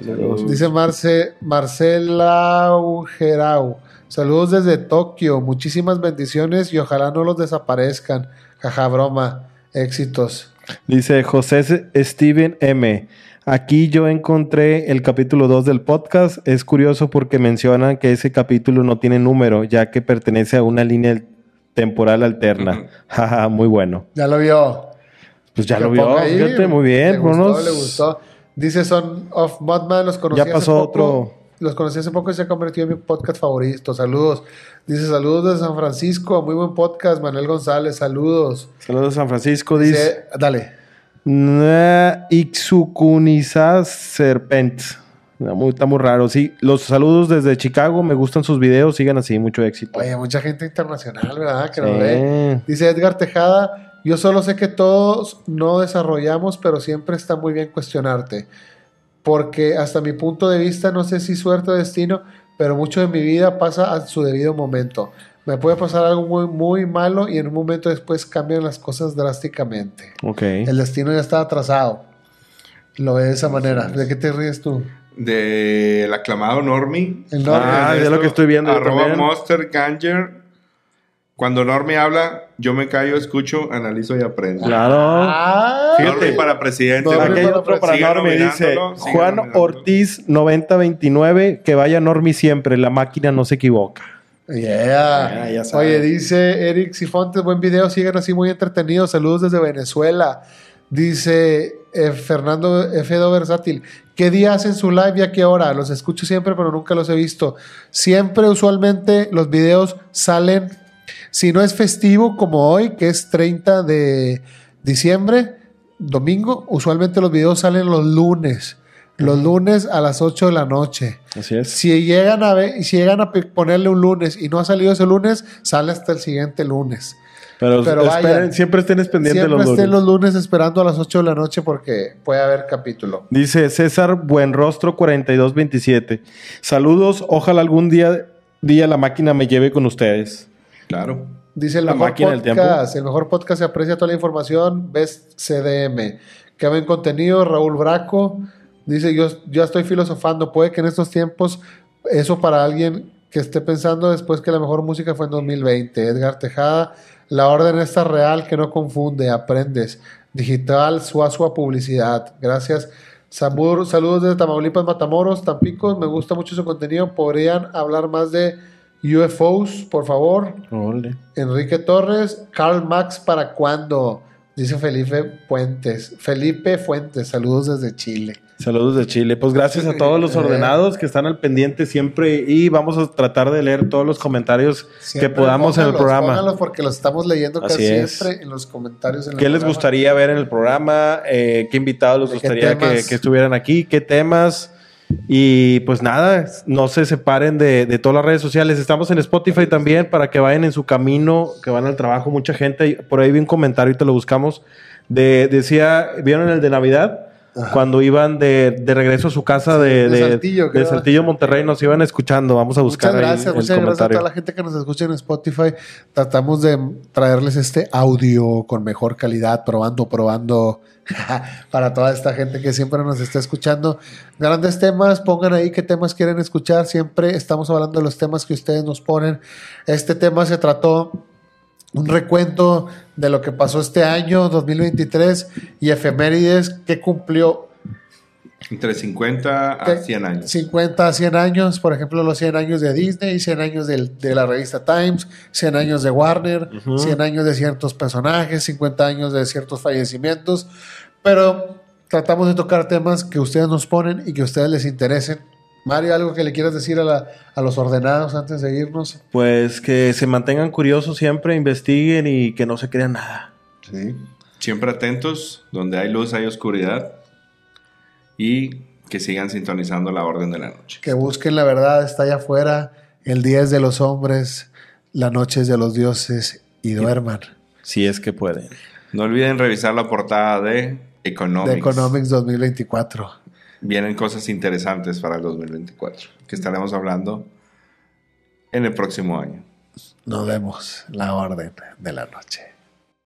S1: Dice Marce, Marcela Ujerau. Saludos desde Tokio. Muchísimas bendiciones y ojalá no los desaparezcan. Jaja, broma. Éxitos.
S2: Dice José S- Steven M. Aquí yo encontré el capítulo 2 del podcast. Es curioso porque mencionan que ese capítulo no tiene número, ya que pertenece a una línea temporal
S3: Ujú.
S2: alterna. Jaja, muy bueno.
S1: Ya lo vio.
S2: Pues ya
S1: Que
S2: lo vio,
S1: ponga ahí,
S2: fíjate, muy bien.
S1: Le gustó,
S2: unos-
S1: le gustó. Dice Son of Modman, los conocí
S2: Ya
S1: hace
S2: pasó
S1: poco-
S2: otro.
S1: Los conocí hace poco y se ha convertido en mi podcast favorito. Saludos. Dice saludos desde San Francisco. Muy buen podcast, Manuel González. Saludos.
S2: Saludos San Francisco, dice.
S1: Dice, dale.
S2: Na- Ixucunisa Serpent. Está muy, está muy raro. Sí, los saludos desde Chicago. Me gustan sus videos. Sigan así. Mucho éxito.
S1: Oye, mucha gente internacional, ¿verdad? Que lo
S2: Sí.
S1: ve. Dice Edgar Tejada, yo solo sé que todos no desarrollamos, pero siempre está muy bien cuestionarte. Porque hasta mi punto de vista, no sé si suerte o destino, pero mucho de mi vida pasa a su debido momento. Me puede pasar algo muy, muy malo y en un momento después cambian las cosas drásticamente.
S2: Ok.
S1: El destino ya está atrasado. Lo ve de esa manera. ¿De qué te ríes tú?
S3: Del aclamado Normie.
S1: El Normie.
S2: Ah,
S3: Ernesto,
S2: ya lo que estoy viendo yo
S3: Arroba
S2: también.
S3: Monster Ganger. Cuando Normie habla, yo me callo, escucho, analizo y aprendo.
S2: Claro.
S1: Ah,
S3: Normie para presidente.
S1: Normie
S2: Aquí hay
S3: güey.
S1: para-
S2: otro para
S3: sigan
S2: Normi. Dice
S3: nominándolo, sigan
S2: Juan
S3: nominándolo.
S2: Ortiz 9029. Que vaya Normi siempre. La máquina no se equivoca.
S1: Yeah.
S2: Ah, ya sabe.
S1: Oye, dice Eric Sifontes, buen video, siguen así muy entretenidos. Saludos desde Venezuela. Dice eh, Fernando Efedo Versátil, ¿qué día hacen su live y a qué hora? Los escucho siempre, pero nunca los he visto. Siempre, usualmente, los videos salen, si no es festivo como hoy, que es 30 de diciembre, domingo, usualmente los videos salen los lunes. Los lunes a las 8 de la noche.
S2: Así es.
S1: Si llegan a ver, si llegan a pe- ponerle un lunes y no ha salido ese lunes, sale hasta el siguiente lunes.
S2: Pero,
S1: Pero
S2: esperen,
S1: vayan.
S2: siempre estén pendientes
S1: Siempre
S2: los lunes.
S1: estén los lunes esperando a las 8 de la noche porque puede haber capítulo.
S2: Dice César Buenrostro 4227. Saludos, ojalá algún día, día la máquina me lleve con ustedes.
S3: Claro.
S1: Dice el
S2: La
S1: mejor
S2: máquina del tiempo.
S1: podcast. El mejor podcast se aprecia toda la información. Best CDM. Que buen contenido. Raúl Braco dice: Yo ya estoy filosofando. Puede que en estos tiempos, eso para alguien que esté pensando después que la mejor música fue en 2020. Edgar Tejada, la orden está real que no confunde. Aprendes. Digital, suazua publicidad. Gracias. Samur, saludos desde Tamaulipas, Matamoros, Tampico. Me gusta mucho su contenido. ¿Podrían hablar más de UFOs, por favor? Enrique Torres, Karl Max para cuándo, dice Felipe Puentes. Felipe Fuentes, saludos desde Chile.
S2: Saludos de Chile. Pues gracias a todos los ordenados que están al pendiente siempre y vamos a tratar de leer todos los comentarios
S1: Siempre
S2: que podamos en el
S1: pónganlos,
S2: programa.
S1: pónganlos porque los estamos leyendo casi
S2: Así es.
S1: siempre en los comentarios. en el
S2: ¿Qué les
S1: programa.
S2: gustaría ver en el programa? Eh, ¿Qué invitados les
S1: ¿De qué
S2: gustaría que,
S1: temas?
S2: que estuvieran aquí? ¿Qué temas? Y pues nada, no se separen de, de todas las redes sociales. Estamos en Spotify también para que vayan en su camino, que van al trabajo. Mucha gente, por ahí vi un comentario, te lo buscamos. De, decía, ¿vieron el de Navidad? Cuando iban de, de regreso a su casa de,
S1: de
S2: de,
S1: Saltillo,
S2: de
S1: creo.
S2: Saltillo, Monterrey, nos iban escuchando. Vamos a buscar
S1: Muchas
S2: ahí
S1: gracias,
S2: el
S1: muchas gracias a
S2: comentario.
S1: toda la gente que nos escucha en Spotify. Tratamos de traerles este audio con mejor calidad, probando, probando, para toda esta gente que siempre nos está escuchando. Grandes temas, pongan ahí qué temas quieren escuchar. Siempre estamos hablando de los temas que ustedes nos ponen. Este tema se trató un recuento de lo que pasó este año 2023 y efemérides que cumplió
S3: Entre 50 a
S1: Te-
S3: 100 años.
S1: 50 a 100 años, por ejemplo, los 100 años de Disney, 100 años del- de la revista Times, 100 años de Warner, 100 años de ciertos personajes, 50 años de ciertos fallecimientos, pero tratamos de tocar temas que ustedes nos ponen y que a ustedes les interesen. Mario, ¿algo que le quieras decir a, la- a los ordenados antes de irnos?
S2: Pues que se mantengan curiosos siempre, investiguen y que no se crean nada.
S1: Sí.
S3: Siempre atentos. Donde hay luz, hay oscuridad. Y que sigan sintonizando la orden de la noche.
S1: Que busquen la verdad, está allá afuera, el día es de los hombres, la noche es de los dioses y duerman.
S2: Si es que pueden.
S3: No olviden revisar la portada de Economics.
S1: De Economics 2024.
S3: vienen cosas interesantes para el 2024, que estaremos hablando en el próximo año.
S1: Nos vemos. La orden de la noche.